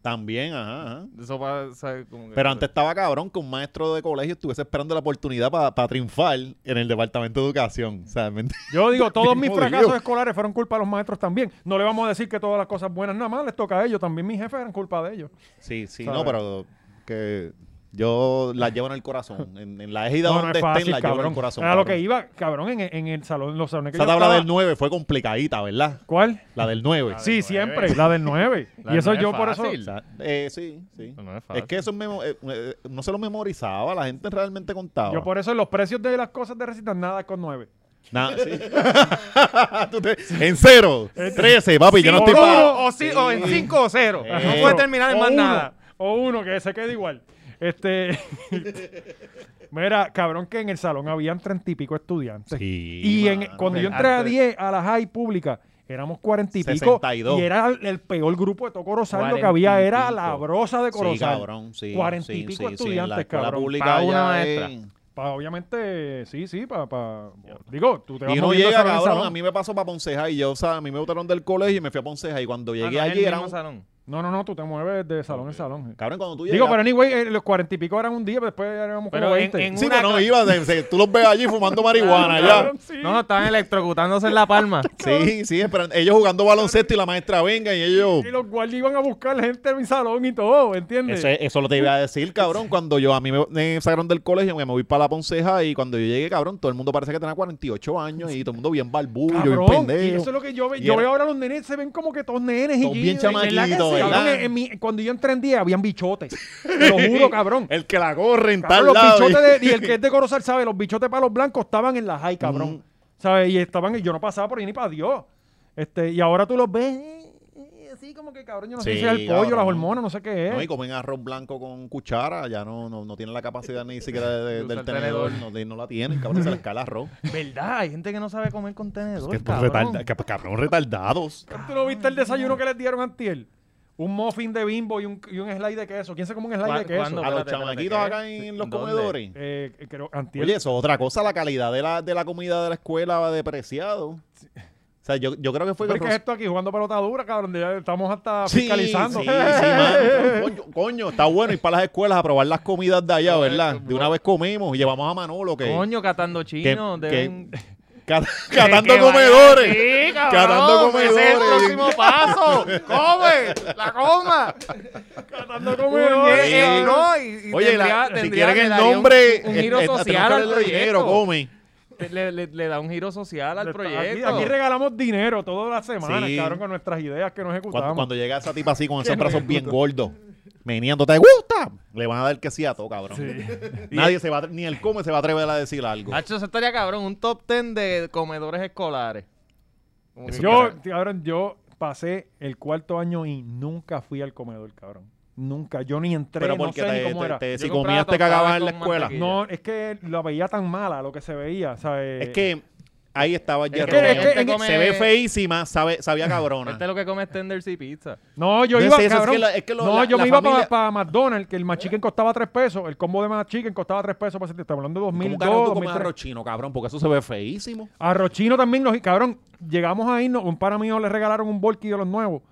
Speaker 2: También, ajá, ajá.
Speaker 3: Eso pasa como que-
Speaker 2: Pero antes estaba cabrón que un maestro de colegio estuviese esperando la oportunidad para triunfar en el departamento de educación. O sea, ¿me entiendes?
Speaker 1: Yo digo, todos
Speaker 2: Bien
Speaker 1: mis
Speaker 2: jodido.
Speaker 1: fracasos escolares fueron culpa de los maestros también. No le vamos a decir que todas las cosas buenas nada más les toca a ellos. También mis jefes eran culpa de ellos.
Speaker 2: Sí, sí,
Speaker 1: ¿Sabes?
Speaker 2: no, pero que yo la llevo en el corazón. En, en la égida
Speaker 1: No, no
Speaker 2: donde
Speaker 1: es
Speaker 2: estén,
Speaker 1: fácil,
Speaker 2: la llevo en
Speaker 1: cabrón.
Speaker 2: el corazón.
Speaker 1: Era lo que
Speaker 2: cabrón.
Speaker 1: iba, cabrón, en, en el salón, los salones que
Speaker 2: Esa
Speaker 1: yo
Speaker 2: tabla
Speaker 1: estaba.
Speaker 2: del 9 fue complicadita, ¿verdad?
Speaker 1: ¿Cuál?
Speaker 2: La del 9.
Speaker 1: sí,
Speaker 3: del nueve.
Speaker 1: siempre, la del 9.
Speaker 3: La
Speaker 1: y
Speaker 3: del
Speaker 1: eso
Speaker 3: nueve
Speaker 1: yo
Speaker 3: es
Speaker 1: por eso...
Speaker 3: fácil.
Speaker 2: Eh, sí, sí.
Speaker 3: Eso no es
Speaker 2: es
Speaker 3: fácil.
Speaker 2: que eso es memo- eh, eh, no se lo memorizaba, la gente realmente contaba.
Speaker 1: Yo por eso en los precios de las cosas de recitas nada es con 9.
Speaker 2: Nada, sí. Tú te- en cero, 13, papi, yo no
Speaker 1: Eh, Sí,
Speaker 2: estoy
Speaker 1: por
Speaker 2: para...
Speaker 3: o, sí, o en 5 o 0.
Speaker 2: Eh,
Speaker 3: No puede terminar en más nada.
Speaker 1: O uno que se quede igual. Este. Mira, cabrón, que en el salón habían treinta y pico estudiantes.
Speaker 2: Sí,
Speaker 1: y en,
Speaker 2: mano.
Speaker 1: cuando yo entré a
Speaker 3: Antes-
Speaker 1: 10 a la high pública, éramos cuarenta y pico.
Speaker 2: 62.
Speaker 1: Y era el, el peor grupo de todo Corozal. Lo que
Speaker 3: Cuarenta y
Speaker 1: había era
Speaker 2: pico.
Speaker 1: la brosa de Corozal.
Speaker 2: Sí, cabrón, sí.
Speaker 1: Cuarenta y
Speaker 2: sí,
Speaker 1: pico
Speaker 2: sí, sí, en la
Speaker 1: estudiantes,
Speaker 2: escuela
Speaker 1: cabrón.
Speaker 2: pública
Speaker 3: Pa' una
Speaker 2: ya
Speaker 3: maestra.
Speaker 2: es-
Speaker 1: Pa- obviamente, sí, sí, para. digo, tú te vas
Speaker 2: Y uno
Speaker 1: moviendo
Speaker 2: llega,
Speaker 1: salón en
Speaker 2: cabrón,
Speaker 1: salón.
Speaker 2: a mí me pasó para Ponceja y yo, o sea, a mí me botaron del colegio y me fui a Ponceja y cuando
Speaker 3: Ah, no,
Speaker 2: llegué
Speaker 3: es el
Speaker 2: allí era
Speaker 3: mismo
Speaker 2: un-
Speaker 3: salón.
Speaker 1: No, no, no, tú te mueves de salón en salón.
Speaker 2: Cabrón, cuando tú
Speaker 1: Digo,
Speaker 2: llegas...
Speaker 1: pero anyway, eh, los cuarenta y pico eran un día, pero después éramos como
Speaker 3: Pero en-
Speaker 1: 20.
Speaker 3: en
Speaker 2: Sí,
Speaker 3: una
Speaker 2: pero no,
Speaker 3: cla-
Speaker 2: iba, de- se- tú los ves allí fumando marihuana, Ah, ya.
Speaker 1: Cabrón, sí.
Speaker 3: No, no, estaban electrocutándose en la palma.
Speaker 2: Sí, sí, esperan- ellos jugando baloncesto y la maestra venga y ellos...
Speaker 1: Y los guardias iban a buscar gente en mi salón y todo, ¿entiendes?
Speaker 2: Eso, es- eso lo te iba a decir, cabrón. Cuando yo a mí me, me sacaron del colegio, me moví para la Ponceja y cuando yo llegué, cabrón, todo el mundo parece que tenía 48 años y todo el mundo bien barbudo, bien
Speaker 1: Cabrón, y eso es
Speaker 2: pendejo.
Speaker 1: lo que yo veo.
Speaker 2: Y
Speaker 1: Yo
Speaker 2: era-
Speaker 1: veo ahora los nenes, se ven como que todos nenes y
Speaker 2: Todos bien
Speaker 1: guidos, y-
Speaker 2: chamaquitos,
Speaker 1: Cabrón,
Speaker 2: ¿verdad?
Speaker 1: en- en mi- cuando yo entré en día habían bichotes. Te lo juro, cabrón.
Speaker 2: El que la corre en
Speaker 1: Cabrón, los
Speaker 2: tal lado. y-
Speaker 1: bichotes de- y el que es de Corozal, sabe, los bichotes para los blancos estaban en la high, cabrón.
Speaker 2: Ujú.
Speaker 1: ¿Sabes? Y estaban, y yo no pasaba por ahí ni para Dios. Este, y ahora tú los ves eh, eh, así como que cabrón, yo no sé
Speaker 2: Sí,
Speaker 1: si es el pollo,
Speaker 2: cabrón.
Speaker 1: las hormonas, no sé qué es.
Speaker 2: No, y comen arroz blanco con cuchara, ya no, no, no tienen la capacidad ni siquiera de- de-
Speaker 3: usar
Speaker 2: del
Speaker 3: el
Speaker 2: tenedor, no, de- no la tienen, cabrón, se les cae el arroz.
Speaker 3: ¿Verdad? Hay gente que no sabe comer con tenedor,
Speaker 2: Que por
Speaker 3: cabrón.
Speaker 2: retarda- que- cabrón, retardados.
Speaker 1: ¿Tú no viste el desayuno que les dieron antiel? Un muffin de bimbo y un, y un slide de queso. ¿Quién se come un slide de
Speaker 3: ¿Cuá-
Speaker 1: queso?
Speaker 3: cuándo?
Speaker 2: A los
Speaker 3: espérate, espérate,
Speaker 2: chamaquitos
Speaker 3: ¿qué?
Speaker 2: acá en los
Speaker 3: ¿Dónde?
Speaker 2: comedores.
Speaker 1: Eh, creo, antier.
Speaker 2: Oye, eso es otra cosa, la calidad de la, de la comida de la escuela va depreciado. O sea, yo, yo creo que fue
Speaker 1: Pero
Speaker 2: que
Speaker 1: ¿qué es
Speaker 2: Ros-
Speaker 1: esto aquí? Jugando pelota dura, cabrón. Ya estamos hasta
Speaker 2: Sí,
Speaker 1: fiscalizando.
Speaker 2: Sí, sí, mano. Coño, coño, está bueno ir para las escuelas a probar las comidas de allá, ¿verdad? De una vez comimos y llevamos a Manolo que
Speaker 3: Coño, catando chino.
Speaker 2: que-
Speaker 3: deben-
Speaker 2: cat- catando
Speaker 3: Que- que vayan-
Speaker 2: comedores.
Speaker 3: Sí, cabrón,
Speaker 2: Catando
Speaker 3: Ese es el
Speaker 2: comedores.
Speaker 3: próximo paso. Come, la coma.
Speaker 1: Catando
Speaker 3: Oye,
Speaker 1: comedores,
Speaker 3: eh,
Speaker 1: cabrón.
Speaker 3: no, y- y
Speaker 2: Oye,
Speaker 3: tendría-
Speaker 2: la- si
Speaker 3: tendría-
Speaker 2: quieren
Speaker 3: le
Speaker 2: el
Speaker 3: daría un-
Speaker 2: nombre,
Speaker 3: Un,
Speaker 2: eh,
Speaker 3: giro
Speaker 2: eh, tenemos que
Speaker 3: social al
Speaker 2: darle
Speaker 3: proyecto.
Speaker 2: dinero,
Speaker 3: Eh,
Speaker 2: come.
Speaker 3: Le, le- le da un giro social al
Speaker 1: Aquí,
Speaker 3: proyecto.
Speaker 1: aquí regalamos dinero todas las semanas,
Speaker 2: Sí.
Speaker 1: cabrón, con nuestras ideas que no
Speaker 2: Cuando,
Speaker 1: ejecutamos.
Speaker 2: cuando llega esa tipa así con esos
Speaker 1: no
Speaker 2: brazos bien
Speaker 1: disfruto.
Speaker 2: gordos, meneando, ¿te gusta? Le van a dar que sí a todo, cabrón. Nadie se va, a atre- ni el come se va a atrever a decir algo.
Speaker 3: Hacho, eso estaría cabrón. Un top ten de comedores escolares. Como que-
Speaker 1: Yo, cabrón, yo pasé el cuarto año y nunca fui al comedor, cabrón. Nunca. Yo ni entré,
Speaker 2: Pero
Speaker 1: no
Speaker 2: porque
Speaker 1: sé ni
Speaker 2: te-
Speaker 1: cómo
Speaker 2: te-
Speaker 1: era.
Speaker 2: te-
Speaker 3: Yo
Speaker 2: si
Speaker 3: compraba
Speaker 2: comías te cagabas en la
Speaker 3: tostadas con
Speaker 2: escuela.
Speaker 3: mantequilla.
Speaker 1: No, es que la veía tan mala lo que se veía, ¿sabes?
Speaker 2: Es que ahí estaba el
Speaker 3: Es
Speaker 2: hierro.
Speaker 1: que- es que-
Speaker 2: Se
Speaker 1: es
Speaker 3: que-
Speaker 2: ve feísima, sabe, sabía cabrona.
Speaker 3: Este es lo que come es tenders y pizza.
Speaker 1: No, yo
Speaker 2: No
Speaker 1: iba,
Speaker 2: es eso, es
Speaker 1: cabrón.
Speaker 2: que la- es que lo-
Speaker 1: no,
Speaker 2: la-
Speaker 1: yo
Speaker 2: la
Speaker 1: me iba
Speaker 2: familia-
Speaker 1: para McDonald's, que el McChicken costaba 3 pesos, el combo de McChicken costaba 3 pesos, pues, te estamos hablando de
Speaker 2: ¿Cómo
Speaker 1: 2002,
Speaker 2: carajo tú comes
Speaker 1: 2003.
Speaker 2: arroz chino, cabrón? Porque eso se ve feísimo.
Speaker 1: Arroz chino también nos, cabrón, llegamos a irnos, un pana mío le regalaron un bolki de los nuevos.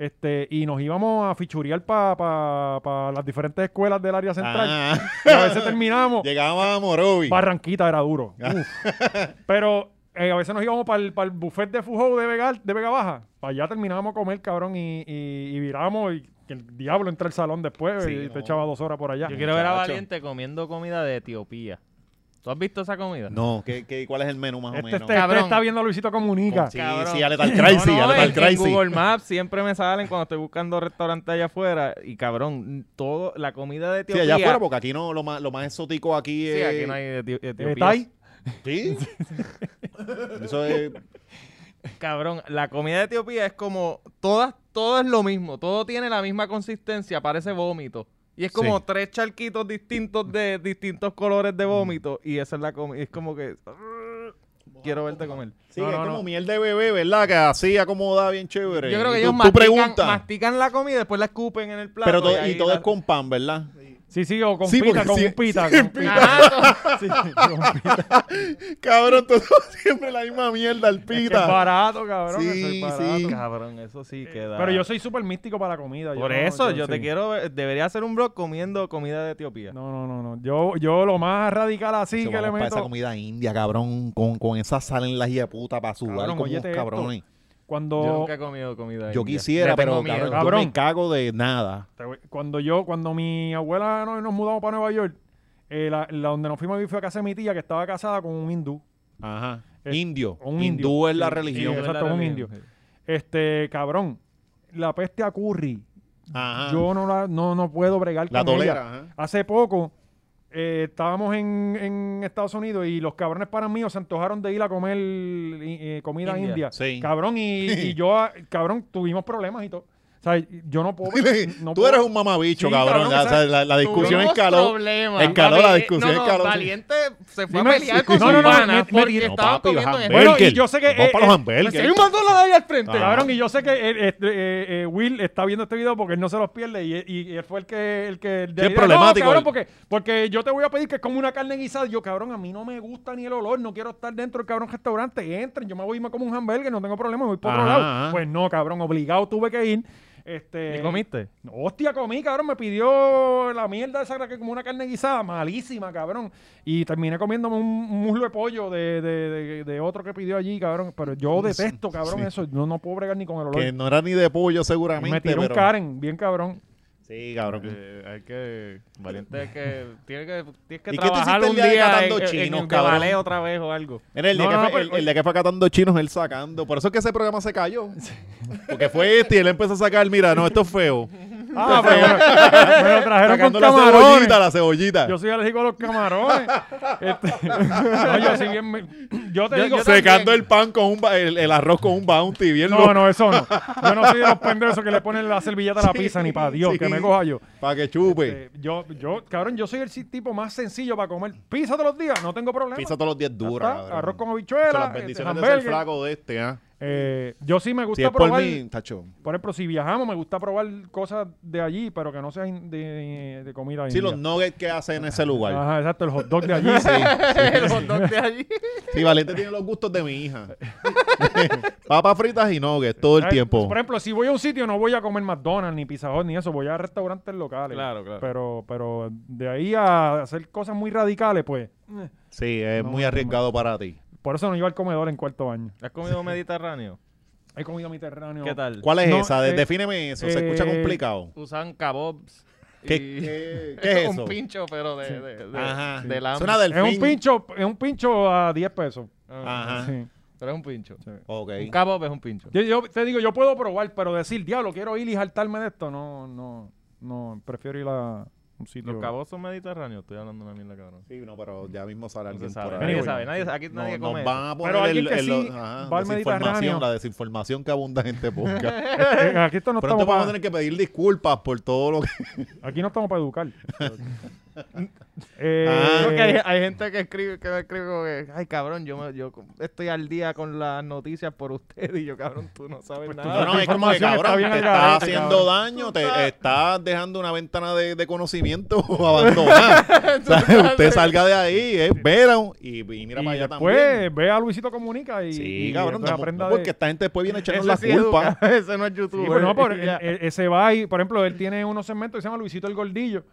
Speaker 1: Este, y nos íbamos a fichurear para las diferentes escuelas del área central.
Speaker 2: Ah.
Speaker 1: Y a veces terminamos.
Speaker 2: Llegábamos a Morovi.
Speaker 1: Barranquita era duro.
Speaker 2: Ah.
Speaker 1: Uf. Pero eh, a veces nos íbamos para el, buffet de Fujou de Vega, de Vega Baja. Para allá terminábamos de comer, cabrón, y, y, y viramos. Y que el diablo entra al salón después
Speaker 2: Sí,
Speaker 1: y
Speaker 2: no.
Speaker 1: te echaba dos horas por allá.
Speaker 3: Yo quiero ver a
Speaker 2: Muchacho.
Speaker 3: Valiente comiendo comida de Etiopía. ¿Tú has visto esa comida?
Speaker 2: No, ¿qué, qué, cuál es el menú más
Speaker 1: Este,
Speaker 2: o menos?
Speaker 1: este- este
Speaker 3: Cabrón.
Speaker 1: está viendo a Luisito Comunica.
Speaker 2: Con- sí,
Speaker 3: Cabrón.
Speaker 2: sí, dale tal crisis,
Speaker 3: No, no,
Speaker 2: dale tal
Speaker 3: en, en
Speaker 2: crisis.
Speaker 3: Google Maps siempre me salen cuando estoy buscando restaurantes allá afuera y cabrón, todo la comida de
Speaker 2: Sí,
Speaker 3: Etiopía.
Speaker 2: allá afuera, porque aquí no, lo más, lo más exótico aquí
Speaker 3: Sí,
Speaker 2: es...
Speaker 3: aquí no hay eti-
Speaker 1: Eh,
Speaker 3: Etiopía.
Speaker 1: Thai,
Speaker 2: Sí. Eso es...
Speaker 3: Cabrón, la comida de Etiopía es como todas todo es lo mismo, todo tiene la misma consistencia, parece vómito. Y es como
Speaker 2: Sí.
Speaker 3: tres charquitos distintos de distintos colores de vómito y esa es la comida, es como que quiero verte comer.
Speaker 2: Sí,
Speaker 1: No,
Speaker 2: es
Speaker 1: no,
Speaker 2: como
Speaker 1: no.
Speaker 2: miel de bebé, ¿verdad? Que así acomoda bien chévere.
Speaker 3: Yo creo que
Speaker 2: Y
Speaker 3: ellos
Speaker 2: tú, tú
Speaker 3: mastican,
Speaker 2: preguntas,
Speaker 3: mastican la comida y después la escupen en el plato.
Speaker 2: pero todo, y
Speaker 3: ahí
Speaker 2: todo
Speaker 3: la-
Speaker 2: es con pan, ¿verdad?
Speaker 1: Sí, sí, o con
Speaker 2: Sí,
Speaker 1: pita,
Speaker 2: porque
Speaker 1: con
Speaker 2: sí-
Speaker 1: un pita.
Speaker 2: sí,
Speaker 1: con
Speaker 2: en
Speaker 1: pita. Sí, con pita.
Speaker 2: Cabrón, todo siempre la misma mierda, el
Speaker 1: Es que es
Speaker 2: pita.
Speaker 1: barato, cabrón. eso es
Speaker 2: Sí,
Speaker 1: barato.
Speaker 2: sí.
Speaker 3: Cabrón, eso sí queda.
Speaker 1: Pero yo soy súper místico para la comida.
Speaker 3: Por
Speaker 1: no-
Speaker 3: eso, yo te
Speaker 1: sí.
Speaker 3: quiero. ver- Debería hacer un blog comiendo comida de Etiopía.
Speaker 1: No, no, no, no. Yo, yo lo más radical así
Speaker 2: Se
Speaker 1: que le
Speaker 2: vamos para esa
Speaker 1: meto.
Speaker 2: comida india, cabrón, con, con esa sal en la hija de puta para sudar
Speaker 1: Cabrón,
Speaker 2: como unos
Speaker 1: óyete esto.
Speaker 2: cabrones.
Speaker 1: Cuando.
Speaker 3: Yo nunca he comido comida.
Speaker 2: Yo
Speaker 3: india.
Speaker 2: quisiera,
Speaker 3: Le tengo
Speaker 2: pero
Speaker 3: miedo.
Speaker 2: cabrón,
Speaker 1: Cabrón.
Speaker 2: yo me cago de nada.
Speaker 1: Te voy- Cuando yo, cuando mi abuela no- nos mudamos para Nueva York, eh, la, la donde nos fuimos a vivir fue a casa de mi tía que estaba casada con un hindú.
Speaker 2: Ajá.
Speaker 1: Eh,
Speaker 2: indio.
Speaker 1: un
Speaker 2: Hindú
Speaker 1: indio.
Speaker 2: es la
Speaker 1: Sí,
Speaker 2: religión.
Speaker 1: sí, exacto, un indio. Este, cabrón, la peste a curry,
Speaker 2: Ajá.
Speaker 1: yo no, la, no, no puedo bregar
Speaker 2: la
Speaker 1: con ella.
Speaker 2: tolera. ajá.
Speaker 1: Hace poco eh, estábamos en, en Estados Unidos y los cabrones para mí se antojaron de ir a comer eh, comida
Speaker 3: India.
Speaker 1: india.
Speaker 2: Sí.
Speaker 1: Cabrón, y, y yo, ah, cabrón, tuvimos problemas y todo. O sea, yo no puedo. no
Speaker 2: Tú
Speaker 1: puedo-
Speaker 2: eres un mamabicho,
Speaker 1: Sí,
Speaker 2: cabrón.
Speaker 1: cabrón,
Speaker 2: La-
Speaker 1: o sea,
Speaker 2: la, la- la discusión
Speaker 3: Tuvimos
Speaker 2: escaló.
Speaker 3: problemas.
Speaker 2: Escaló, la
Speaker 3: Vali-
Speaker 2: discusión
Speaker 3: no, no,
Speaker 2: escaló.
Speaker 3: Valiente se fue
Speaker 1: Dime
Speaker 3: a pelear
Speaker 1: si-
Speaker 3: con
Speaker 1: no,
Speaker 3: su
Speaker 1: no, no,
Speaker 3: pana
Speaker 1: me- me
Speaker 3: porque
Speaker 1: tiré-
Speaker 2: No,
Speaker 3: estaban
Speaker 2: papi, los
Speaker 3: comiendo en
Speaker 1: Bueno, y
Speaker 2: hamburgers.
Speaker 1: yo sé que.
Speaker 2: Vamos para los hamburgers.
Speaker 1: pues, si hay un montón de ahí al frente.
Speaker 2: Ah.
Speaker 1: Cabrón, y yo sé que eh, eh, eh, eh, Will está viendo este video porque él no se los pierde y, y- y él fue el que. El que el de-
Speaker 2: es
Speaker 1: no,
Speaker 2: problemático,
Speaker 1: cabrón,
Speaker 2: el-
Speaker 1: porque, porque yo te voy a pedir que como una carne guisada. Yo, cabrón, a mí no me gusta ni el olor. No quiero estar dentro del cabrón restaurante. Entren, yo me voy y me como un hamburger, no tengo problema, me voy por otro
Speaker 2: Ajá,
Speaker 1: lado.
Speaker 2: ajá.
Speaker 1: Pues no, cabrón, obligado tuve que ir. Este,
Speaker 3: ¿Y comiste?
Speaker 1: no, Hostia, comí, cabrón. Me pidió la mierda esa que como una carne guisada, malísima, cabrón. Y terminé comiéndome un un muslo de pollo de, de- de- de otro que pidió allí, cabrón. Pero yo detesto, cabrón,
Speaker 2: sí.
Speaker 1: eso. No, no puedo bregar ni con el olor.
Speaker 2: Que no era ni de pollo,
Speaker 1: Y
Speaker 2: seguramente.
Speaker 1: me tiró un
Speaker 2: pero...
Speaker 1: Karen, bien cabrón.
Speaker 2: Sí, cabrón.
Speaker 3: Eh, hay que. Valiente es que. Tienes que, tienes que
Speaker 2: ¿Y qué te
Speaker 3: trabajar
Speaker 2: hiciste
Speaker 3: un
Speaker 2: el día de
Speaker 3: día.
Speaker 2: catando
Speaker 3: en- en-
Speaker 2: chinos,
Speaker 3: en
Speaker 2: cabrón?
Speaker 3: Ballet otra vez o algo.
Speaker 2: Era el, de
Speaker 1: No,
Speaker 2: que
Speaker 1: no,
Speaker 2: fue,
Speaker 1: no, pero-
Speaker 2: el, el de que fue catando chinos, él sacando. Por eso es que ese programa se cayó. Porque fue este y él empezó a sacar, mira, no, esto es feo.
Speaker 1: Ah, pero me, me lo trajeron con
Speaker 2: Sacando la
Speaker 1: camarones.
Speaker 2: cebollita, la cebollita.
Speaker 1: Yo soy alérgico a los camarones. Este, no, yo sí bien me- yo te digo.
Speaker 2: secando el pan con un, ba- el, el arroz con un bounty, bien
Speaker 1: no,
Speaker 2: loco,
Speaker 1: no, eso no. Yo no soy de los pendejos que le ponen la servilleta a la
Speaker 2: Sí,
Speaker 1: pizza, ni para Dios, que
Speaker 2: sí.
Speaker 1: me coja yo.
Speaker 2: para que chupe.
Speaker 1: Eh, yo, yo, cabrón, yo soy el si- tipo más sencillo para comer pizza todos los días, no tengo problema.
Speaker 2: Pizza todos los días
Speaker 1: Ya
Speaker 2: dura.
Speaker 1: está,
Speaker 2: cabrón.
Speaker 1: arroz con
Speaker 2: Son
Speaker 1: habichuelas,
Speaker 2: las
Speaker 1: este,
Speaker 2: bendiciones de ser
Speaker 1: hamburger.
Speaker 2: flaco de este, ¿ah?
Speaker 1: Eh, yo sí me gusta
Speaker 2: Si es por
Speaker 1: probar,
Speaker 2: mí, tacho.
Speaker 1: por ejemplo, si viajamos, me gusta probar cosas de allí, pero que no sean de, de comida
Speaker 2: Sí,
Speaker 1: india.
Speaker 2: los nuggets que hace en ese lugar.
Speaker 1: Ajá, exacto, el hot dog de allí.
Speaker 3: Los dos de allí.
Speaker 2: Sí, Valente tiene los gustos de mi hija. Papas fritas y nuggets todo el
Speaker 1: Eh,
Speaker 2: tiempo.
Speaker 1: Por ejemplo, si voy a un sitio no voy a comer McDonald's ni Pizza Hut ni eso, voy a restaurantes locales.
Speaker 3: Claro, claro.
Speaker 1: Pero, pero de ahí a hacer cosas muy radicales, pues, eh,
Speaker 2: Sí, es
Speaker 1: No,
Speaker 2: muy
Speaker 1: no,
Speaker 2: arriesgado para ti.
Speaker 1: por eso no iba al comedor en cuarto año.
Speaker 3: ¿Has comido mediterráneo?
Speaker 1: He comido mediterráneo.
Speaker 3: ¿Qué tal?
Speaker 2: ¿Cuál es
Speaker 1: No,
Speaker 2: esa? De-
Speaker 1: eh,
Speaker 2: Defíneme eso. Se escucha
Speaker 1: eh,
Speaker 2: complicado.
Speaker 3: Usan kabobs.
Speaker 2: ¿Qué-
Speaker 3: y-
Speaker 2: qué- qué es eso?
Speaker 3: Un pincho, pero de, de, de,
Speaker 2: Ajá.
Speaker 3: de
Speaker 2: Es
Speaker 3: lamb.
Speaker 2: una
Speaker 1: Es un
Speaker 2: delfín.
Speaker 1: pincho, es un pincho a 10 pesos.
Speaker 3: Ah,
Speaker 2: Ajá.
Speaker 1: Sí.
Speaker 3: Pero es un pincho.
Speaker 2: Ok.
Speaker 3: Un kabob es un pincho.
Speaker 1: Yo, yo te digo, yo puedo probar, pero decir, diablo, quiero ir y saltarme de esto, no, no, no, prefiero ir a un sitio.
Speaker 3: Los cabos son mediterráneos. Estoy hablando de una mierda, cabrón.
Speaker 2: Sí, no, pero ya mismo sale
Speaker 3: No se
Speaker 2: alguien
Speaker 3: sabe.
Speaker 2: por ahí.
Speaker 3: Nadie
Speaker 1: Anyway.
Speaker 3: sabe. Nadie, aquí
Speaker 2: No,
Speaker 3: nadie
Speaker 2: nos
Speaker 3: come.
Speaker 2: van a poner
Speaker 1: Pero
Speaker 2: el,
Speaker 1: alguien que
Speaker 2: el- lo-
Speaker 1: sí
Speaker 2: ajá,
Speaker 1: va al Mediterráneo.
Speaker 2: desinformación, la desinformación que abunda en este podcast.
Speaker 1: Eh, aquí esto no
Speaker 2: Pronto
Speaker 1: estamos
Speaker 2: vamos
Speaker 1: pa-
Speaker 2: a tener que pedir disculpas por todo lo que...
Speaker 1: aquí no estamos para educar. Eh,
Speaker 2: Ah.
Speaker 3: Creo que hay, hay gente que escribe, que me escribe como que, ay cabrón, yo, me- yo estoy al día con las noticias por usted y yo cabrón, tú no sabes nada.
Speaker 2: Pues No, no, es como que
Speaker 1: Ah, información está
Speaker 2: cabrón,
Speaker 1: bien
Speaker 2: te
Speaker 1: al
Speaker 2: está
Speaker 1: garete,
Speaker 2: haciendo
Speaker 1: cabrón.
Speaker 2: daño, te estás dejando una ventana de, de conocimiento abandonada. O sea, usted salga de ahí, es verano y, y mira para
Speaker 1: y
Speaker 2: allá
Speaker 1: después
Speaker 2: también.
Speaker 1: Pues, ve a Luisito Comunica y,
Speaker 2: Sí,
Speaker 1: y
Speaker 2: cabrón,
Speaker 1: entonces
Speaker 2: estamos-
Speaker 1: aprenda
Speaker 2: no,
Speaker 1: de-
Speaker 2: porque esta gente después viene echarnos
Speaker 3: Ese
Speaker 2: la
Speaker 3: sí es
Speaker 2: culpa.
Speaker 3: educado, ese no es
Speaker 1: Sí,
Speaker 3: youtuber.
Speaker 2: pues
Speaker 1: pero no, pero
Speaker 3: Ya.
Speaker 1: e- e- ese va y, por ejemplo, él tiene unos segmentos que se llama Luisito el Gordillo,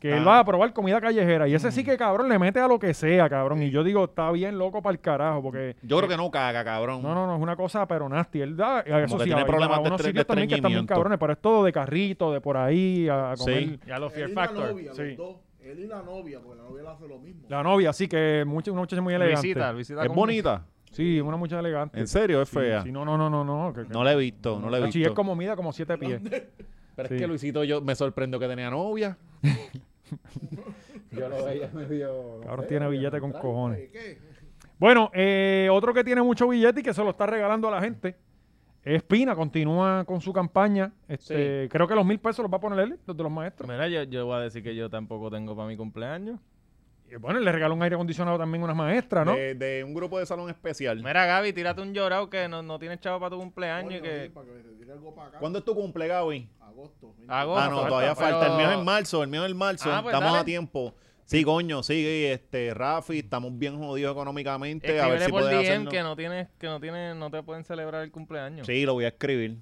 Speaker 1: que él
Speaker 2: Ah.
Speaker 1: va a probar comida callejera. Y ese sí que, cabrón, le mete a lo que sea, cabrón. Y yo digo, está bien loco para el carajo, porque...
Speaker 2: Yo creo que no caga, cabrón.
Speaker 1: No, no, no, es una cosa, pero nasty. Él da, a eso
Speaker 2: Como que
Speaker 1: sí,
Speaker 2: tiene
Speaker 1: a-
Speaker 2: problemas
Speaker 1: a
Speaker 2: de
Speaker 1: unos
Speaker 2: estre-
Speaker 1: sitios
Speaker 2: de
Speaker 1: también que están bien
Speaker 2: estreñimiento.
Speaker 1: cabrones, pero es todo de carrito, de por ahí, a, a comer.
Speaker 2: Sí.
Speaker 3: Ya los
Speaker 4: Él
Speaker 3: Fear
Speaker 4: y la
Speaker 3: Factor.
Speaker 4: novia,
Speaker 1: sí.
Speaker 4: los dos. Él y la novia, porque la novia le hace lo mismo.
Speaker 1: La novia, sí, que mucha, una muchacha muy elegante.
Speaker 3: Luisita, Luisita.
Speaker 2: Es
Speaker 3: con-
Speaker 2: bonita.
Speaker 1: Sí, una muchacha elegante.
Speaker 2: En serio, es
Speaker 1: Sí,
Speaker 2: fea.
Speaker 1: sí, no, no, no, no, no. que- que-
Speaker 2: No la he visto, no la he
Speaker 1: Cachi,
Speaker 2: visto.
Speaker 1: es como mida como siete pies.
Speaker 2: Pero
Speaker 1: Sí.
Speaker 2: es que Luisito yo me sorprendió que tenía novia. yo lo veía medio. no
Speaker 1: Cabrón,
Speaker 2: sé,
Speaker 1: tiene
Speaker 2: medio
Speaker 1: billete con
Speaker 2: neutral.
Speaker 1: cojones.
Speaker 4: ¿Qué?
Speaker 1: Bueno, eh, otro que tiene mucho billete y que se lo está regalando a la gente. es Pina continúa con su campaña. Este, Creo que los mil pesos los va a poner él, los de los maestros.
Speaker 3: Mira, yo, yo voy a decir que yo tampoco tengo para mi cumpleaños.
Speaker 1: Eh, Bueno, le regaló un aire acondicionado también a unas maestras, ¿no?
Speaker 2: de, de un grupo de salón especial.
Speaker 3: Mira, Gaby, tírate un llorado que no, no tienes chavo para tu cumpleaños y
Speaker 4: Coño,
Speaker 3: que...
Speaker 4: oye, para que me tire algo para acá.
Speaker 2: ¿Cuándo es tu cumple, Gaby?
Speaker 4: Agosto. mira.
Speaker 3: Hago
Speaker 2: ah, no, todavía falta. El mío es en marzo, el mío es en marzo.
Speaker 3: Ah, pues
Speaker 2: estamos
Speaker 3: dale.
Speaker 2: a tiempo. Sí, coño, sí, este, Rafi, estamos bien jodidos económicamente. A ver si
Speaker 3: por
Speaker 2: puedes
Speaker 3: DM
Speaker 2: hacernos.
Speaker 3: que no tienes, que no tienes, no te pueden celebrar el cumpleaños.
Speaker 2: Sí, lo voy a escribir.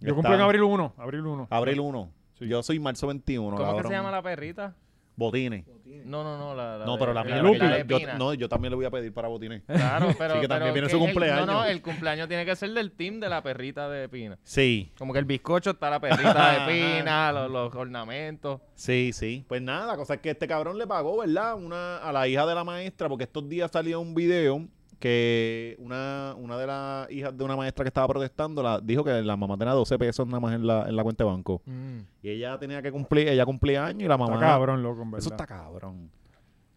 Speaker 1: Yo cumplo en
Speaker 2: Está.
Speaker 1: abril 1. Abril 1.
Speaker 2: Abril 1. Yo soy marzo 21,
Speaker 3: ¿Cómo es que
Speaker 2: cabrón.
Speaker 3: se llama la perrita?
Speaker 2: Botines.
Speaker 3: No, no, no, la,
Speaker 2: No, pero la mía.
Speaker 3: mía.
Speaker 2: la que yo- yo- no, yo también le voy a pedir para botines.
Speaker 3: Claro, pero.
Speaker 2: que
Speaker 3: pero
Speaker 2: también viene
Speaker 3: que
Speaker 2: su
Speaker 3: el-
Speaker 2: cumpleaños.
Speaker 3: no, no, el cumpleaños tiene que ser del team de la perrita de Pina.
Speaker 2: Sí,
Speaker 3: Como que el bizcocho está la perrita de Pina, los, los ornamentos.
Speaker 2: sí, sí. Pues nada, la cosa es que este cabrón le pagó, ¿verdad? Una, a la hija de la maestra, porque estos días salió un video que una, una de las hijas de una maestra que estaba protestando la, dijo que la mamá tenía 12 pesos nada más en la, en la cuenta de banco.
Speaker 1: Mm.
Speaker 2: Y ella tenía que cumplir, ella cumplía años y la mamá...
Speaker 1: Está cabrón, loco, en verdad.
Speaker 2: Eso está cabrón.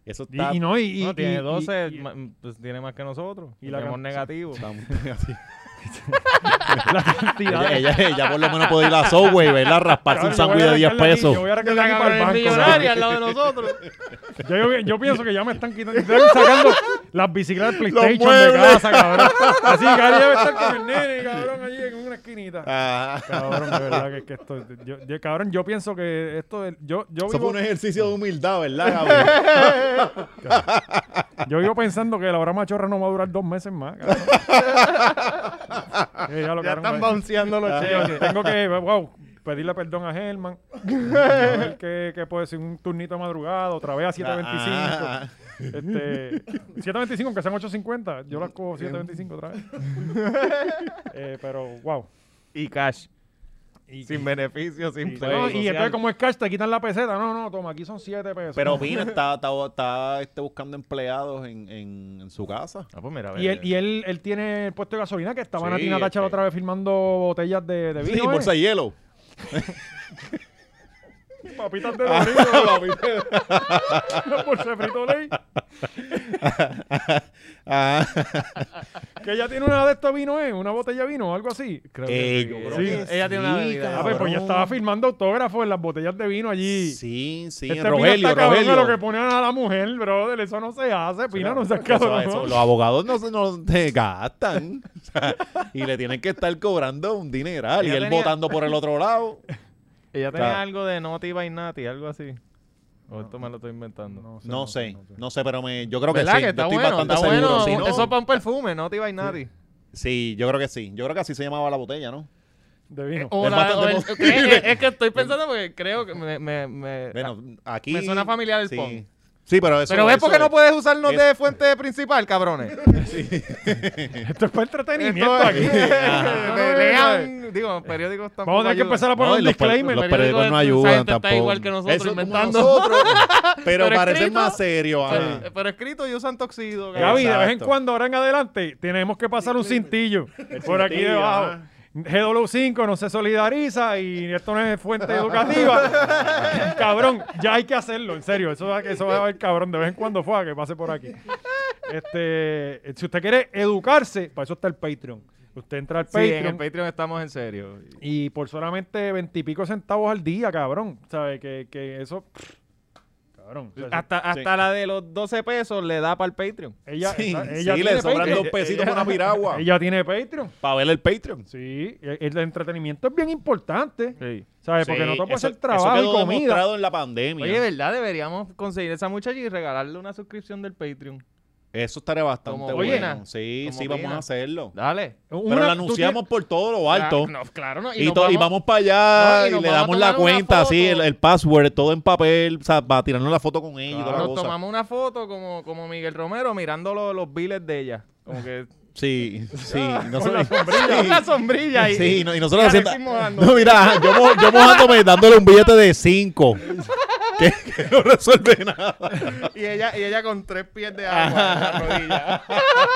Speaker 2: Eso
Speaker 1: Y-
Speaker 2: está...
Speaker 1: Y, no, y, y-
Speaker 3: no, tiene
Speaker 1: y-
Speaker 3: 12,
Speaker 1: y- y-
Speaker 3: ma- pues tiene más que nosotros.
Speaker 1: Y
Speaker 3: Y
Speaker 1: la
Speaker 3: la tenemos
Speaker 1: can-
Speaker 3: negativo.
Speaker 2: está muy- así.
Speaker 1: la cantidad
Speaker 2: ella,
Speaker 1: de-
Speaker 2: ella, ella por lo menos puede ir a Subway, ¿verdad? Rasparse
Speaker 1: Cabrón,
Speaker 2: un
Speaker 1: yo voy a arrancarle aquí,
Speaker 2: sándwich de 10 pesos.
Speaker 1: Yo voy a arrancarle aquí para el
Speaker 3: Cabrón,
Speaker 1: banco,
Speaker 3: el millonario al lado de nosotros.
Speaker 1: Ya Yo, yo pienso que ya me están quitando, están sacando las bicicletas del
Speaker 2: Los
Speaker 1: PlayStation de
Speaker 2: muebles.
Speaker 1: casa, cabrón. Así que Gary debe estar con el nene, cabrón, allí en una esquinita.
Speaker 2: Ah.
Speaker 1: Cabrón, de verdad que, es que esto, yo, yo- cabrón, yo pienso que esto, del- yo, yo
Speaker 2: Eso fue
Speaker 1: vivo,
Speaker 2: un ejercicio de humildad, ¿verdad, Gabriel?
Speaker 1: yo vivo pensando que la hora machorra no va a durar dos meses más. Cabrón. Eh, ya lo
Speaker 3: Ya
Speaker 1: cabrón,
Speaker 3: están
Speaker 1: va-
Speaker 3: bounceando
Speaker 5: Ah.
Speaker 3: los
Speaker 1: Sí, oye,
Speaker 3: cheques.
Speaker 1: tengo que, wow, pedirle perdón a Helman. A ver qué, qué puede ser un turnito de madrugada, otra vez a 7.25.
Speaker 2: Ah.
Speaker 1: Este, 7.25, aunque sean 8.50, yo las cojo 7.25 otra vez. Eh, pero, wow.
Speaker 3: Y cash. sin beneficio, sin
Speaker 1: No,
Speaker 3: play.
Speaker 1: y entonces, como es cash, te quitan la peseta. No, no, toma, aquí son 7 pesos.
Speaker 2: Pero Pina está, está, está, este, buscando empleados en, en, en su casa.
Speaker 3: Ah, pues mira,
Speaker 1: y él,
Speaker 3: ve-
Speaker 1: y él, él tiene el puesto de gasolina que estaba
Speaker 2: Sí,
Speaker 1: Natina Tacha la
Speaker 2: este.
Speaker 1: otra vez filmando botellas de, de
Speaker 2: Sí,
Speaker 1: vino.
Speaker 2: bolsa
Speaker 1: ¿eh?
Speaker 2: de hielo.
Speaker 1: Papitas de Doritos. bolsa de Frito Lay.
Speaker 2: Ah,
Speaker 1: Que ella tiene una de estos vino, ¿eh? Una botella de vino o algo así.
Speaker 3: creo
Speaker 2: eh,
Speaker 3: que
Speaker 2: yo
Speaker 3: sí.
Speaker 2: creo
Speaker 1: Sí,
Speaker 2: que
Speaker 3: ella tiene una
Speaker 2: sí,
Speaker 3: bebida.
Speaker 1: Ah, pues, pues ya estaba firmando autógrafos en las botellas de vino allí.
Speaker 2: Sí, sí,
Speaker 1: Este Pina
Speaker 2: Rogelio,
Speaker 1: está cabrón de
Speaker 2: Rogelio.
Speaker 1: lo que ponen a la mujer, brother. Eso no se hace, Pina, no seas
Speaker 2: Eso-
Speaker 1: cabrón.
Speaker 2: eso, los abogados no se no se gastan O sea, y le tienen que estar cobrando un dineral y
Speaker 3: Ella
Speaker 2: él
Speaker 3: tenía-
Speaker 2: votando por el otro lado.
Speaker 3: Ella tenía
Speaker 2: Claro.
Speaker 3: algo de Noti by Nati, algo así. O esto me lo estoy inventando.
Speaker 2: No sé, no sé, pero me, yo creo que sí.
Speaker 3: ¿Verdad que
Speaker 2: yo
Speaker 3: está
Speaker 2: estoy
Speaker 3: bueno?
Speaker 2: bastante
Speaker 3: Está
Speaker 2: seguro.
Speaker 3: bueno.
Speaker 2: Si no-
Speaker 3: Eso para un perfume, Noti by Nati.
Speaker 2: sí, yo creo que sí. Yo creo que así se llamaba la botella, ¿no?
Speaker 1: De vino.
Speaker 3: O
Speaker 2: Es
Speaker 3: la-
Speaker 2: bastante
Speaker 3: o el-
Speaker 2: posible.
Speaker 3: que- es, es que estoy pensando porque creo que me... me- me-
Speaker 2: Bueno, aquí.
Speaker 3: Eh, ah, Me suena familiar el
Speaker 2: sí.
Speaker 3: pon.
Speaker 2: Sí, pero eso.
Speaker 3: pero ves por qué
Speaker 2: eso
Speaker 3: no
Speaker 2: es-
Speaker 3: puedes usar Noti
Speaker 2: es-
Speaker 1: eh,
Speaker 3: de fuente principal, cabrones.
Speaker 1: Esto es para entretenimiento
Speaker 3: Esto
Speaker 1: aquí.
Speaker 3: es-
Speaker 1: No, no, no, no.
Speaker 3: Lean, digo, periódicos tampoco
Speaker 1: Vamos a tener que
Speaker 3: ayudan.
Speaker 1: empezar a poner
Speaker 2: No,
Speaker 1: un
Speaker 2: y los per-
Speaker 1: disclaimer.
Speaker 2: Los
Speaker 3: El periódico
Speaker 2: periódicos no
Speaker 3: de- esa
Speaker 2: ayudan
Speaker 3: gente está
Speaker 2: tampoco.
Speaker 3: igual que nosotros
Speaker 2: Eso es como
Speaker 3: inventando.
Speaker 2: nosotros, pero
Speaker 3: Pero
Speaker 2: parecen
Speaker 3: escrito,
Speaker 2: más serios. ajá.
Speaker 3: Pero, pero escrito y usan toxido. cabrón.
Speaker 1: Gaby, de vez en
Speaker 2: Exacto.
Speaker 1: cuando, ahora en adelante, tenemos que pasar un cintillo por aquí
Speaker 2: cintillo,
Speaker 1: debajo.
Speaker 2: ajá.
Speaker 1: GW5 no se solidariza y esto no es fuente educativa. cabrón, ya hay que hacerlo, en serio. Eso, va- eso va a haber cabrón de vez en cuando fue a que pase por aquí. Este, si usted quiere educarse, para eso está el Patreon. Usted entra al
Speaker 3: Sí, en el
Speaker 1: Patreon
Speaker 3: Patreon estamos en serio.
Speaker 1: y por solamente veintipico centavos al día, cabrón. ¿Sabe? Que, que eso. Cabrón. o sea, eso-
Speaker 3: Hasta, hasta la de los 12 pesos le da para el Patreon.
Speaker 1: ella,
Speaker 2: Sí,
Speaker 1: esa-
Speaker 2: sí,
Speaker 1: ella tiene
Speaker 2: le sobran
Speaker 1: Patreon.
Speaker 2: dos pesitos
Speaker 1: Ella-
Speaker 2: para una piragua.
Speaker 1: Ella tiene Patreon.
Speaker 2: Para ver el Patreon.
Speaker 1: Sí, el, el entretenimiento es bien importante.
Speaker 3: Sí.
Speaker 1: ¿Sabes? Porque
Speaker 2: Sí,
Speaker 1: no todo puede
Speaker 2: eso-
Speaker 1: ser trabajo y
Speaker 2: eso quedó
Speaker 1: comida.
Speaker 2: demostrado en la pandemia.
Speaker 3: Oye, ¿verdad? Deberíamos conseguir esa muchacha y regalarle una suscripción del Patreon.
Speaker 2: eso estaría bastante
Speaker 3: Como
Speaker 2: bueno.
Speaker 3: Pina.
Speaker 2: Sí,
Speaker 3: Como
Speaker 2: sí, vamos
Speaker 3: Pina.
Speaker 2: a hacerlo.
Speaker 3: Dale.
Speaker 1: Una-
Speaker 2: Pero lo
Speaker 1: tú
Speaker 2: anunciamos por todo lo alto.
Speaker 3: Ah, no, claro, no.
Speaker 2: Y,
Speaker 3: nos
Speaker 2: to- y vamos para
Speaker 3: No,
Speaker 2: allá
Speaker 3: y
Speaker 2: y,
Speaker 3: nos
Speaker 2: le
Speaker 3: vamos a
Speaker 2: damos la
Speaker 3: tomar una
Speaker 2: cuenta, así,
Speaker 3: foto.
Speaker 2: el, el password, todo en papel, o sea, para tirarnos la foto con ella y toda la
Speaker 3: Nos
Speaker 2: cosa.
Speaker 3: tomamos una foto como, como Miguel Romero mirando lo- los biles de ella. Como que.
Speaker 2: Sí, sí. no
Speaker 1: Con la
Speaker 2: sé-
Speaker 1: sombrilla.
Speaker 2: Sí.
Speaker 3: la sombrilla y.
Speaker 2: Sí, no- y nosotros
Speaker 3: Ya le
Speaker 2: haciendo.
Speaker 3: fuimos dando.
Speaker 2: No, mira, yo, mo- yo mojándome dándole un billete de 5. Que, que no resuelve nada.
Speaker 3: y ella, y ella con tres pies de agua en la rodilla.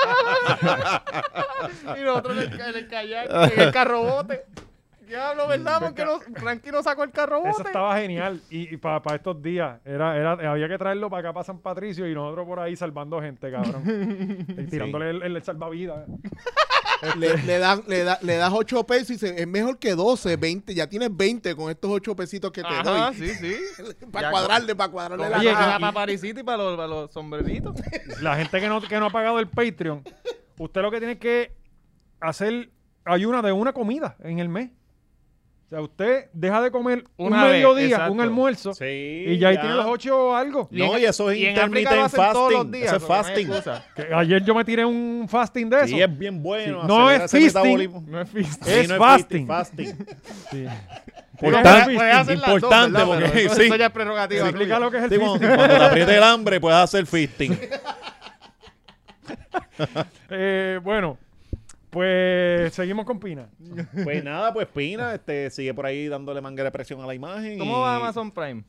Speaker 3: y nosotros en el, ca- en el kayak, en el carrobote. Diablo, ¿verdad? Porque no, Frankie no sacó el carro
Speaker 1: Eso
Speaker 3: bote.
Speaker 1: estaba genial. Y, para estos días, era, era, había que traerlo para acá, para San Patricio, y nosotros por ahí salvando gente, cabrón. Y tirándole el, el salvavidas.
Speaker 5: Le, le das, le, da- le das 8 pesos y se- es mejor que 12, 20. Ya tienes 20 con estos 8 pesitos que te
Speaker 3: Ajá,
Speaker 5: doy.
Speaker 3: sí, sí.
Speaker 5: Para
Speaker 3: Ya,
Speaker 5: cuadrarle, para cuadrarle la
Speaker 1: Oye,
Speaker 5: caja.
Speaker 1: y-
Speaker 3: para Parisita y para los, para los sombreritos.
Speaker 1: La gente que no, que no ha pagado el Patreon, usted lo que tiene que hacer ayuna de una comida en el mes. O sea, usted deja de comer
Speaker 3: Una
Speaker 1: un
Speaker 3: vez,
Speaker 1: mediodía,
Speaker 3: exacto.
Speaker 1: un almuerzo,
Speaker 2: Sí,
Speaker 1: y ya ahí tiene los ocho o algo.
Speaker 2: No, y eso es
Speaker 3: en África
Speaker 2: intermittent
Speaker 3: lo hacen todos los
Speaker 2: fasting.
Speaker 3: días,
Speaker 2: Eso es
Speaker 3: porque no hay
Speaker 2: fasting.
Speaker 3: excusa.
Speaker 1: Que ayer yo me tiré un fasting de eso.
Speaker 2: Sí, es bien bueno.
Speaker 1: Sí. No
Speaker 2: acelera
Speaker 1: es
Speaker 2: ese
Speaker 1: feasting.
Speaker 2: metabolismo.
Speaker 3: No es fisting.
Speaker 1: Es
Speaker 2: Sí, no
Speaker 1: fasting.
Speaker 2: fasting.
Speaker 1: Sí.
Speaker 2: Importante,
Speaker 1: Puedes hacer
Speaker 3: las dos,
Speaker 2: importante,
Speaker 3: ¿verdad?
Speaker 2: porque
Speaker 3: Pero eso-
Speaker 2: sí.
Speaker 3: eso ya es prerrogativa.
Speaker 1: Explica lo que es el
Speaker 2: Sí, cuando,
Speaker 1: fasting.
Speaker 2: cuando te apriete el hambre, puedes hacer fisting.
Speaker 1: Eh, bueno, pues seguimos con Pina.
Speaker 2: Pues nada, pues Pina este, sigue por ahí dándole manga de presión a la imagen.
Speaker 3: ¿Cómo va
Speaker 2: y-
Speaker 3: Amazon Prime?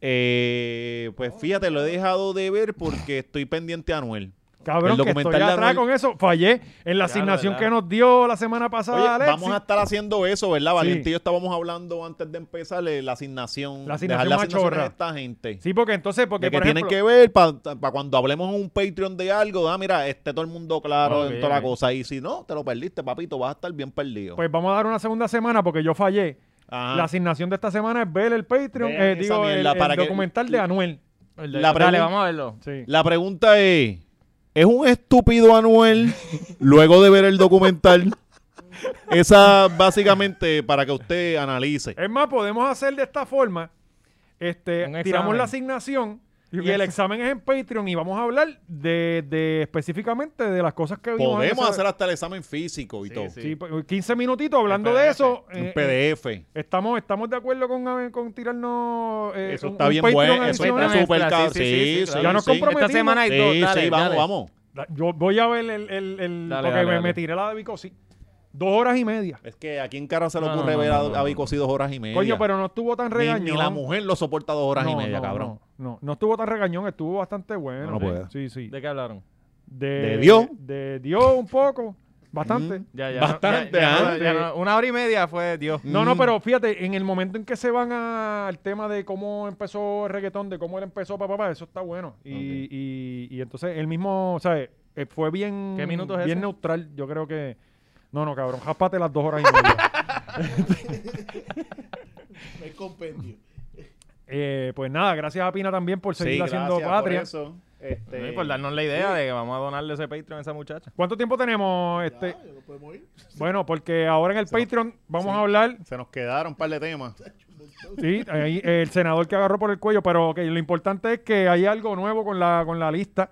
Speaker 2: Eh, pues fíjate, lo he dejado de ver porque estoy pendiente a Anuel.
Speaker 1: Cabrón,
Speaker 2: El
Speaker 1: que estoy
Speaker 2: documental de
Speaker 1: atrás
Speaker 2: Anuel-
Speaker 1: con eso. Fallé en la
Speaker 3: Ya,
Speaker 1: asignación
Speaker 3: ¿verdad?
Speaker 1: que nos dio la semana
Speaker 3: Ah,
Speaker 1: pasada
Speaker 2: Oye,
Speaker 1: Alexis.
Speaker 2: vamos a estar haciendo eso, ¿verdad?
Speaker 1: Sí.
Speaker 2: Valentín y yo estábamos hablando antes de empezar eh, la asignación.
Speaker 1: La asignación
Speaker 2: dejar la
Speaker 1: machorra.
Speaker 2: a esta gente.
Speaker 1: Sí, porque entonces, porque
Speaker 2: de que
Speaker 1: por
Speaker 2: tienen
Speaker 1: ejemplo,
Speaker 2: que ver para cuando hablemos en un Patreon de algo, ah, mira, esté todo el mundo claro
Speaker 3: Ok,
Speaker 2: en toda la
Speaker 3: ok.
Speaker 2: cosa. Y si no, te lo perdiste, papito, vas a estar bien perdido.
Speaker 1: pues vamos a dar una segunda semana porque yo fallé.
Speaker 2: Ajá.
Speaker 1: La asignación de esta semana es ver el Patreon,
Speaker 2: Vean
Speaker 1: eh,
Speaker 2: Ah. esa
Speaker 1: digo, el,
Speaker 2: mierda
Speaker 1: el
Speaker 2: para que-
Speaker 1: documental de Anuel.
Speaker 2: La
Speaker 3: Dale,
Speaker 2: pregun-
Speaker 3: vamos a verlo.
Speaker 1: Sí.
Speaker 2: La pregunta es: ¿es un estúpido Anuel luego de ver el documental? Esa, básicamente, para que usted analice.
Speaker 1: Es más, podemos hacer de esta forma. Este,
Speaker 3: Un
Speaker 1: tiramos
Speaker 3: examen.
Speaker 1: la asignación
Speaker 3: Y un
Speaker 1: y el
Speaker 3: ex-
Speaker 1: examen es en Patreon y vamos a hablar de, de específicamente de las cosas que vimos. en
Speaker 2: Podemos
Speaker 1: esa-
Speaker 2: hacer hasta el examen físico y todo.
Speaker 1: Sí, pues, 15 minutitos hablando
Speaker 3: En
Speaker 1: de
Speaker 3: PDF.
Speaker 1: eso.
Speaker 2: Un
Speaker 1: eh,
Speaker 2: PDF.
Speaker 1: Estamos, estamos de acuerdo con, eh, con tirarnos. eh,
Speaker 2: Eso
Speaker 1: un-
Speaker 2: está
Speaker 1: un
Speaker 2: bien
Speaker 1: Patreon
Speaker 2: bueno. Eso
Speaker 1: adicional.
Speaker 2: está
Speaker 3: adicional.
Speaker 2: súper
Speaker 3: Extra,
Speaker 2: caro.
Speaker 3: sí, sí, sí,
Speaker 2: Sí,
Speaker 3: claro.
Speaker 2: sí,
Speaker 1: Ya nos
Speaker 2: sí.
Speaker 1: comprometimos.
Speaker 3: Esta semana hay
Speaker 2: Sí,
Speaker 3: dos.
Speaker 2: sí,
Speaker 3: dale,
Speaker 2: vamos,
Speaker 3: dale.
Speaker 2: vamos.
Speaker 1: Da- Yo voy a ver el. el, el-
Speaker 3: Dale,
Speaker 1: porque
Speaker 3: dale,
Speaker 1: me,
Speaker 3: dale.
Speaker 1: me tiré la de Bicosí. Dos horas y media.
Speaker 2: Es que aquí en cara se le
Speaker 3: No,
Speaker 2: ocurre
Speaker 3: no, no,
Speaker 2: ver
Speaker 3: no, no,
Speaker 2: a, a Vico sí dos horas y media.
Speaker 1: Coño, pero no estuvo tan
Speaker 2: ni,
Speaker 1: regañón.
Speaker 2: ni la mujer lo soporta dos horas y
Speaker 1: No,
Speaker 2: media,
Speaker 1: no,
Speaker 2: cabrón.
Speaker 1: No, no, no estuvo tan regañón, estuvo bastante bueno.
Speaker 2: No, no puede.
Speaker 1: Sí, sí.
Speaker 3: ¿De qué hablaron?
Speaker 1: De,
Speaker 2: ¿De Dios? Mm.
Speaker 1: De Dios un poco. Bastante.
Speaker 3: Ya, ya.
Speaker 2: Bastante, ¿ah? Mm.
Speaker 3: ya- ya-
Speaker 1: ¿eh?
Speaker 3: ya no- una hora y media fue Dios.
Speaker 1: No, no, pero fíjate, en el momento en que se van a- al tema de cómo empezó el reggaetón, de cómo él empezó, papá, eso está bueno. Y, y- y entonces él mismo, ¿sabes? Eh, Fue bien,
Speaker 3: ¿Qué minuto es
Speaker 1: bien
Speaker 3: ese?
Speaker 1: neutral. Yo creo que. No, no, cabrón, jápate las dos horas y media.
Speaker 4: No hay compendio.
Speaker 1: Eh, pues nada, gracias a Pina también por seguir
Speaker 2: Sí,
Speaker 1: haciendo
Speaker 2: gracias por
Speaker 1: patria.
Speaker 2: eso. Este,
Speaker 3: Sí, por darnos la idea de que vamos a donarle ese Patreon a esa muchacha.
Speaker 1: ¿Cuánto tiempo tenemos? Este?
Speaker 4: Ya, ya no podemos ir.
Speaker 1: Bueno, porque ahora en el Patreon vamos
Speaker 2: sí.
Speaker 1: a hablar.
Speaker 2: Se nos quedaron un par de temas.
Speaker 1: Sí, ahí, eh, el senador que agarró por el cuello, pero ok, lo importante es que hay algo nuevo con la, con la lista.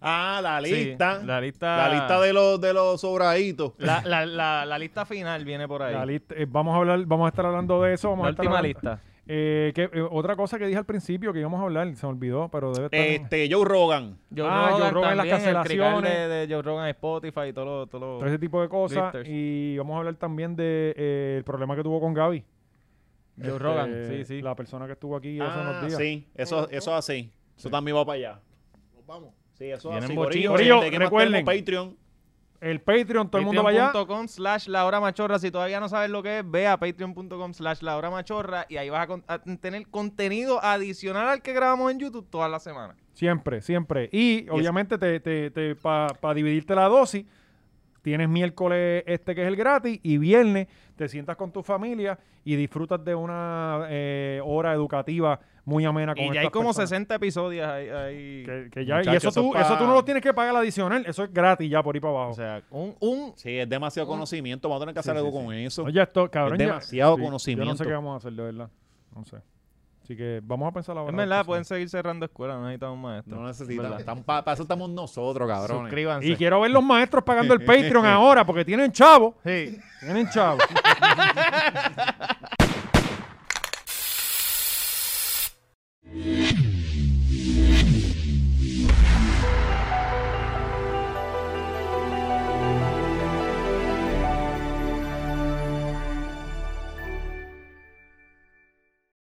Speaker 2: Ah, la
Speaker 3: Sí,
Speaker 2: lista.
Speaker 3: la lista.
Speaker 2: La lista de los, de los sobraditos.
Speaker 3: La, la- la- la lista final viene por ahí.
Speaker 1: La
Speaker 3: La,
Speaker 1: lista- eh, vamos a hablar, vamos a estar hablando de eso. Vamos a estar
Speaker 3: última
Speaker 1: hablando-
Speaker 3: lista.
Speaker 1: Eh, que, eh, otra cosa que dije al principio que íbamos a hablar, se me olvidó, pero debe estar. en-
Speaker 2: Este, Joe Rogan.
Speaker 3: Joe
Speaker 1: Ah, Joe Rogan, las
Speaker 3: también, el crical
Speaker 1: cancelaciones.
Speaker 3: De, de Joe Rogan, Spotify y todo lo. todo lo-
Speaker 1: todo ese tipo de cosas.
Speaker 3: Lifters.
Speaker 1: Y vamos a hablar también de eh, el problema que tuvo con Gaby.
Speaker 3: Joe
Speaker 1: Este,
Speaker 3: Rogan, sí, sí.
Speaker 1: La persona que estuvo aquí hace
Speaker 2: Ah,
Speaker 1: unos días.
Speaker 2: sí, eso, eso así. Eso también va para allá.
Speaker 4: Nos vamos.
Speaker 2: Sí, eso
Speaker 3: Vienen
Speaker 2: así.
Speaker 3: bochinches.
Speaker 2: Corillo,
Speaker 1: Corillo,
Speaker 2: ¿qué más
Speaker 1: recuerden.
Speaker 2: tenemos? Patreon.
Speaker 1: El Patreon, todo el mundo vaya.
Speaker 3: Patreon.com slash la hora machorra. Si todavía no sabes lo que es, ve a patreon.com slash la hora machorra y ahí vas a, con- a tener contenido adicional al que grabamos en YouTube toda la semana.
Speaker 1: Siempre, siempre. Y obviamente te, para dividirte la dosis, tienes miércoles este que es el gratis y viernes te sientas con tu familia y disfrutas de una eh, hora educativa muy amena con
Speaker 3: Y ya hay
Speaker 1: estas
Speaker 3: como
Speaker 1: personas.
Speaker 3: 60 episodios ahí. ahí.
Speaker 1: Que- que ya- y
Speaker 2: Muchachos,
Speaker 1: eso
Speaker 2: eso
Speaker 1: tú,
Speaker 2: es
Speaker 1: eso tú no
Speaker 2: pa-
Speaker 1: lo tienes que pagar la adicional, eso es gratis ya por ahí para abajo.
Speaker 3: O sea, un, un
Speaker 2: Sí, es demasiado conocimiento. Vamos a tener que hacer algo con eso.
Speaker 1: Oye, esto, cabrón,
Speaker 2: es
Speaker 1: ya-
Speaker 2: demasiado
Speaker 1: sí, Yo no sé
Speaker 2: conocimiento.
Speaker 1: qué vamos a hacer, de verdad. No sé. Así que vamos a pensar la
Speaker 3: Es verdad, pueden seguir cerrando escuelas, no necesitamos maestros.
Speaker 2: no
Speaker 3: ¿Verdad?
Speaker 2: necesitan. Para eso estamos nosotros, cabrones.
Speaker 3: Suscríbanse.
Speaker 1: Y quiero ver los maestros pagando el Patreon ahora porque tienen chavo.
Speaker 3: Sí.
Speaker 1: Tienen chavo.